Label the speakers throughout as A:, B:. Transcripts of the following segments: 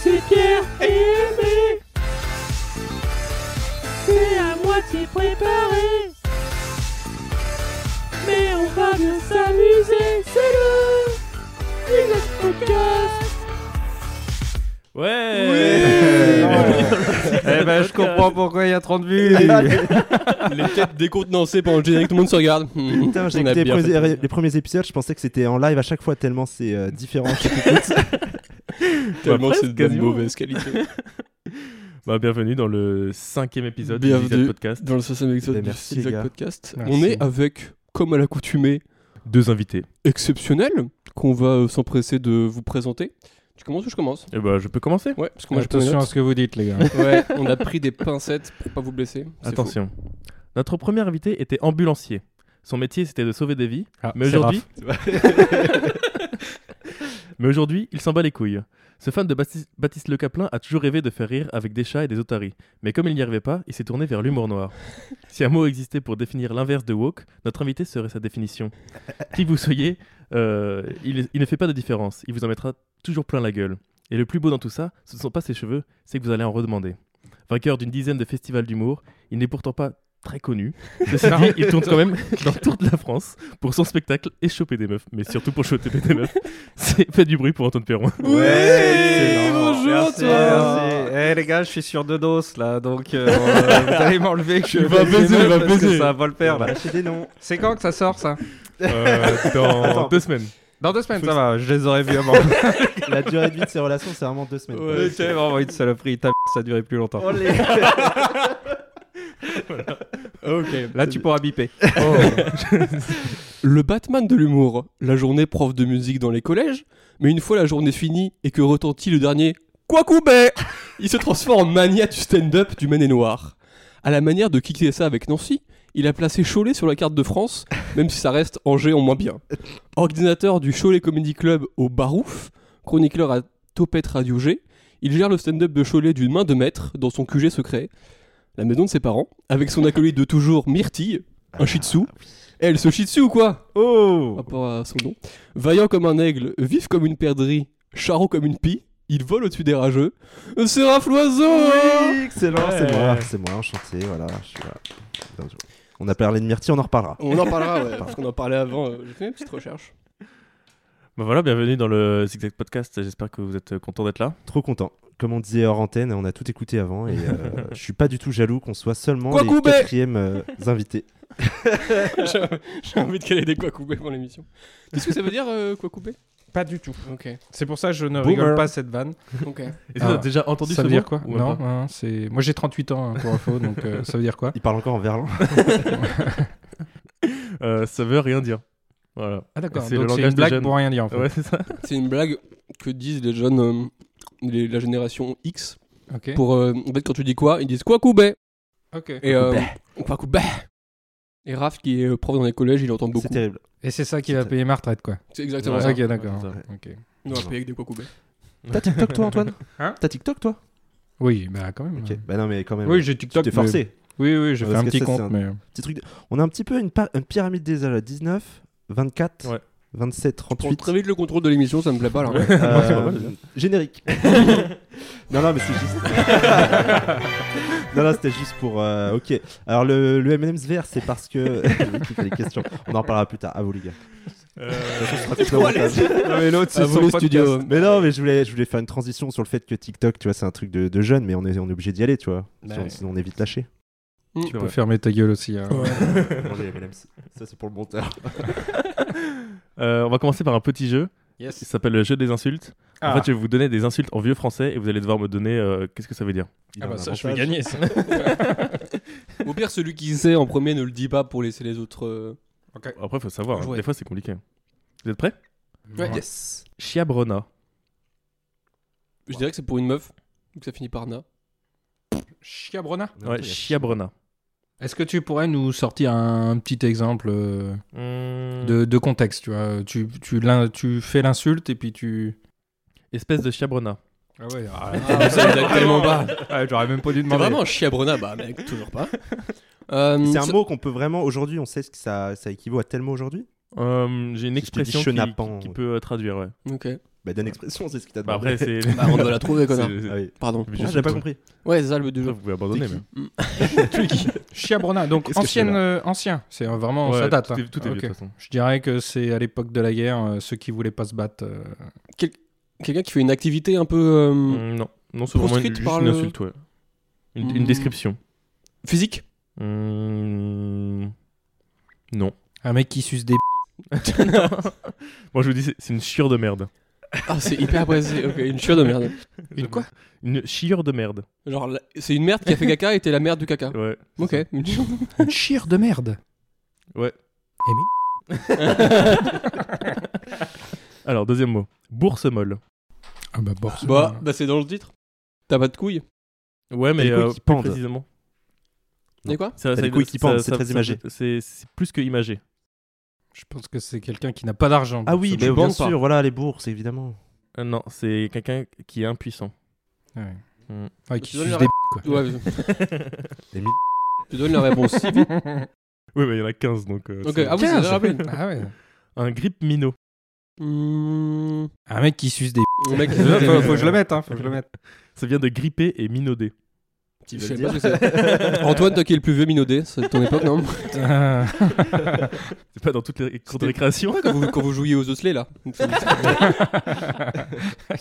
A: c'est Pierre et Aimé. C'est à moitié préparé. Mais on va bien s'amuser. C'est le Peanuts Podcast.
B: Ouais,
C: Eh ben, je comprends pourquoi il y a 30 vues.
B: Les têtes décontenancées pendant le générique, tout le monde se regarde. Hmm,
D: Putain, j'ai
B: on a
D: écouté les,
B: bien fait.
D: premiers- les premiers épisodes, je pensais que c'était en live à chaque fois tellement c'est euh, différent.
B: Tellement c'est de
C: quasiment.
B: mauvaise qualité.
C: Bah, bienvenue dans le cinquième épisode
B: Bienvenue.
C: du Zigzag Podcast.
B: Dans le 5 épisode
D: Ben,
B: du
D: merci,
B: Zigzag
D: les gars.
B: Podcast,
E: Merci.
B: on est avec, comme à l'accoutumée,
C: Deux invités.
B: exceptionnel, qu'on va euh, s'empresser de vous présenter. Tu commences ou je commence
C: Et bah, je peux commencer
B: Ouais, parce que moi je prends mes
E: Attention à
B: notes.
E: ce que vous dites, les gars.
B: Ouais, on a pris des pincettes pour pas vous blesser. C'est
C: Attention. Notre premier invité était ambulancier. Son métier, c'était de sauver des vies.
E: Ah,
C: Mais
E: c'est
C: aujourd'hui.
E: Raph.
C: Mais aujourd'hui, il s'en bat les couilles. Ce fan de Baptiste, Baptiste Le Caplin a toujours rêvé de faire rire avec des chats et des otaries. Mais comme il n'y arrivait pas, il s'est tourné vers l'humour noir. Si un mot existait pour définir l'inverse de woke, notre invité serait sa définition. Qui vous soyez, euh, il, il ne fait pas de différence. Il vous en mettra toujours plein la gueule. Et le plus beau dans tout ça, ce ne sont pas ses cheveux, c'est que vous allez en redemander. Vainqueur d'une dizaine de festivals d'humour, il n'est pourtant pas très connu. Ceci dit, il tourne quand même dans toute la France pour son spectacle et choper des meufs, mais surtout pour choper des meufs. C'est fait du bruit pour Antoine Perron.
B: faux. Ouais, bonjour
C: Merci,
B: toi
C: merci. Eh,
F: les gars, je suis sur deux doses là, donc euh, vous allez m'enlever que je
B: va baise les baiser, il meufs va parce que baiser. ça
F: va pas le faire
D: Lâchez des noms.
F: C'est quand que ça sort ça
E: Euh,
C: dans
D: Attends.
C: deux semaines.
F: Dans deux semaines, ça va, je les aurais vus avant. ok,
D: La durée de vie de ces relations, c'est vraiment deux semaines. quoi.
F: vraiment une saloperie, ta ça durait plus longtemps.
D: Oh, les-
B: Ok.
F: Là, tu pourras biper.
B: Le Batman de l'humour. La journée prof de musique dans les collèges, mais une fois la journée finie et que retentit le dernier Kwakoubé Il se transforme en mania du stand-up du Maine-et-Noir. À la manière de kicker ça avec Nancy, il a placé Cholet sur la carte de France, même si ça reste Angers en moins bien. Ordinateur du Cholet Comedy Club au Barouf, chroniqueur à Topette Radio G, il gère le stand-up de Cholet d'une main de maître dans son QG secret, la maison de ses parents, avec son acolyte de toujours Myrtille, un shih tzu. Eh, elle se chie dessus ou quoi
F: Oh
B: par rapport à son nom. Vaillant comme un aigle, vif comme une perdrix, charrot comme une pie, il vole au-dessus des rageux. C'est Raph Loiseau
D: Oui, excellent, c'est
C: Ouais.
D: moi, c'est moi, enchanté, voilà, je suis là. Bien joué. On a parlé de Myrtille, on en reparlera.
B: On en parlera, ouais, parce qu'on en parlait avant. euh, J'ai fait une petite recherche.
C: Bah voilà, bienvenue dans le Zigzag Podcast. J'espère que vous êtes content d'être là.
D: Trop content. Comme on disait hors antenne, on a tout écouté avant et euh, je suis pas du tout jaloux qu'on soit seulement
B: Quoi
D: les
B: couper
D: quatrièmes euh, invités.
B: J'ai j'ai envie de caler des quoi couper pour l'émission. Qu'est-ce que ça veut dire, euh, quoi couper
E: Pas du tout.
B: Ok,
E: C'est pour ça que je ne
D: Boomer.
E: rigole pas.
F: cette vanne.
B: ok.
C: Est-ce que vous
E: Ah.
C: avez déjà entendu
E: Ça
C: ce
E: veut dire
C: mot
E: quoi
C: ou même
E: Non,
C: pas
E: hein, c'est moi j'ai 38 ans hein, pour info, donc euh, ça veut dire quoi
D: Il parle encore en verlan.
C: Euh, Ça veut rien dire. Voilà.
E: Ah d'accord.
C: C'est le
E: Donc c'est une
C: langage des
E: blague
C: jeunes.
E: pour rien dire en fait.
C: Ouais, c'est ça.
B: C'est une blague que disent les jeunes, euh, les- la génération X.
E: Ok.
B: Pour, euh, en fait, quand tu dis quoi, ils disent quoi couper
E: Ok.
B: Et euh, quoi couper Et Raph, qui est euh, prof dans les collèges, il entend beaucoup.
D: C'est terrible.
E: Et c'est ça qui va
D: C'était-
E: payer ma retraite quoi.
B: C'est exactement
C: Ouais.
B: ça.
E: Ok d'accord. hein.
C: Ouais,
E: Ok.
B: On va payer avec des quoi couper.
D: T'as TikTok toi, Antoine
E: Hein
D: T'as TikTok toi
E: Oui bah quand même.
D: Ok.
E: hein.
D: Bah non, mais quand même.
E: Oui j'ai
D: tu
E: TikTok.
D: t'es
E: mais-
D: forcé.
E: Oui oui j'ai
D: Parce
E: fait un
D: que
E: petit
D: ça, c'est un-
E: compte mais.
D: Petit truc. de- On a un petit peu une, pa- une pyramide des âges là. 19, 24,
C: Ouais.
D: 27,
B: Prends
D: 38.
B: très vite le contrôle de l'émission, ça me plaît pas là.
D: Euh,
C: c'est pas mal, déjà.
D: générique. non, non, mais c'est juste. non, non, c'était juste pour. euh, ok. Alors, le, le MM's vert, c'est parce que. qui fait les questions. On en parlera plus tard. À vous, les gars.
E: Euh,
F: Mais l'autre,
B: Ah, vous, les studios.
D: Mais non, mais je voulais, je voulais faire une transition sur le fait que TikTok, tu vois, c'est un truc de, de jeune, mais on est, on est obligé d'y aller, tu vois. Sinon-
B: ouais.
D: Sinon, on est vite lâché.
B: Tu
E: Tu peux fermer ta gueule aussi. hein.
D: Bon, les M&M's. Ça, c'est pour le monteur.
C: Euh, on va commencer par un petit jeu.
F: Yes.
C: Il s'appelle le jeu des insultes.
E: Ah.
C: En fait, je vais vous donner des insultes en vieux français et vous allez devoir me donner euh, qu'est-ce que ça veut dire.
D: Il
E: Ah
D: a
E: bah
D: un
E: ça je vais
D: avantage.
E: gagner ça.
B: Au pire, celui qui sait en premier ne le dit pas pour laisser les autres. euh,
C: Après, faut savoir. hein.
B: Ouais.
C: Des fois, c'est compliqué. Vous êtes prêts
B: Ouais.
D: Yes.
C: Chiabrona.
B: Je dirais que c'est pour une meuf, donc ça finit par na.
E: Chiabrona.
C: Ouais, Chiabrona.
E: Est-ce que tu pourrais nous sortir un petit exemple euh,
C: Hmm.
E: de, de contexte, tu vois. Tu, tu, l'in- tu fais l'insulte et puis tu.
C: Espèce de Chiabrona.
E: Ah ouais,
B: Ah, ça me tellement pas.
C: Ah,
E: j'aurais même pas dû
B: T'es vraiment un chiabrona, bah mec, toujours pas. Euh,
D: C'est un
B: ça-
D: mot qu'on peut vraiment aujourd'hui, on sait ce que ça, ça équivaut à tel mot aujourd'hui
C: Euh, J'ai une
D: Si je te dis
C: expression qui,
D: chenapan,
C: qui- qui
D: ouais.
C: peut euh, traduire, ouais.
B: Ok.
D: Bah, donne expression, c'est ce qu'il t'a
C: Bah,
D: demandé.
C: après, c'est.
B: Bah, on doit la trouver, connard.
C: c'est-
D: Ah oui.
B: Pardon.
C: Mais je
D: Ah,
C: sais
D: j'ai pas
C: pas.
D: compris.
B: Ouais, c'est ça le but du
C: Vous
B: jeu.
C: pouvez abandonner,
D: C'est
C: même.
E: Chiabrona, ah. donc
D: Qu'est-ce que
E: ancienne,
D: c'est, là
E: euh, ancien, c'est euh, vraiment
C: Ouais,
E: ça date.
C: Tout
E: hein.
C: est, tout est vieux,
E: Ok.
C: de toute façon.
E: Je dirais que c'est à l'époque de la guerre, euh, ceux qui voulaient pas se battre. euh,
B: Quelqu'un qui fait une activité un peu euh,
C: Mm, Non, non c'est vraiment une,
B: Proscrite
C: juste
B: par
C: une
B: le-
C: insulte, ouais. Une, une
B: Mm.
C: description.
B: physique
C: Mm, Non.
E: Un mec qui suce des.
C: Moi, je vous dis, c'est- c'est une chiure de merde.
B: Ah, c'est hyper abrasé. Ok, une chiure de merde.
C: Une quoi Une chiure de merde.
B: Genre, la- c'est une merde qui a fait caca et t'es la merde du caca.
C: Ouais.
B: Ok. une chiure-
E: Une chire de merde.
C: Alors, deuxième mot. Bourse molle.
E: Ah bah bon. c'est
B: Bah,
E: bon.
B: bah c'est dans le titre. T'as pas de couilles.
C: Ouais, mais
D: des couilles
C: euh,
D: qui
C: plus
D: pendent.
C: précisément.
B: Et quoi
C: Ça,
D: T'as des couilles qui
C: ça-
D: pendent,
C: ça-
D: c'est
C: ça-
D: très
C: ça-
D: imagé.
C: C'est c'est plus que imagé.
E: Je pense que c'est quelqu'un qui n'a pas d'argent.
D: Ah oui,
E: Donc,
D: mais
E: je
D: bien
E: pense
D: sûr, voilà, les bourses, évidemment.
C: Euh, non, c'est quelqu'un qui est impuissant.
E: pas. Ouais.
C: Mm.
E: Ouais, qui
B: Tu donnes
E: suce
B: la-
E: des. b- Quoi.
B: Ouais.
D: Des
B: tu donnes la réponse. si vite.
C: Oui, mais il y en a 15, donc. euh,
B: Ok.
C: c'est-
B: Ah oui, c'est
E: 15.
B: très rapide.
E: Ah ouais.
C: Un grippe minot.
B: Mmh.
E: Un mec qui suce des. b-
B: Mon mec,
E: Faut,
B: je
E: faut que je le mette, hein, faut que je le mette.
C: Ça vient de gripper et minauder.
B: sais pas ce que c'est. Antoine, toi qui es le plus vieux minaudé, c'est de ton époque, non
E: Euh,
C: C'est pas dans toutes les cours de récréation.
B: quand vous, quand vous jouiez aux osselets, là.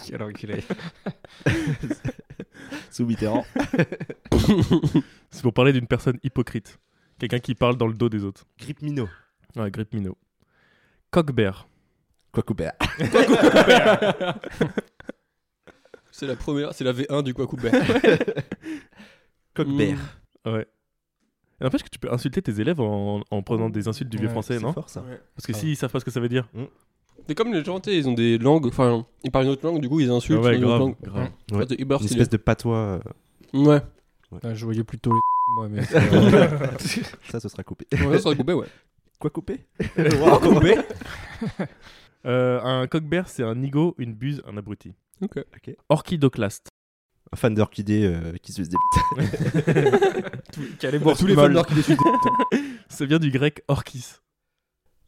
E: Quel enculé.
D: Sous Mitterrand.
C: C'est pour parler d'une personne hypocrite. Quelqu'un qui parle dans le dos des autres.
D: Grippe Minot.
C: Ouais, grippe minot. Cockbear.
D: Quoi couper
B: C'est la première, c'est la V1 du Hmm. Quacoubert.
D: Cockbear.
C: Ouais. Et n'empêche que tu peux insulter tes élèves en, en prenant des insultes du vieux
E: Ouais,
C: français, non
D: C'est fort ça.
C: Parce que s'ils savent pas ce que ça veut dire.
B: C'est comme les gens, tu sais, ils ont des langues, enfin, ils parlent une autre langue, du coup, ils insultent
C: Ah
B: sur une autre langue.
C: grave.
D: Ouais.
B: Ah, c'est hyper
D: Une
B: stylé.
D: espèce de patois.
B: Ouais,
E: Là, Ah, je voyais plutôt les. Moi, mais.
D: euh, ça, ce sera coupé.
B: Ouais, ça serait coupé, ouais.
D: Quoi couper
C: Euh, un cockbear, c'est un nigo, une buse, un abruti.
B: Ok.
C: Orchidoclaste.
D: Un fan d'orchidée euh, qui se des
B: Tous les fans d'or qui décident.
C: Ça vient du grec orchis.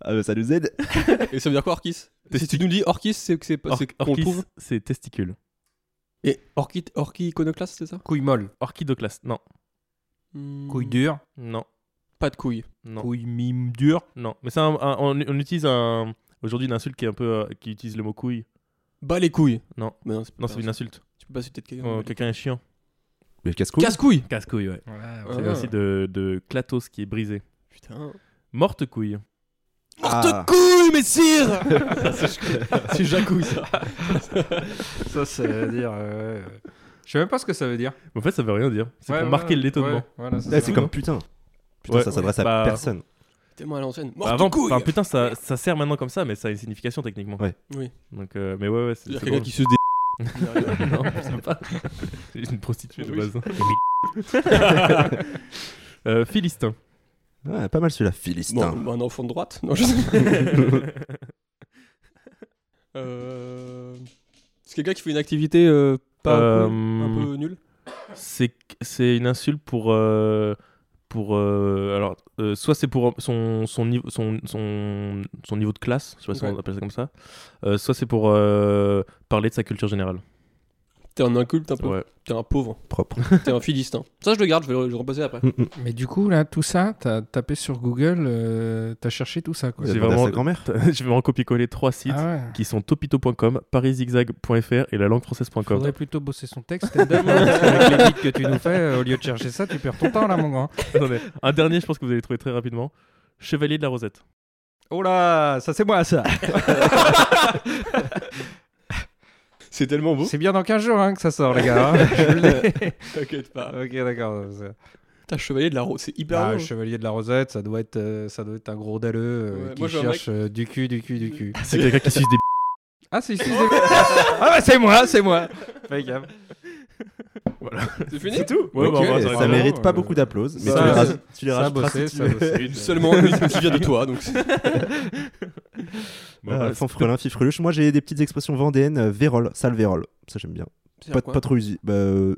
D: Ah bah ça nous aide.
B: Et ça veut dire quoi, Orkis Si tu nous dis Orkis, c'est que c'est pas.
C: Or-
B: Bah, c'est qu'on
C: orchis,
B: trouve.
C: c'est testicule.
B: Et Orkis, Orki iconoclaste, c'est ça
E: Couille molle.
C: Orchidoclaste, non.
B: Hmm.
E: Couille dure.
C: Non.
B: Pas de couilles.
C: Non.
E: Couille mime dure.
C: Non. Mais c'est un- un- on, on utilise un. Aujourd'hui, une insulte qui est un peu. euh, qui utilise le mot couille.
B: Bah les couilles.
C: Non.
B: Bah non, c'est pas
C: Non, c'est
B: grave.
C: une insulte.
B: Tu peux pas insulter de quelqu'un.
C: Oh,
B: Bah, les
C: Quelqu'un est chiant.
D: Mais casse
B: couilles. Casse-couilles
C: Casse-couille, ouais.
B: Ah.
C: Ça vient aussi de, de Klatos qui est brisé.
B: Putain.
C: Morte couille.
D: Ah.
B: Morte couille, messire C'est Jacouille, ça.
E: Ça, ça veut dire. euh, Je sais même pas ce que ça veut dire.
C: En fait, ça veut rien dire. C'est
E: Ouais,
C: pour
E: ouais,
C: marquer
E: ouais,
C: l'étonnement. Bah,
E: ouais, voilà, c'est
D: Ah,
E: ça.
D: c'est comme putain. Putain,
C: Ouais.
D: ça s'adresse
C: Bah,
D: à personne.
B: Tellement à l'ancienne.
C: Bah,
B: Morte
C: avant,
B: couille
C: enfin, putain, ça, ça sert maintenant comme ça, mais ça a une signification techniquement.
D: Ouais.
B: Oui.
C: Donc, euh, mais ouais, ouais, c'est.
B: C'est-à-dire
C: c'est
B: quelqu'un
C: drôle.
B: qui se dé.
C: non, c'est pas. C'est une prostituée de
B: Oui.
C: base. hein. Euh, Philistin.
D: Ouais, pas mal celui-là, Philistin.
B: Bon, bah, un enfant de droite. Non, je Euh, C'est quelqu'un qui fait une activité euh, pas
C: Euh,
B: cool, un peu nulle.
C: C'est c'est une insulte pour euh, pour euh, alors euh, soit c'est pour son son niveau son, son son niveau de classe, je sais pas si
B: Ouais.
C: on appelle ça comme ça. Euh, soit c'est pour euh, parler de sa culture générale.
B: T'es un inculte un peu.
C: Ouais.
B: T'es un pauvre.
D: Propre.
B: T'es un philistin. Ça, je le garde. Je vais le, je vais le repasser après.
D: Mm, mm.
E: Mais du coup, là, tout ça, t'as tapé sur Google, euh, t'as cherché tout ça, quoi.
D: Il a
C: J'ai
D: demandé à
C: vraiment-
D: sa grand-mère.
C: je vais en copier-coller trois sites
E: Ah ouais.
C: qui sont topito.com, pariszigzag.fr et la langue française.com.
E: Faudrait plutôt bosser son texte, stand-up, hein, parce qu'avec les bits que tu nous fais, euh, au lieu de chercher ça, tu perds ton temps, là, mon grand.
C: Attendez, un dernier, je pense que vous allez le trouver très rapidement. Chevalier de la Rosette.
F: Oh là, ça c'est moi ça.
B: C'est tellement beau.
E: C'est bien dans 15 jours hein, que ça sort, les gars. hein. Je l'ai.
B: T'inquiète pas.
E: ok, d'accord. C'est-
B: T'as chevalier de la rose. C'est hyper
C: Bah,
E: Ah,
B: beau.
E: Chevalier de la Rosette, ça doit être, euh, ça doit être un gros dalleux euh,
B: Ouais,
E: qui
B: moi, j'ai un
E: cherche euh, du cul, du cul, du cul.
C: C'est quelqu'un qui suce des
E: Ah, si, si, c'est Ah, bah, c'est moi, c'est moi. Fais gaffe.
B: C'est fini.
D: tout
C: Ouais, bah, on va s'arrêter
D: Ça
C: là.
D: mérite pas
E: Euh,
D: beaucoup d'applauses, mais
E: ça,
D: tu les
E: ça,
D: ras- tu les
E: Ça a
D: rajouteras
E: bossé,
D: si tu
E: ça a
D: veux.
E: bossé.
B: Une- Seulement une qui vient de toi. Donc c'est-
C: Bon,
D: Ah,
C: bah,
D: Fanfreluche, fifreluche. Moi, j'ai des petites expressions vendéennes. euh, Vérole, sale vérole. Ça, j'aime bien.
B: c'est
D: Pas,
B: quoi
D: pas trop usé. Bah, euh,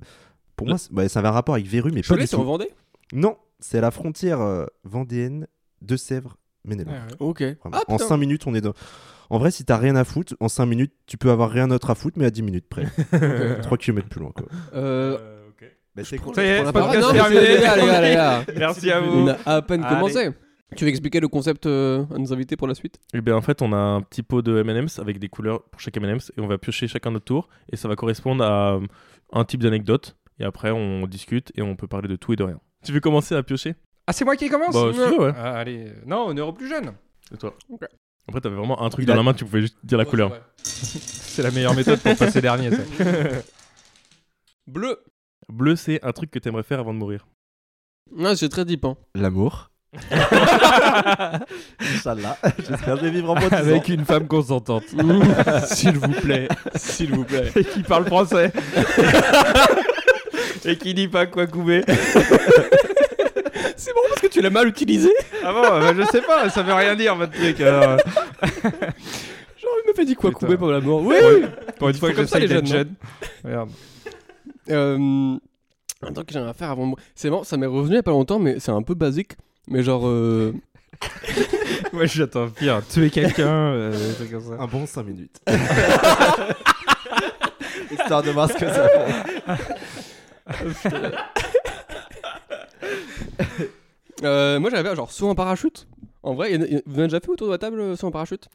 D: pour moi, c'est- bah, ça avait un rapport avec verru, mais pas
B: Cholet,
D: du
B: c'est en
D: tout.
B: Vendée
D: Non, c'est à la frontière euh, vendéenne, de Sèvres Ménélo.
B: Ok.
D: Vraiment.
B: Ah,
D: en
B: putain.
D: 5 minutes, on est dans. En vrai, si t'as rien à foutre, en 5 minutes, tu peux avoir rien d'autre à foutre, mais à 10 minutes près. 3 km plus loin, quoi.
B: Euh,
D: Bah, c'est cool.
F: Ça y est,
B: on a pas-
F: podcast
B: Ah, non, mais c'est-
F: terminé.
B: les gars, les gars, les gars.
F: Merci à
B: On
F: vous.
B: a à peine
F: Allez.
B: commencé. Tu veux expliquer le concept euh, à nos invités pour la suite
C: Et Eh bien en fait, on a un petit pot de M&M's avec des couleurs pour chaque M&M's et on va piocher chacun notre tour et ça va correspondre à euh, un type d'anecdote et après on discute et on peut parler de tout et de rien. Tu veux commencer à piocher
F: Ah, c'est moi qui commence
C: Bah si tu veux, ouais.
E: Ah, allez, euh, non, honneur aux plus jeunes.
C: Et toi
B: Ok.
C: Après, t'avais vraiment un truc
D: Il
C: dans
D: a-
C: la main, tu pouvais juste dire la couleur.
E: C'est la meilleure méthode pour passer dernier. ça.
B: Bleu.
C: Bleu, c'est un truc que t'aimerais faire avant de mourir.
B: Ah, c'est très deep. hein.
D: L'amour. Inch'Allah. J'espère que je vais vivre en moins de 10
E: Avec
D: ans.
E: une femme consentante.
B: S'il vous plaît. S'il vous plaît.
F: Et qui parle français. Et qui dit pas quoi couper.
B: C'est bon parce que tu l'as mal utilisé.
F: Ah bon, bah, je sais pas, ça veut rien dire votre truc. alors.
B: Genre, il me fait dit quoi
F: Putain.
B: couper pour la mort. Oui.
F: Pour une fois
B: font
F: que
B: comme ça, les
F: j'essaye d'être
B: jeunes,
F: jeune. Regarde.
B: Euh, un truc que j'aimerais faire avant. de mou- C'est bon, ça m'est revenu il y a pas longtemps, mais c'est un peu basique. Mais genre, euh,
F: Moi j'attends pire, tuer quelqu'un, euh, des trucs comme ça.
D: Un bon 5 minutes. Histoire de voir ce que ça fait.
B: euh, moi j'avais genre saut en parachute. En vrai, y en a- y en a- vous en avez déjà fait autour de la table euh, saut en parachute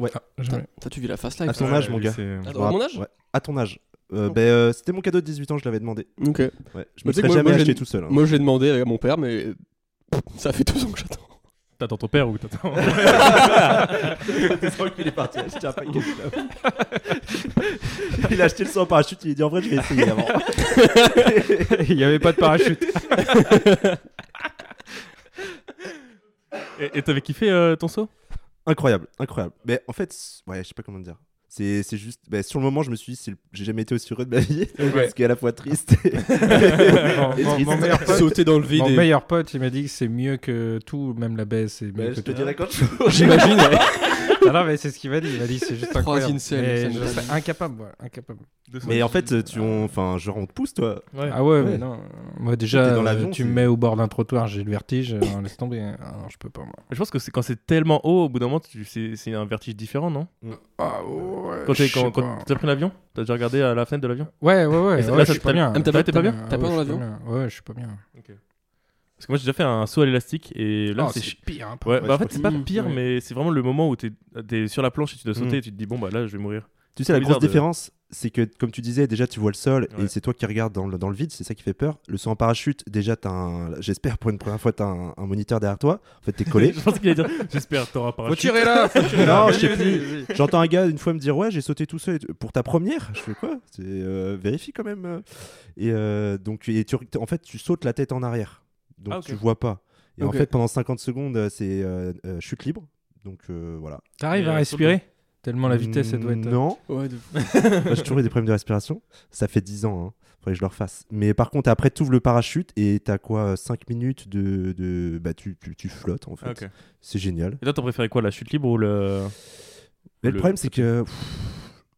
B: Ça, tu vis la face là.
D: À ton âge, mon gars.
B: À mon âge
D: Ouais. À ton âge. Euh, ben, euh, C'était mon cadeau de 18 ans, je l'avais demandé.
B: Ok.
D: Ouais. Je
B: Mais
D: me
B: tu sais que
D: serais
B: moi-
D: jamais
B: moi, j'ai-
D: acheté tout seul. hein.
B: Moi, je l'ai demandé à mon père, mais ça fait deux ans que j'attends.
C: T'attends ton père ou t'attends
D: C'est sûr qu'il est parti acheter un paquet de clubs. Il a acheté le saut en parachute, il a dit en vrai je vais essayer avant.
F: Il n'y avait pas de parachute.
C: Et et t'avais kiffé euh, ton saut
D: Incroyable, incroyable. Mais en fait, c- ouais, je sais pas comment dire. C'est c'est juste, bah, sur le moment, je me suis dit, c'est le- j'ai jamais été aussi heureux de ma vie. Parce qu'à la fois triste et.
E: Mon-
D: et
E: mon-
D: triste.
E: mon meilleur pote-
B: Sauter dans le vide.
E: Mon
B: et-
E: meilleur pote, il m'a dit que c'est mieux que tout, même la baisse, c'est mieux
D: Bah,
E: que
D: je te
E: tout.
D: dirai quand je.
E: J'imagine. non, non, mais c'est ce qu'il m'a dit. Il m'a dit c'est juste
B: Trois
E: incroyable.
B: incels,
E: Mais
B: ça me
E: je
B: donne-
E: serais incapable, voilà, incapable.
D: Mais en fait,
C: Ah.
D: tu on- enfin, genre, on te pousse, toi.
E: Ah ouais,
D: Ouais.
E: mais non. Moi déjà,
D: T'es dans
E: euh,
D: l'avion,
E: tu
D: c'est-
E: me mets au bord d'un trottoir, j'ai le vertige. euh, non, laisse tomber. Ah non, je peux pas moi.
C: Je pense que c'est quand c'est tellement haut, au bout d'un moment, tu- c'est c'est un vertige différent, non
E: Ah ouais.
C: Quand t'es-
E: je sais
C: quand-
E: pas.
C: quand t'as pris l'avion T'as déjà regardé à la fenêtre de l'avion
E: Ouais, ouais, ouais.
C: Et ça-
E: ouais,
C: là,
E: je
C: ça
E: suis
C: te
E: pas
C: prend-
E: bien.
B: Ah, mais t'as
E: Ouais,
B: pas- t'es pas bien
E: Ah
B: T'as pas
E: ouais,
B: dans
E: je suis
B: l'avion
E: pas bien. Ouais, je suis pas bien.
C: Parce que moi, j'ai déjà fait un saut à l'élastique et là,
E: Oh,
C: c'est
E: c'est pire. hein, par-
C: Ouais,
D: Ouais,
C: bah en
D: je
C: fait,
D: crois
C: c'est pas
B: que-
C: pire,
E: Ouais.
C: mais c'est vraiment le moment où t'es es sur la planche et tu dois sauter
D: Mm.
C: et tu te dis, bon, bah là, je vais mourir.
D: Tu sais, la
C: Bizarre
D: grosse
C: de-
D: différence, c'est que, comme tu disais, déjà, tu vois le sol
C: Ouais.
D: et c'est toi qui regardes dans le, dans le vide, c'est ça qui fait peur. Le saut en parachute, déjà, t'as un. J'espère pour une première fois, t'as un, un moniteur derrière toi. En fait, t'es collé.
C: je pense qu'il allait dire, j'espère, t'auras pas
E: Faut tirer là. faut tirer là.
D: non, je sais
E: Vas-y,
D: plus.
E: vas-y, vas-y.
D: J'entends un gars une fois me dire ouais j'ai sauté tout seul et tout. pour ta première. Je fais quoi C'est euh, vérifie quand même. euh. Et euh, donc et tu, en fait tu sautes la tête en arrière. Donc
C: Ah, ok.
D: tu vois pas. Et en
B: Ok.
D: fait pendant 50 secondes euh, c'est euh, euh, chute libre. Donc euh, voilà.
E: T'arrives
C: Mais,
E: à
C: euh,
E: respirer Tellement la vitesse, elle doit être. euh,
D: Non,
B: Ouais, de-
D: Moi, j'ai toujours eu des problèmes de respiration. Ça fait 10 ans. Hein. Faudrait que je le refasse. Mais par contre après tu ouvres le parachute et t'as quoi 5 minutes de, de bah tu, tu, tu flottes en fait.
C: Ah, Ok. Et
D: C'est génial.
C: toi, t'en préférais quoi, la chute libre ou le.
D: Mais le,
C: Le-
D: problème c'est que pff,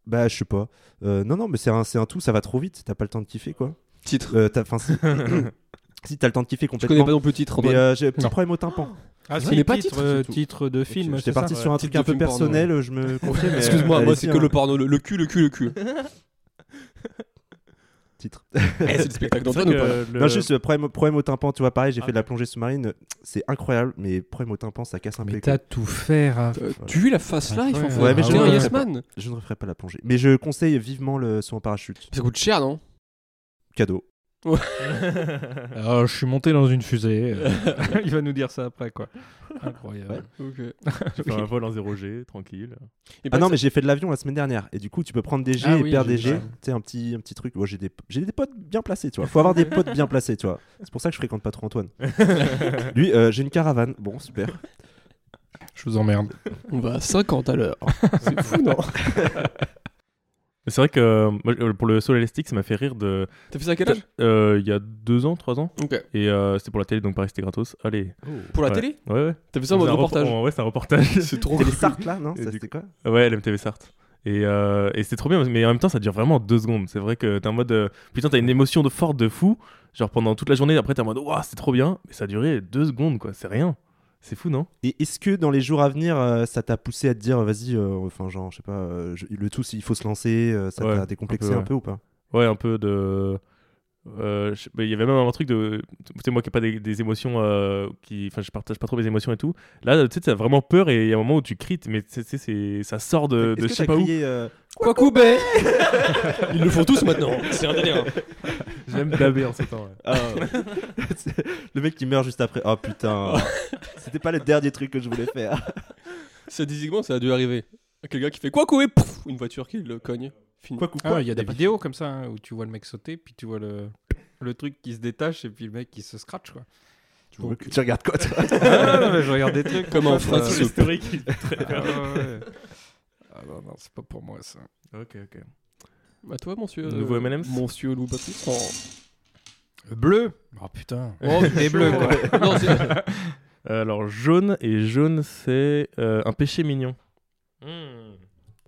D: bah je sais pas. Euh, non non mais c'est un, c'est un tout. Ça va trop vite. T'as pas le temps de kiffer quoi.
B: Titre.
D: Euh, t'as- 'fin, si, si t'as le temps de kiffer
B: Je connais
D: complètement.
B: pas non plus le titre.
D: mais
B: Antoine.
D: euh, j'ai un petit
E: Non.
D: problème au tympan.
E: Ah,
B: connais pas
E: titre,
B: titre,
E: euh,
D: surtout.
E: titre de film.
D: J'étais
E: c'est ça
D: parti sur un
B: Titre
D: truc
B: de
D: un peu
B: film porno,
D: personnel, je me confie. mais
B: Excuse-moi, moi
D: allez-y,
B: c'est
D: hein,
B: que le porno, le, le cul, le cul, le cul.
D: Titre.
B: Eh, c'est le spectacle
C: C'est vrai
B: d'Antoine ou pas
C: que le-
D: Non, juste euh, problème, problème au tympan, tu vois, pareil, j'ai
C: Ah,
D: fait de la plongée sous-marine, c'est incroyable, mais problème au tympan, ça casse un peu.
E: Mais
D: les
E: t'as
D: couilles.
E: tout faire. à-
B: Euh, Tu vis la face life en
E: Ouais,
B: fait.
D: ouais, mais
B: T'es
D: je-
B: un
D: ouais,
B: yes
D: ouais.
B: man.
D: Je ne referai pas la plongée. Mais je conseille vivement le saut en parachute.
B: Ça coûte cher, non
D: Cadeau.
E: Ah, je suis monté dans une fusée. Il va nous dire ça après, quoi. Incroyable.
B: Ok.
C: Ah, tu fais un vol en 0G, tranquille.
B: Et
D: Ah non,
B: ça-
D: mais j'ai fait de l'avion la semaine dernière, et du coup, tu peux prendre des jets
E: Ah
D: et
E: oui,
D: perdre
E: j'ai
D: des
E: vu
D: jets.
E: ça.
D: Tu sais, un petit, un petit truc. Moi, j'ai des, j'ai des potes bien placés, tu vois. Faut avoir des potes bien placés, tu vois. C'est pour ça que je fréquente pas trop Antoine. Lui, euh, j'ai une caravane. Bon, super.
E: Je vous emmerde.
B: on va à 50 à l'heure. c'est fou, non
C: Mais c'est vrai que euh, moi, euh, pour le saut à l'élastique, ça m'a fait rire de.
B: T'as fait ça à quel
C: Euh,
B: âge
C: Il y a deux ans, trois ans.
B: Ok.
C: Et euh, c'était pour la télé, donc pareil, c'était gratos. Allez.
B: Pour la
C: Ouais.
B: télé
C: Ouais, ouais.
B: T'as fait ça en
C: On
B: mode
C: faisait un repor-
B: reportage
C: on- Ouais, c'est un reportage. C'est trop
D: C'était les Sark là, non
C: Et
D: Ça
C: du
D: c'était quoi
C: Ouais, l'MTV Sarthe. Et, euh, et c'était trop bien, mais en même temps, ça dure vraiment deux secondes. C'est vrai que t'es en mode. euh, putain, t'as une émotion de forte de fou. Genre pendant toute la journée, après t'es en mode. Waouh, c'est trop bien. Mais ça a duré deux secondes, quoi. C'est rien. C'est fou, non
D: Et est-ce que dans les jours à venir, euh, ça t'a poussé à te dire, vas-y, euh, enfin, genre, je sais pas, euh, je- le tout, c'est- il faut se lancer, euh, ça
C: Ouais,
D: t'a
C: un
D: décomplexé
C: peu,
D: un
C: ouais.
D: peu ou pas
C: Ouais, un peu de. euh, je sais pas, Il y avait même un truc de. Tu sais, moi qui n'ai pas des, des émotions. euh, qui... Enfin, je partage pas trop mes émotions et tout. Là, tu sais, t'as vraiment peur et il y a un moment où tu cries, mais tu sais, tu sais, c'est- ça sort de,
D: Est-ce
C: de je
D: que
C: sais
D: t'as
C: pas où.
D: crié, euh,
B: Kwakubé Ils le font tous maintenant, c'est un délire. hein.
C: J'aime daber en ce temps. ouais.
D: Ah, c'est- le mec qui meurt juste après. Oh putain. C'était pas le dernier truc que je voulais faire.
B: Statistiquement, ça a dû arriver. Quelqu'un qui fait Kwakubé, pouf, une voiture qui le cogne. Fini.
D: Quoi, quoi,
E: Ah, il y a des
D: pas-
E: vidéos comme ça hein, où tu vois le mec sauter, puis tu vois le, le truc qui se détache et puis le mec qui se scratch quoi.
D: Tu, vois- tu regardes quoi
C: euh,
D: toi
E: Ah, non, mais je regarde des trucs
B: Comme en France,
E: euh,
B: le-
C: Historique.
E: Ah, ouais, ouais. Ah, non, non, c'est pas pour moi ça.
C: ok, ok.
B: À toi, monsieur. euh,
C: Nouveau M&M's
B: Monsieur Loup Baptiste. Oh.
E: Bleu Oh putain.
B: Oh,
E: Et bleu quoi.
B: non, c'est-
C: Euh, Alors, jaune, et jaune, c'est euh, un péché mignon.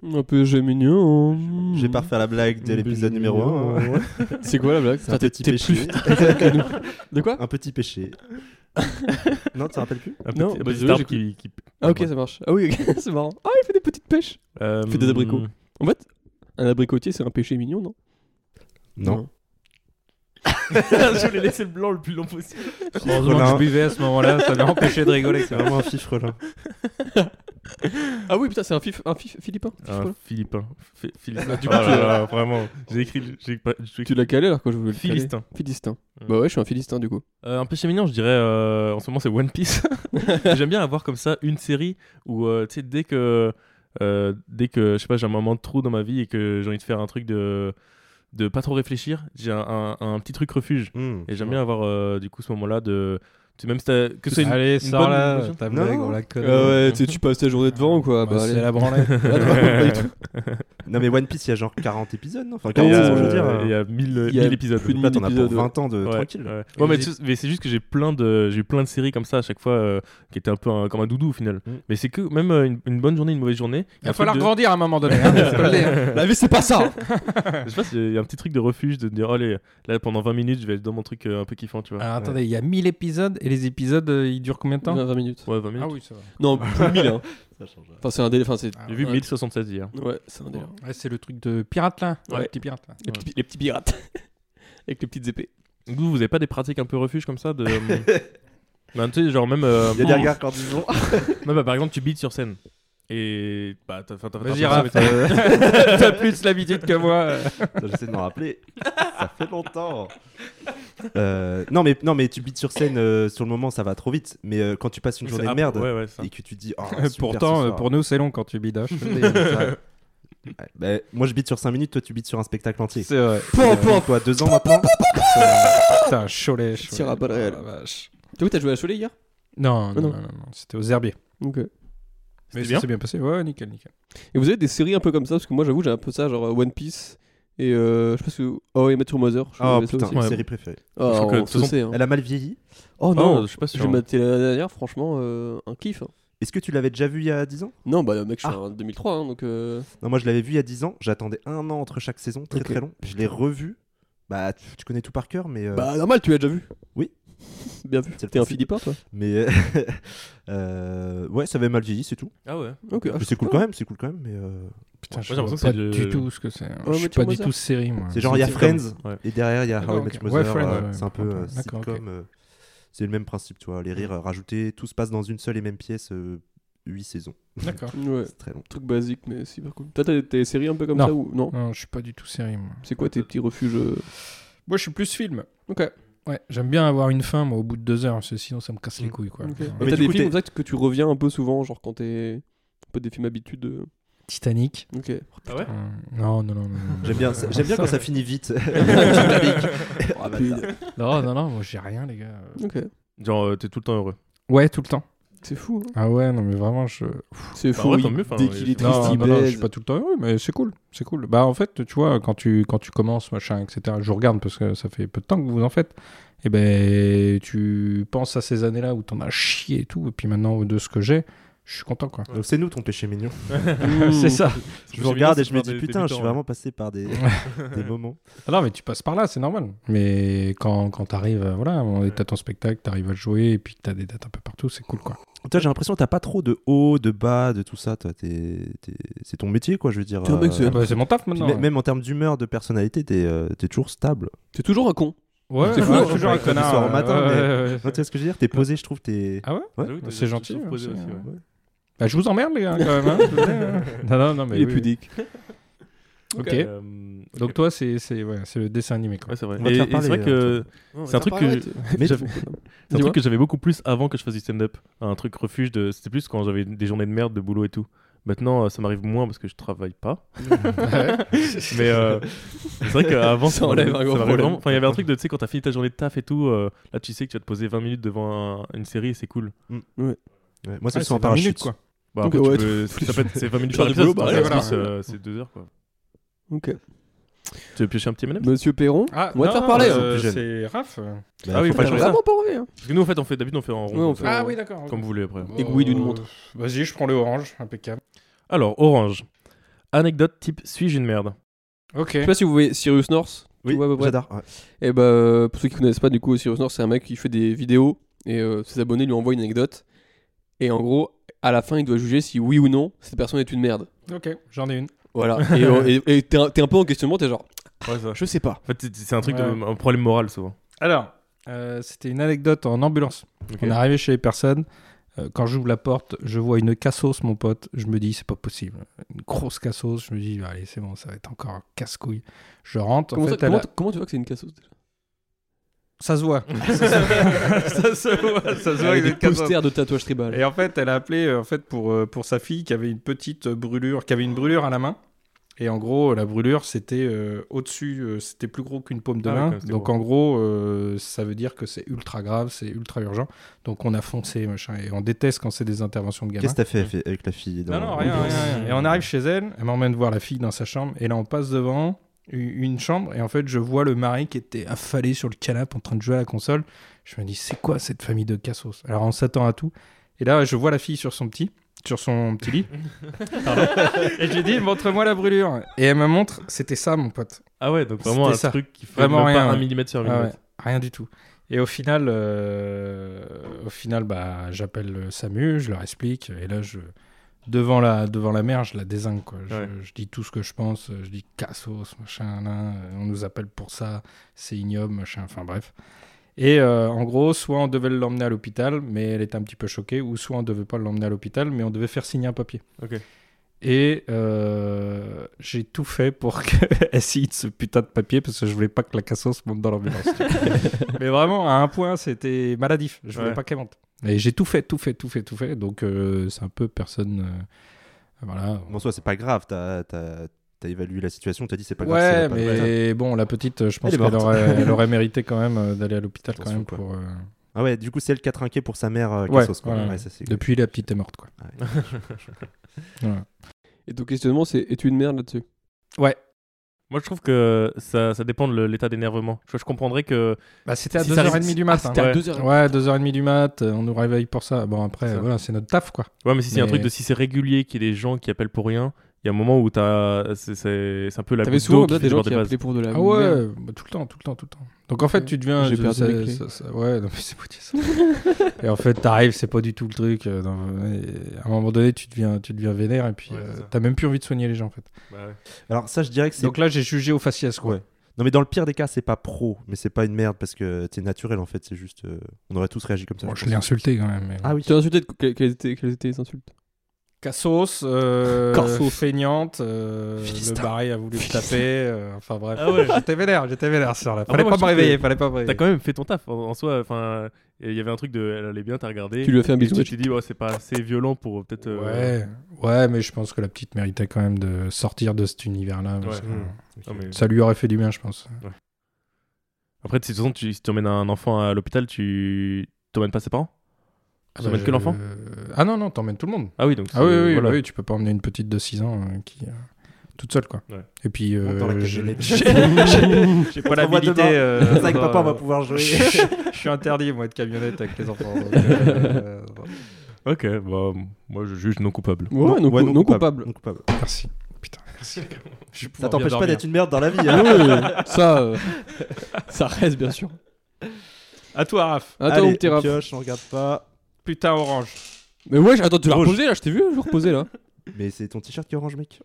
B: Un peu j'ai mignon.
D: Je vais pas refaire la blague de l'épisode numéro hein. 1.
B: C'est quoi la blague
D: C'est un
B: T'es-
D: petit Ah,
B: t'es
D: péché.
B: plus- que nous. De quoi
D: un petit péché. non, tu te rappelles plus
C: Un petit, un
B: Non, bah,
C: petit
B: désolé,
C: arbre
B: j'ai
C: qui, qui-
B: Ah ok,
C: Ouais.
B: ça marche. Ah oui, ok, c'est marrant. Ah, il fait des petites pêches.
C: Euh,
B: Fait des abricots. En fait, un abricotier, c'est un péché mignon, non
D: Non.
C: Je voulais laisser le blanc le plus long possible.
E: Heureusement que je buvais à ce moment-là, ça m'a empêché de rigoler.
D: C'est vraiment un fifre là.
B: Ah oui, putain, c'est un, fif, un fif, philippin.
C: Un Ah, Philippin. Fi- Philistin.
B: Ah, Du
C: Oh
B: coup,
C: là
B: tu-
C: là, vraiment. J'ai écrit. le- J'ai pas. j'ai
B: Tu
C: écrit-
B: l'as calé alors quand je voulais le caler.
C: Philistin.
B: Philistin.
C: Mm.
B: Bah ouais, je suis un philistin du coup.
C: Euh, un péché mignon, je dirais. euh, en ce moment, c'est One Piece.
B: Ah
C: J'aime bien avoir comme ça une série où, euh, tu sais, dès que. euh, dès que, je sais pas, j'ai un moment de trou dans ma vie et que j'ai envie de faire un truc de. de pas trop réfléchir, j'ai un, un- un petit truc refuge. Et j'aime bien avoir, euh, du coup, ce moment-là de. Tu sais, même si t'as- que c'est une.
E: Allez,
C: bonne
E: sors là,
C: émotion.
E: ta
D: Non.
E: blague, on la connaît.
B: ouais, tu passes ta journée devant quoi. Ah,
E: Bah, c'est la branlette.
D: Non, mais One Piece, il y a genre 40 épisodes, non Enfin,
B: Ah,
C: Il y
D: 40,
B: oui,
C: a,
B: c'est ce
D: je veux dire.
C: euh, il y a 1000
B: il y a
C: épisodes.
B: plus de
D: Là, t'en as pour
B: épisode, ouais.
D: 20 ans de
C: Ouais,
D: tranquille.
C: ouais.
E: Et
C: Ouais, mais,
E: j'ai-
C: tu sais, mais c'est juste que j'ai plein de j'ai eu plein de séries comme ça à chaque fois euh, qui étaient un peu un- comme un doudou au final.
D: Mm.
C: Mais c'est que même euh, une, une bonne journée, une mauvaise journée.
E: Il
C: y a
E: va
C: un
E: falloir
C: truc de-
E: grandir à un moment donné. hein, faut le dire.
B: La vie, c'est pas ça
C: Je sais pas, il y a un petit truc de refuge de dire allez là pendant 20 minutes je vais être dans mon truc euh, un peu kiffant tu vois.
E: Alors Ah, attendez, il y a 1000 épisodes et les épisodes euh, ils durent combien de temps
B: 20 minutes.
C: Ouais 20 minutes.
E: Ah oui, ça va. Ah,
B: Non, plus de 1000. Hein.
D: Ça change. ouais.
B: Enfin, c'est un délire. Enfin, c'est.
C: J'ai vu
E: ouais.
C: 1076 hier.
B: Ouais, c'est un délire.
E: Ouais, c'est le truc de pirate là,
B: Ouais.
E: le petit pirate là.
B: Les, petits, les petits pirates. Avec les petites épées.
C: Donc, Vous vous avez pas des pratiques un peu refuge comme ça de Ben, tu sais genre même euh,
D: Il y a des regards cordisons.
C: non, bah, par exemple tu beats sur scène et bah t'as enfin, t'as- t'as-
E: Vas-y, Raph, euh, t'as plus l'habitude que moi. euh.
D: Putain, J'essaie de m'en rappeler. ça fait longtemps. Euh, non, mais, non, mais tu bites sur scène euh, sur le moment, ça va trop vite. Mais euh, quand tu passes une
C: Oui,
D: journée
C: c'est-
D: de merde
C: Ouais ouais ça.
D: et que tu dis. Oh, super,
E: Pourtant,
D: ce
E: euh,
D: soir.
E: pour nous, c'est long quand tu bidaches.
D: Ouais, bah, euh, moi je bite sur 5 minutes, toi tu bites sur un spectacle entier.
E: c'est vrai.
B: Pouah,
D: Euh,
B: pouah.
D: quoi, 2 ans maintenant
E: Putain, cholet, cholet.
B: Tire à balles réelles.
E: Oh la vache.
B: T'as vu, t'as joué à Cholet hier
E: Non, non,
B: non.
E: non, non, non, c'était aux herbiers.
B: Ok.
E: Mais
C: C'était
E: ça
C: bien
E: s'est bien passé. Ouais, nickel, nickel.
B: Et vous avez des séries un peu comme ça Parce que moi, j'avoue, j'ai un peu ça, genre euh, One Piece. Et euh, je sais pas si. vous- Oh, et Matthew Mother. je
D: Oh
B: regardais ça
D: putain,
B: aussi.
D: ma
C: Ouais.
D: série préférée.
B: Ah,
C: Je crois que, de
B: on
C: toute
B: se
C: façon,
B: sait, hein.
D: Elle a mal vieilli.
B: Oh
C: Non,
B: non,
C: je suis pas sûr.
B: j'ai maté la dernière, franchement, euh, un kiff. hein.
D: Est-ce que tu l'avais déjà vu il y a 10 ans
B: Non, bah, mec, je suis
D: Ah.
B: en 2003, hein, donc. euh,
D: Non, moi je l'avais vu il y a 10 ans, j'attendais un an entre chaque saison, très
B: Ok.
D: très long. Je l'ai revu. Bah, tu, tu connais tout par cœur, mais. euh,
B: Bah, normal, tu l'as déjà vu.
D: Oui.
B: Bien vu.
D: C'est le
B: T'es un
D: principe.
B: Philippin, toi
D: Mais. euh, euh, ouais, ça avait mal vieilli, c'est tout.
C: Ah ouais.
B: Ok.
D: Mais c'est cool quand même, c'est cool quand même, mais. euh,
E: Putain, je
C: j'ai l'impression
E: sais
C: que
E: pas
C: c'est le-
E: du tout ce que c'est. hein. je
B: mais
E: suis
B: tu
E: pas
B: vois
E: du
B: ça.
E: tout série, moi.
D: C'est genre, il y a Friends,
C: Ouais.
D: et derrière, il y a
E: D'accord,
D: How I Met
E: Ah, ok.
D: Your
E: Ouais,
D: Mother,
E: Friends,
D: euh,
E: ouais,
D: c'est un peu
E: d'accord,
D: euh,
E: d'accord,
D: sitcom. euh, c'est le même principe, tu vois. Les rires euh, rajoutés, tout se passe dans une seule et même pièce, 8 saisons.
E: D'accord.
B: Ouais,
D: C'est très long.
B: truc basique, mais super cool. Toi, t'as t'as des séries un peu comme
E: Non.
B: ça ou non
E: Non, je suis pas du tout série, moi.
B: C'est quoi tes petits refuges euh
E: Moi, je suis plus film.
B: Ok.
E: Ouais, j'aime bien avoir une fin, moi, au bout de deux heures, parce que sinon, ça me casse les couilles, quoi.
B: Ok.
E: Genre,
B: Et
D: mais
B: T'as
D: du
B: des films
D: coup, t'es-
B: comme ça que que tu reviens un peu souvent, genre quand t'es. Un peu des films habitudes. euh, Oh,
E: Titanic.
B: Ok.
C: Ah ouais.
E: Euh, non, non, non, non. non.
D: J'aime bien, j'aime bien quand ça finit vite. Ah, bah,
B: Rapide.
E: Non, non, non, moi, j'ai rien, les gars.
B: Ok.
C: Genre euh, t'es tout le temps heureux.
E: Ouais, tout le temps.
B: C'est fou. hein.
E: Ah ouais, non, mais vraiment, je.
B: C'est
C: Bah
B: fou.
C: ouais, tant
B: il-
C: mieux, enfin,
B: Dès qu'il est
C: Non,
B: triste,
E: non,
B: il
E: non, non, je
B: blaise.
E: suis pas tout le temps heureux, mais c'est cool, c'est cool. Bah en fait, tu vois, quand tu quand tu commences machin, etc. Je regarde parce que ça fait peu de temps que vous en faites. eh Et ben, tu penses à ces années-là où t'en as chié et tout, et puis maintenant de ce que j'ai, je suis content quoi.
D: Donc c'est nous ton péché mignon.
B: Mmh.
F: c'est ça.
D: Je vous regarde et je me dis putain, je suis vraiment passé par des, des moments.
E: Ah non, mais tu passes par là, c'est normal. Mais quand, quand t'arrives, euh, voilà, on- t'as ton spectacle, t'arrives à le jouer et puis que t'as des dates un peu partout, c'est cool quoi.
D: Toi, j'ai l'impression que t'as pas trop de haut, de bas, de tout ça. Toi, t'es- t'es- c'est ton métier, quoi. Je veux dire.
B: T'es un mec, c'est-
E: Ah bah, c'est mon taf
D: Puis
E: maintenant.
D: mè- Même en termes d'humeur, de personnalité, t'es euh, t'es toujours stable.
B: T'es toujours un con.
E: Ouais,
B: C'est fou,
E: ouais,
B: hein,
E: je suis toujours un
D: après,
E: connard.
D: le soir au
E: euh,
D: matin,
E: ouais,
D: mais-
E: ouais, ouais.
D: Non, tu vois ce que je veux dire T'es posé, je trouve. T'es.
E: Ah ouais C'est gentil, c'est- Bah, je vous emmerde les gars quand même. hein. non, non, non, mais.
B: Il est
E: oui, oui.
B: pudique.
E: Ok. Donc toi, c'est c'est- ouais, c'est le dessin animé quoi.
C: Euh, Ouais, c'est vrai.
D: On va te
C: Et-
D: faire
C: et c'est vrai
D: parler, hein,
C: que c'est un truc que je-
D: Mais
C: j'avais- c'est un
B: Dis-moi.
C: truc que j'avais beaucoup plus avant que je fasse du stand-up. Un truc refuge de c'était plus quand j'avais des journées de merde de boulot et tout. Maintenant, euh, ça m'arrive moins parce que je travaille pas. mais euh, c'est vrai qu'avant,
B: Ça enlève un gros
C: m'arrive
B: problème.
C: vraiment- Enfin, il y avait un truc de tu sais quand t'as fini ta journée de taf et tout, euh, là tu sais que tu vas te poser 20 minutes devant un- une série et c'est cool.
D: Ouais, moi, c'est
E: Ouais,
D: le soir en
E: vingt minutes,
D: parachute.
E: quoi.
C: Bah,
B: Donc,
C: après, tu
B: ouais,
C: peux- ça peut être- c'est 20 minutes
B: Genre
C: par
B: du
C: épisode,
B: boulot,
C: c'est
E: bah,
C: pas
E: voilà.
C: grave, c'est, euh, c'est deux heures quoi.
B: Ok. Bah.
C: Tu veux piocher un petit M&M
B: Monsieur Perron,
E: Ah,
B: on va te
E: non,
B: faire parler.
E: euh,
B: hein.
D: plus jeune.
E: c'est Raph.
D: Bah,
C: Ah oui,
D: faut pas
C: faut
D: changer.
C: faire ça.
B: Vraiment pas envie. hein.
C: Parce que nous en fait on fait d'habitude on fait en rond.
B: Ouais, on
C: comme
B: fait
C: ça.
E: Ah oui, d'accord. Euh,
C: Comme vous voulez après.
B: Aiguille d'une montre.
E: Vas-y, je prends le orange, impeccable.
C: Alors Orange. Anecdote type suis-je une merde
E: Ok.
B: Je sais pas si vous voyez Sirius North.
D: Oui,
B: Ouais, ouais, ouais.
D: j'adore. ouais.
B: Et bah, pour ceux qui connaissent pas, du coup, Sirius North, c'est un mec qui fait des vidéos et euh, ses abonnés lui envoient une anecdote. Et en gros, à la fin, il doit juger si oui ou non cette personne est une merde.
E: Ok, j'en ai une.
B: Voilà. et euh, et- et t'es un, t'es un peu en questionnement, t'es genre,
C: Ouais, ça.
B: je sais pas.
C: En fait, c'est- c'est un truc, de-
E: Ouais.
C: un problème moral souvent.
E: Alors, euh, c'était une anecdote en ambulance.
C: Ok.
E: On est arrivé chez les personnes. euh, quand j'ouvre la porte, je vois une cassos, mon pote. Je me dis, c'est pas possible. Une grosse cassos. Je me dis, bah, allez, c'est bon, ça va être encore un casse-couille. Je rentre. en
B: Comment,
E: fait,
B: ça-
E: elle
B: comment,
E: a-
B: t- comment tu vois que c'est une casseuse déjà
E: ça se voit.
F: ça se voit, ça se voit que
B: Avec des
F: vous êtes comme ça.
B: posters de tatouage tribal.
E: Et en fait, elle a appelé euh, en fait pour euh, pour sa fille qui avait une petite brûlure, qui avait une brûlure à la main. Et en gros, la brûlure, c'était euh, au-dessus, euh, c'était plus gros qu'une paume de
C: Ah oui,
E: main.
C: quand même, c'était
E: Donc
C: gros.
E: en gros, euh, ça veut dire que c'est ultra grave, c'est ultra urgent. Donc on a foncé, machin. Et on déteste quand c'est des interventions de gamins.
D: Qu'est-ce que t'as fait fait avec la fille dans-
E: Non, non, rien, rien, rien. Et on arrive chez elle, elle m'emmène voir la fille dans sa chambre, et là on passe devant u- une chambre, et en fait je vois le mari qui était affalé sur le canapé en train de jouer à la console. Je me dis, c'est quoi cette famille de cassos Alors on s'attend à tout. Et là je vois la fille sur son petit, sur son petit lit. Pardon. et je lui dis, montre-moi la brûlure. Et elle me montre, c'était ça mon pote.
C: Ah ouais, donc vraiment
E: C'était
C: un
E: ça.
C: truc qui fait
E: Vraiment
C: même
E: rien,
C: pas un
E: ouais.
C: millimètre sur un
E: Ah ouais,
C: millimètre.
E: rien du tout. Et au final, euh, au final, bah, j'appelle euh, Samu, je leur explique, et là, je devant la devant la mer, je la désingue quoi. Je,
C: Ouais.
E: je dis tout ce que je pense, euh, je dis cassos, machin, là, euh, on nous appelle pour ça, c'est ignoble, machin, enfin bref. Et euh, en gros, soit on devait l'emmener à l'hôpital, mais elle était un petit peu choquée, ou soit on devait pas l'emmener à l'hôpital, mais on devait faire signer un papier.
C: Ok.
E: Et euh, j'ai tout fait pour qu'elle signe ce putain de papier parce que je voulais pas que la cassos monte dans l'ambulance. tu vois. Mais vraiment, à un point, c'était maladif. Je voulais
C: Ouais.
E: pas qu'elle monte. Et j'ai tout fait, tout fait, tout fait, tout fait. Donc euh, c'est un peu personne. euh, voilà.
D: Bon, en soi, c'est pas grave. T'as t'as- t'as évalué la situation. T'as dit c'est pas grave.
E: Ouais,
D: c'est la
E: mais
D: panne.
E: bon, la petite, je pense
D: est
E: qu'elle
D: morte.
E: aurait, elle aurait mérité quand même euh, d'aller à l'hôpital quand
D: Attention,
E: même
D: quoi.
E: pour. euh,
D: Ah ouais, du coup, c'est elle qui a trinqué pour sa mère. euh,
E: Ouais,
D: Cassos, quoi.
E: ouais.
D: Ouais, ça, c'est-
E: Depuis, la petite est morte, quoi.
D: Ouais.
E: Voilà.
B: Et ton questionnement, c'est es-tu une merde là-dessus
C: Moi, je trouve que ça, ça dépend de le- l'état d'énervement. Je, je comprendrais que.
E: Bah, c'était à
C: Si ça
E: 2h30
C: reste-
E: du
B: Ah,
E: matin.
B: c'était à
C: ouais.
B: 2h.
E: ouais, 2h30 du mat, euh, on nous réveille pour ça. Bon, après,
C: C'est ça.
E: euh, voilà, c'est notre taf, quoi.
C: Ouais, mais si c'est un
E: Mais-
C: truc de si c'est régulier, qu'il y ait des gens qui appellent pour rien, il y a un moment où t'as. C'est c'est- c'est un peu la
B: T'avais
C: goutte
B: souvent
C: d'eau qui
B: là,
C: fait
B: des
C: le
B: gens
C: bord des
B: qui
C: vases.
B: appelaient pour de la
E: Ah ouais,
B: merde.
E: bah, tout le temps, tout le temps, tout le temps. Donc en fait, tu deviens.
B: J'ai
E: je-
B: perdu
E: ça-
B: mes clés.
E: ça- ça- ouais, non, mais c'est pas dire ça. et en fait, t'arrives, c'est pas du tout le truc. euh, non, et à un moment donné, tu deviens, tu deviens vénère et puis
C: Ouais,
E: euh,
C: c'est ça.
E: t'as même plus envie de soigner les gens, en fait.
C: Bah ouais.
D: Alors, ça, je dirais que c'est.
E: Donc là, j'ai jugé au faciès, quoi.
D: Ouais. Non, mais dans le pire des cas, c'est pas pro, mais c'est pas une merde parce que t'es naturel en fait. C'est juste. euh, On aurait tous réagi comme ça.
E: Bon, je
D: pense.
E: l'ai insulté quand même. mais-
D: Ah oui.
B: Tu as insulté de- que- quelles étaient quelles étaient les insultes
E: Cassos, euh,
B: Corsos.
E: feignante, euh, le
B: Philistin.
E: baril a voulu me taper, euh, enfin bref.
C: Ah ouais. Ah
E: j'étais vénère, j'étais vénère sur la.
C: Après,
E: Fallait
C: moi,
E: pas
C: je
E: me
C: trouve
E: réveiller,
C: que
E: fallait pas me réveiller.
C: T'as quand même fait ton taf en, en soi. Enfin, et il y avait un truc de. Elle allait bien, t'as regardé.
B: Tu lui as fait un
C: et
B: bisou.
C: tu
B: Mathieu.
C: t'es dit, ouais, c'est pas assez violent pour peut-être. euh,
E: Ouais, ouais, mais je pense que la petite méritait quand même de sortir de cet univers-là. parce
C: Ouais. Mmh.
E: que
C: non, mais-
E: Ça lui aurait fait du bien, je pense.
C: Après, de toute façon, tu, si tu emmènes un enfant à l'hôpital, tu. T'emmènes pas ses parents
E: Ah
C: T'emmènes que l'enfant
E: Ah non, non, t'emmènes tout le monde.
C: Ah oui, donc.
E: Ah oui,
C: c'est-
E: oui,
C: voilà.
E: oui, tu peux pas emmener une petite de 6 ans euh, qui euh, toute seule, quoi.
C: Ouais.
E: Et puis, euh,
D: Dans la
E: j'ai-
D: camionnette.
E: j'ai euh,
D: On se revoit demain.
C: euh,
D: C'est avec papa, on va pouvoir jouer.
E: je suis interdit, moi, de camionnette avec les enfants. donc, euh, euh,
C: Ok, bah, moi je juge non coupable.
B: Ouais, non, cou- non coupable.
D: non coupable.
E: Merci. Putain, merci. les gars. Je vais
D: Ça
E: pouvoir bien
D: t'empêche pas
E: dormir.
D: d'être une merde dans la vie.
B: Ah
D: hein.
B: ouais, ça, euh, ça reste bien sûr.
E: À toi, Raph.
B: Attends,
D: Allez,
B: mon petit Raph.
D: pioche, on regarde pas.
E: Putain, orange.
B: Mais ouais, j- attends, tu l'as reposé là, je t'ai vu, je l'ai reposé là.
D: Mais c'est ton t-shirt qui est orange, mec.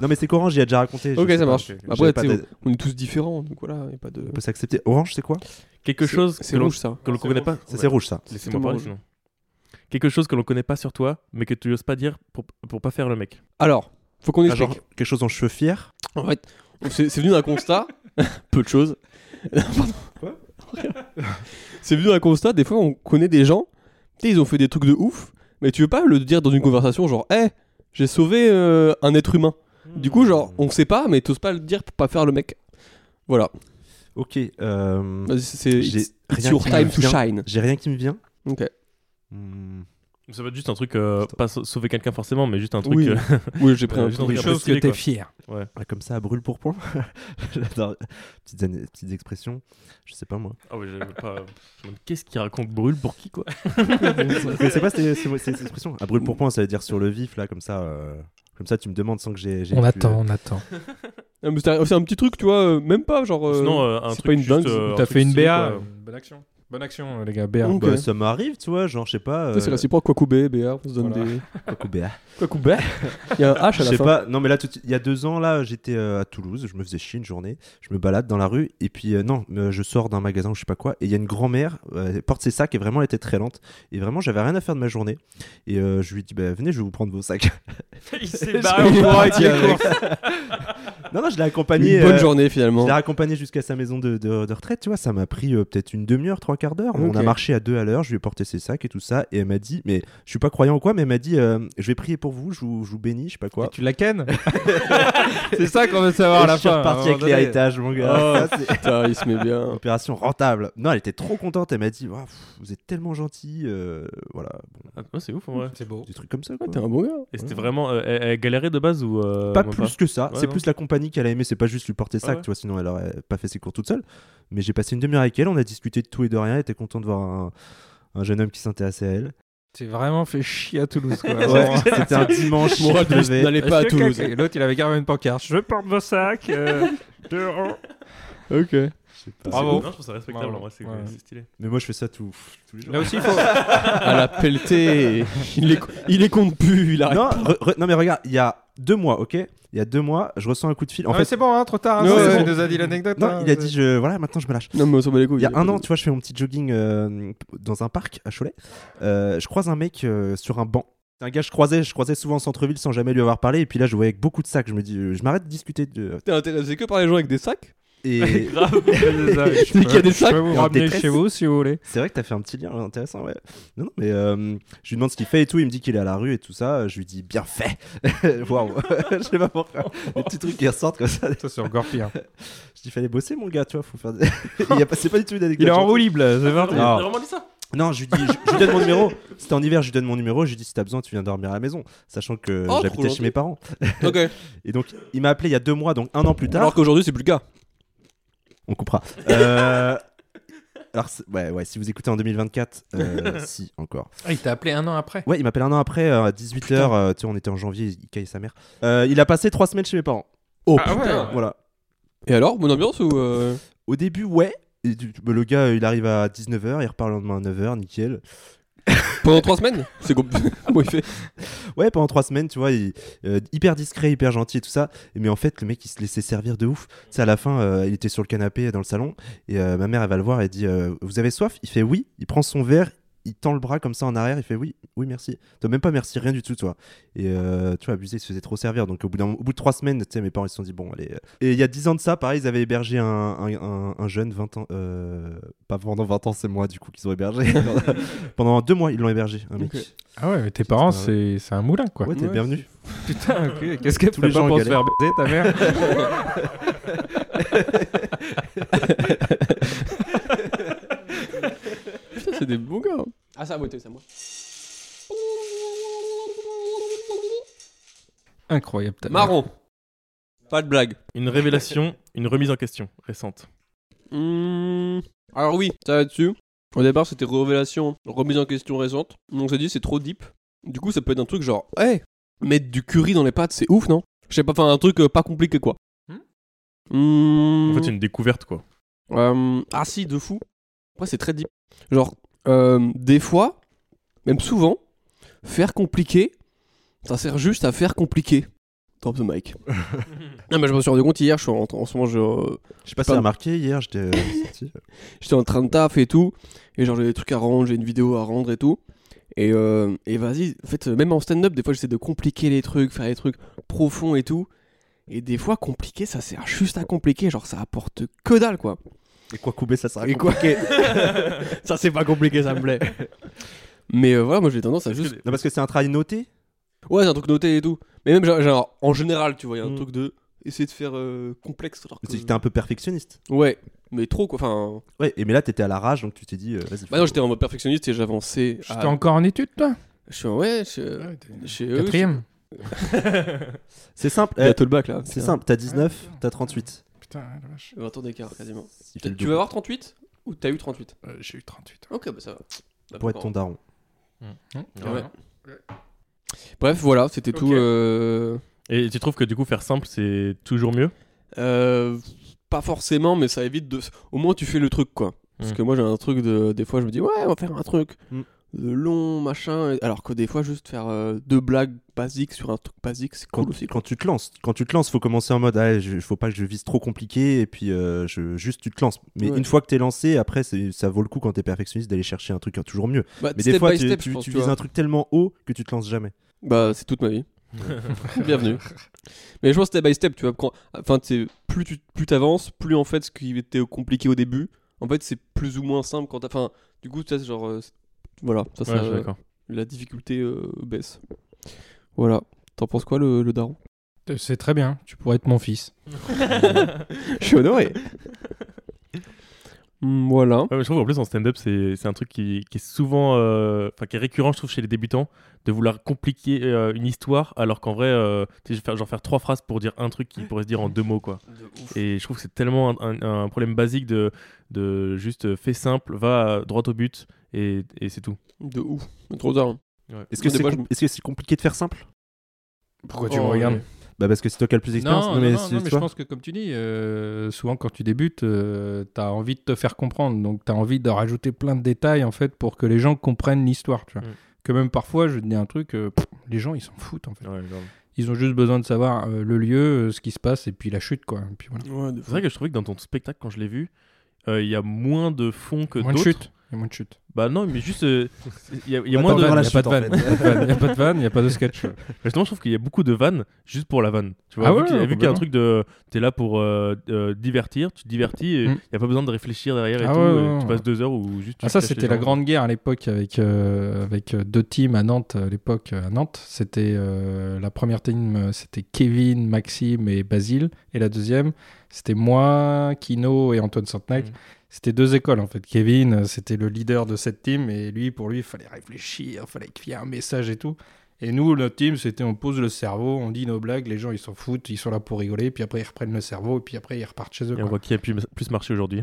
D: Non, mais c'est qu'orange, il a déjà raconté. je
B: Ok,
D: sais
B: ça
D: pas.
B: marche.
D: J'avais
B: Après,
D: pas
B: tu sais,
D: d'a-
B: on est tous différents, donc voilà, y a pas de.
D: on peut s'accepter. Orange, c'est quoi
C: Quelque chose
B: C'est
C: que l'on
B: rouge ça.
C: que l'on connaît pas.
D: Ça, c'est rouge, ça.
C: Laissez-moi parler sinon. Quelque chose que l'on connaît pas sur toi, mais que tu oses pas dire pour, pour pas faire le mec.
B: Alors, faut qu'on
D: Ah,
B: explique.
D: genre, quelque chose en cheveux fiers.
B: En fait, on- c'est c'est venu d'un constat. Peu de choses. Pardon.
D: Quoi
B: Rien. C'est venu d'un constat. Des fois, on connaît des gens. Tu sais, ils ont fait des trucs de ouf. Mais tu veux pas le dire dans une conversation, genre, hé, j'ai sauvé euh, un être humain. Du coup, genre, on sait pas, mais t'oses pas le dire pour pas faire le mec. Voilà.
D: Ok. euh,
B: Vas-y, C'est it's-
D: J'ai
B: it's
D: rien
B: your
D: qui
B: time
D: me
B: to
D: vient.
B: shine.
D: J'ai rien qui me vient.
B: Ok.
D: Hmm.
C: Ça va être juste un truc, euh, pas sau- sauver quelqu'un forcément, mais juste un truc.
B: Oui.
C: euh,
B: Oui, j'ai pris
C: Euh,
B: un
C: juste
B: truc.
E: Quelque
C: en regardant
E: chose que
C: stylé,
E: t'es
C: quoi.
E: fier.
D: Ah, comme ça, à brûle pour point. J'adore. petites, ané- petites expressions. Je sais pas moi.
C: Ah ouais, j'avais pas. je me demande Qu'est-ce qui raconte Brûle pour qui quoi
D: Mais c'est pas ces, ces, ces expressions. À brûle pour point, ça veut dire sur le vif, là, comme ça. euh, Comme ça, tu me demandes sans que j'ai. j'ai
E: On
D: pu-
E: attend, on attend.
B: Ah, mais C'est un c'est un petit truc, tu vois, euh, même pas genre. euh,
C: Sinon, euh, un
B: c'est
C: truc.
B: pas une
C: juste,
B: dingue,
C: euh, un
E: T'as
C: truc
E: fait une
C: stylé,
E: BA.
C: quoi.
E: Bonne action. Bonne action, euh, les gars. BA.
B: Ok.
D: Bah, ça m'arrive, tu vois. Genre, je sais pas. euh,
B: ça, C'est réciproque, quoi couper, BA, on se donne
E: voilà.
B: des.
D: Kokubea.
B: Quoi couper Il y a un H à la fin.
D: Je sais pas, non mais là, tout de suite, il y a deux ans, là, j'étais euh, à Toulouse, je me faisais chier une journée, je me balade dans la rue, et puis euh, non, euh, je sors d'un magasin ou je sais pas quoi, et il y a une grand-mère, euh, elle porte ses sacs, et vraiment, elle était très lente, et vraiment, j'avais rien à faire de ma journée, et euh, je lui dis, bah, venez, je vais vous prendre vos sacs.
E: Il s'est
D: barré au courant avec les non, non, je l'ai accompagnée,
B: Une bonne
D: euh,
B: journée
D: je
B: finalement.
D: l'ai accompagnée jusqu'à sa maison de, de- de retraite, tu vois, ça m'a pris euh, peut-être une demi-heure, trois quarts d'heure, on
B: Ok.
D: a marché à deux à l'heure, je lui ai porté ses sacs et tout ça, et elle m'a dit, mais je suis pas croyant ou quoi, mais elle m'a dit, euh, je vais prier pour vous, je vous, je vous bénis, je sais pas quoi.
E: Tu la cannes C'est ça qu'on veut savoir à
D: Et
E: la
D: je suis
E: fin.
D: reparti
E: à un moment
D: avec
E: donné. Oh.
D: l'héritage, mon gars. Ça, c'est-
B: Putain, il se met bien.
D: Opération rentable. Non, elle était trop contente. Elle m'a dit Waouh, pff, Vous êtes tellement gentil. euh, voilà, bon,
C: Ah, ouais, c'est ouf en vrai.
E: C'est beau.
D: des trucs comme ça.
B: Ouais,
D: quoi.
B: Ah, T'es un bon gars.
C: Et c'était vraiment. euh, elle, elle galérait de base ou. euh,
D: pas
C: même
D: plus que ça.
C: Ouais,
D: c'est
C: non.
D: plus la compagnie qu'elle a aimé. C'est pas juste lui porter sac,
C: ouais.
D: tu vois. Sinon, elle aurait pas fait ses cours toute seule. Mais j'ai passé une demi-heure avec elle. On a discuté de tout et de rien. Elle était contente de voir un, un jeune homme qui s'intéressait à elle.
E: T'es vraiment fait chier à Toulouse, quoi.
D: Ouais,
E: Vraiment.
D: C'était un dimanche.
B: Moral de l'histoire,
D: levé.
B: n'allez pas à
E: Est-ce que
B: Toulouse.
E: quelqu'un- L'autre, il avait carrément une pancarte. Je porte vos sacs. euh, deux euros.
B: Ok.
E: Bravo.
C: Ah Non, je trouve ça respectable
E: Bravo.
C: en vrai, c'est
E: Ouais.
C: c'est stylé. Ah
D: Mais moi, je fais ça tout- tous les jours.
E: Là aussi, il faut.
B: À la pelletée. Il les, il les compte plus, il arrête.
D: Non, re- re- non, mais regarde, il y a deux mois, ok Il y a deux mois, je ressens un coup de fil. En
E: En
D: fait,
E: c'est bon, hein, trop tard. hein,
B: Ah Ouais,
E: c'est-
B: ouais.
E: Il nous a dit l'anecdote.
D: non,
E: hein,
D: il a
E: c'est-
D: dit je, Voilà, maintenant je me lâche.
B: Non, mais on s'en bat les couilles.
D: Il y a un
B: pas
D: an,
B: de-
D: tu vois, je fais mon petit jogging euh, dans un parc à Cholet. Euh, je croise un mec euh, sur un banc. C'est un gars que je croisais, je croisais souvent en centre-ville sans jamais lui avoir parlé. Et puis là, je voyais avec beaucoup de sacs. Je me dis, euh, je m'arrête de discuter de.
B: T'es intéressé que par les gens avec des sacs
D: Et
E: Je
B: qu'il y a
E: peux-
B: des
E: Je
B: sacs
E: peux vous
D: en
E: ramener
D: détresse.
E: chez vous si vous voulez.
D: c'est vrai que t'as fait un petit lien ouais, intéressant, ouais. Non, non, mais euh, je lui demande ce qu'il fait et tout. Il me dit qu'il est à la rue et tout ça. Je lui dis, bien fait Waouh Je sais pas pourquoi. Les petits trucs qui ressortent comme ça.
E: Ça, c'est encore pire.
D: Je dis, fallait bosser, mon gars, tu vois, faut faire. des- Il y a pas- c'est pas du tout une anecdote.
E: Il est enroulible, c'est parti.
D: Ah.
C: vraiment dit ça
D: Non, je lui dis, je, je lui donne mon numéro. C'était en hiver, je lui donne mon numéro. Je lui dis, si t'as besoin, tu viens dormir à la maison. Sachant que
B: Oh, trop
D: j'habitais
B: gentil.
D: chez mes parents.
B: Ok.
D: Et donc, il m'a appelé il y a deux mois, donc un an plus tard.
B: Alors qu'aujourd'hui, c'est plus le cas.
D: On coupera. Euh, Alors, c'est- ouais, ouais, si vous écoutez en 2024, euh, si, encore.
E: Ah, il t'a appelé un an après.
D: Ouais, il m'appelle un an après, euh, à 18h. tu sais, on était en janvier, il caille sa mère. Euh, il a passé trois semaines chez mes parents.
B: Oh
E: Ah
B: putain.
E: ouais.
D: Voilà.
B: Et alors, bonne ambiance ou. euh,
D: Au début, ouais. Et du- le gars, euh, il arrive à 19h, il repart le lendemain à 9h, nickel.
B: Pendant trois semaines C'est com- Comment il fait
D: Ouais, pendant trois semaines, tu vois, il, euh, hyper discret, hyper gentil et tout ça. Mais en fait, le mec, il se laissait servir de ouf. Tu sais, à la fin, euh, il était sur le canapé dans le salon. Et euh, ma mère, elle va le voir et dit euh, Vous avez soif Il fait oui. Il prend son verre, il tend le bras comme ça en arrière. Il fait oui, oui, merci. Toi, même pas merci, rien du tout, toi. Et euh, tu vois, abusé, il se faisait trop servir. Donc, au bout, d'un- au bout de trois semaines, tu sais, mes parents, ils se sont dit Bon, allez. euh. Et il y a dix ans de ça, pareil, ils avaient hébergé un, un- un- un jeune, 20 ans. euh, pas pendant 20 ans, c'est moi, du coup, qu'ils ont hébergé. pendant deux mois, ils l'ont hébergé, un mec.
B: Ok.
E: Ah ouais, mais tes parents,
D: Putain,
E: c'est c'est un moulin, quoi.
D: Ouais, t'es
B: Ouais,
D: bienvenu.
E: Putain, ok. Qu'est-ce que
D: Tous
E: tous les
D: les gens
E: gens
D: en
E: pour se
D: galère.
E: faire baiser, ta mère
B: Putain, c'est des bons gars. Ah, ça a voté, ça, moi.
E: Incroyable, ta mère.
B: Marron. Pas de blague.
C: Une révélation, une remise en question récente.
B: Hmm, Alors oui, ça va dessus. Au départ, c'était révélation, remise en question récente. Donc on s'est dit, c'est trop deep. Du coup, ça peut être un truc genre, hey, mettre du curry dans les pâtes, c'est ouf, non Je sais pas, enfin, un truc euh, pas compliqué, quoi.
E: Hmm
B: Hmm,
C: En fait, c'est une découverte, quoi.
B: euh, ah si, de fou. Après, c'est très deep. Genre, euh, des fois, même souvent, faire compliqué, ça sert juste à faire compliqué. Drop the mic. non, mais je me suis rendu compte hier, je suis en, en ce moment, je, euh,
D: Je sais pas si t'as remarqué, hier, j'étais euh, sorti.
B: j'étais en train de taf et tout, et genre j'ai des trucs à rendre, j'ai une vidéo à rendre et tout. Et, euh, et vas-y, en fait, euh, même en stand-up, des fois j'essaie de compliquer les trucs, faire des trucs profonds et tout. Et des fois, compliqué, ça sert juste à compliquer, genre ça apporte que dalle quoi.
D: Et quoi couper, ça sert à
B: Et quoi Ça c'est pas compliqué, ça me plaît. Mais euh, voilà, moi j'ai tendance à juste.
D: Non, parce que c'est un travail noté.
B: Ouais, c'est un truc noté et tout. Mais même genre, genre, en général, tu vois, il y a un
D: Mm.
B: truc de essayer de faire euh, complexe. alors que-
D: C'est que t'es un peu perfectionniste.
B: Ouais, mais trop quoi. Enfin,
D: Ouais, et mais là, t'étais à la rage, donc tu t'es dit, euh, vas-y.
B: bah non, j'étais en mode perfectionniste et j'avançais.
E: J'étais
B: À...
E: encore en étude, toi
B: Je suis euh, en-
E: Ah,
B: ouais, je- chez eux.
E: Quatrième
D: C'est simple.
B: je- Il y
D: euh,
B: a tout hein. le bac là.
D: c'est simple, t'as 19, t'as 38.
E: Putain, la vache.
B: 20 ans d'écart quasiment.
D: Si
B: T'as-
D: le
B: Tu
D: double,
B: vas avoir 38 ou t'as eu 38
E: Euh, J'ai eu 38 ans.
B: Ok, bah ça va. Bah,
D: Pour être ton
B: pourquoi
D: daron.
B: pas. Mmh, Ouais. Bref, voilà, c'était tout.
E: Ok.
B: euh,
C: Et tu trouves que du coup, faire simple, c'est toujours mieux
B: Euh, pas forcément, mais ça évite de. Au moins, tu fais le truc, quoi. Parce
C: Mm.
B: que moi, j'ai un truc de. Des fois, je me dis, ouais, on va faire un truc
D: Mm.
B: de long, machin. et- Alors que des fois, juste faire euh, deux blagues basiques sur un truc basique, c'est
D: Quand,
B: cool aussi. quoi.
D: quand tu te lances, quand tu te lances, faut commencer en mode, ah, je, faut pas que je vise trop compliqué, et puis euh, je, juste tu te lances. Mais
B: Ouais.
D: une fois que t'es lancé, après, c'est- ça vaut le coup quand t'es perfectionniste d'aller chercher un truc euh, toujours mieux.
B: Bah,
D: Mais
B: step
D: des fois,
B: by
D: tu,
B: step,
D: tu-
B: je pense,
D: tu
B: tu
D: vises
B: vois.
D: un truc tellement haut que tu te lances jamais.
B: Bah, c'est toute ma vie. Bienvenue. Mais je pense step by step, tu vois. Quand... Enfin, tu sais, plus tu plus avances, plus en fait, ce qui était compliqué au début, en fait, c'est plus ou moins simple quand t'as. Enfin, du coup, tu sais, genre. euh, c'est- Voilà, ça, ça,
C: Ouais, je suis d'accord.
B: la difficulté euh, baisse. Voilà. T'en penses quoi, le, le daron
E: Euh, C'est très bien, tu pourrais être mon fils.
B: Je suis honoré. Hmm, voilà.
C: Ouais, mais je trouve en plus en stand-up, c'est c'est un truc qui, qui est souvent. euh, Enfin, qui est récurrent, je trouve, chez les débutants, de vouloir compliquer euh, une histoire, alors qu'en vrai, euh, tu sais, je vais faire- genre faire trois phrases pour dire un truc qui pourrait se dire en deux mots, quoi. Et je trouve que c'est tellement un, un- un problème basique de, de juste euh, fais simple, va euh, droit au but, et, et c'est tout.
B: De ouf. Mais Trop tard. hein.
D: Est-ce que
B: Des
D: c'est
B: fois,
D: com- est-ce que c'est compliqué de faire simple
E: Pourquoi
B: Oh, ouais.
D: Bah parce que c'est toi qui as le plus d'expérience.
E: Non, non, non,
D: c'est
E: non, mais je
D: toi.
E: pense que comme tu dis, euh, souvent quand tu débutes, euh, t'as envie de te faire comprendre, donc t'as envie de rajouter plein de détails en fait pour que les gens comprennent l'histoire, tu vois.
C: Mm.
E: Que même parfois, je te dis un truc, euh, pff, les gens ils s'en foutent en fait.
C: Ouais, grave.
E: Ils ont juste besoin de savoir euh, le lieu, euh, ce qui se passe et puis la chute quoi. Et puis voilà.
B: Ouais, de
C: C'est vrai que je trouvais que dans ton spectacle, quand je l'ai vu, euh, il y a moins de fond que
E: moins de
C: d'autres.
E: chute. Il y a moins de chute.
C: Bah non, mais juste. euh, Il y a, il y a
D: On
C: moins
D: attend
C: de.
D: vers la
E: Il y a pas de
D: chute, en
E: vanne.
D: fait.
E: Il n'y a pas de vanne, il n'y a pas de sketch.
C: Justement, je trouve qu'il y a beaucoup de vannes juste pour la vanne. Tu vois,
E: Ah
C: vu
E: ouais,
C: qu'il y a- vu qu'il y a
E: complètement.
C: un truc de. T'es là pour euh, euh, divertir, tu te divertis et il
E: Mm.
C: n'y a pas besoin de réfléchir derrière et
E: Ah
C: tout.
E: ouais,
C: et
E: ouais,
C: tu
E: ouais.
C: passes deux heures ou juste. tu
E: Ah, ça,
C: caches les
E: c'était la
C: gens.
E: grande guerre à l'époque avec, euh, avec euh, deux teams à Nantes. À l'époque, euh, à Nantes, c'était euh, la première team, euh, c'était Kevin, Maxime et Basile. Et la deuxième, c'était moi, Kino et Antoine Santenac.
C: Mhm.
E: C'était deux écoles en fait. Kevin, euh, c'était le leader de cette team. Et lui, pour lui, il fallait réfléchir, il fallait qu'il y ait un message et tout. Et nous, notre team, c'était on pose le cerveau, on dit nos blagues, les gens ils s'en foutent, ils sont là pour rigoler, puis après ils reprennent le cerveau, et puis après ils repartent chez eux.
C: Et
E: quoi.
C: on voit qui a pu plus marché aujourd'hui.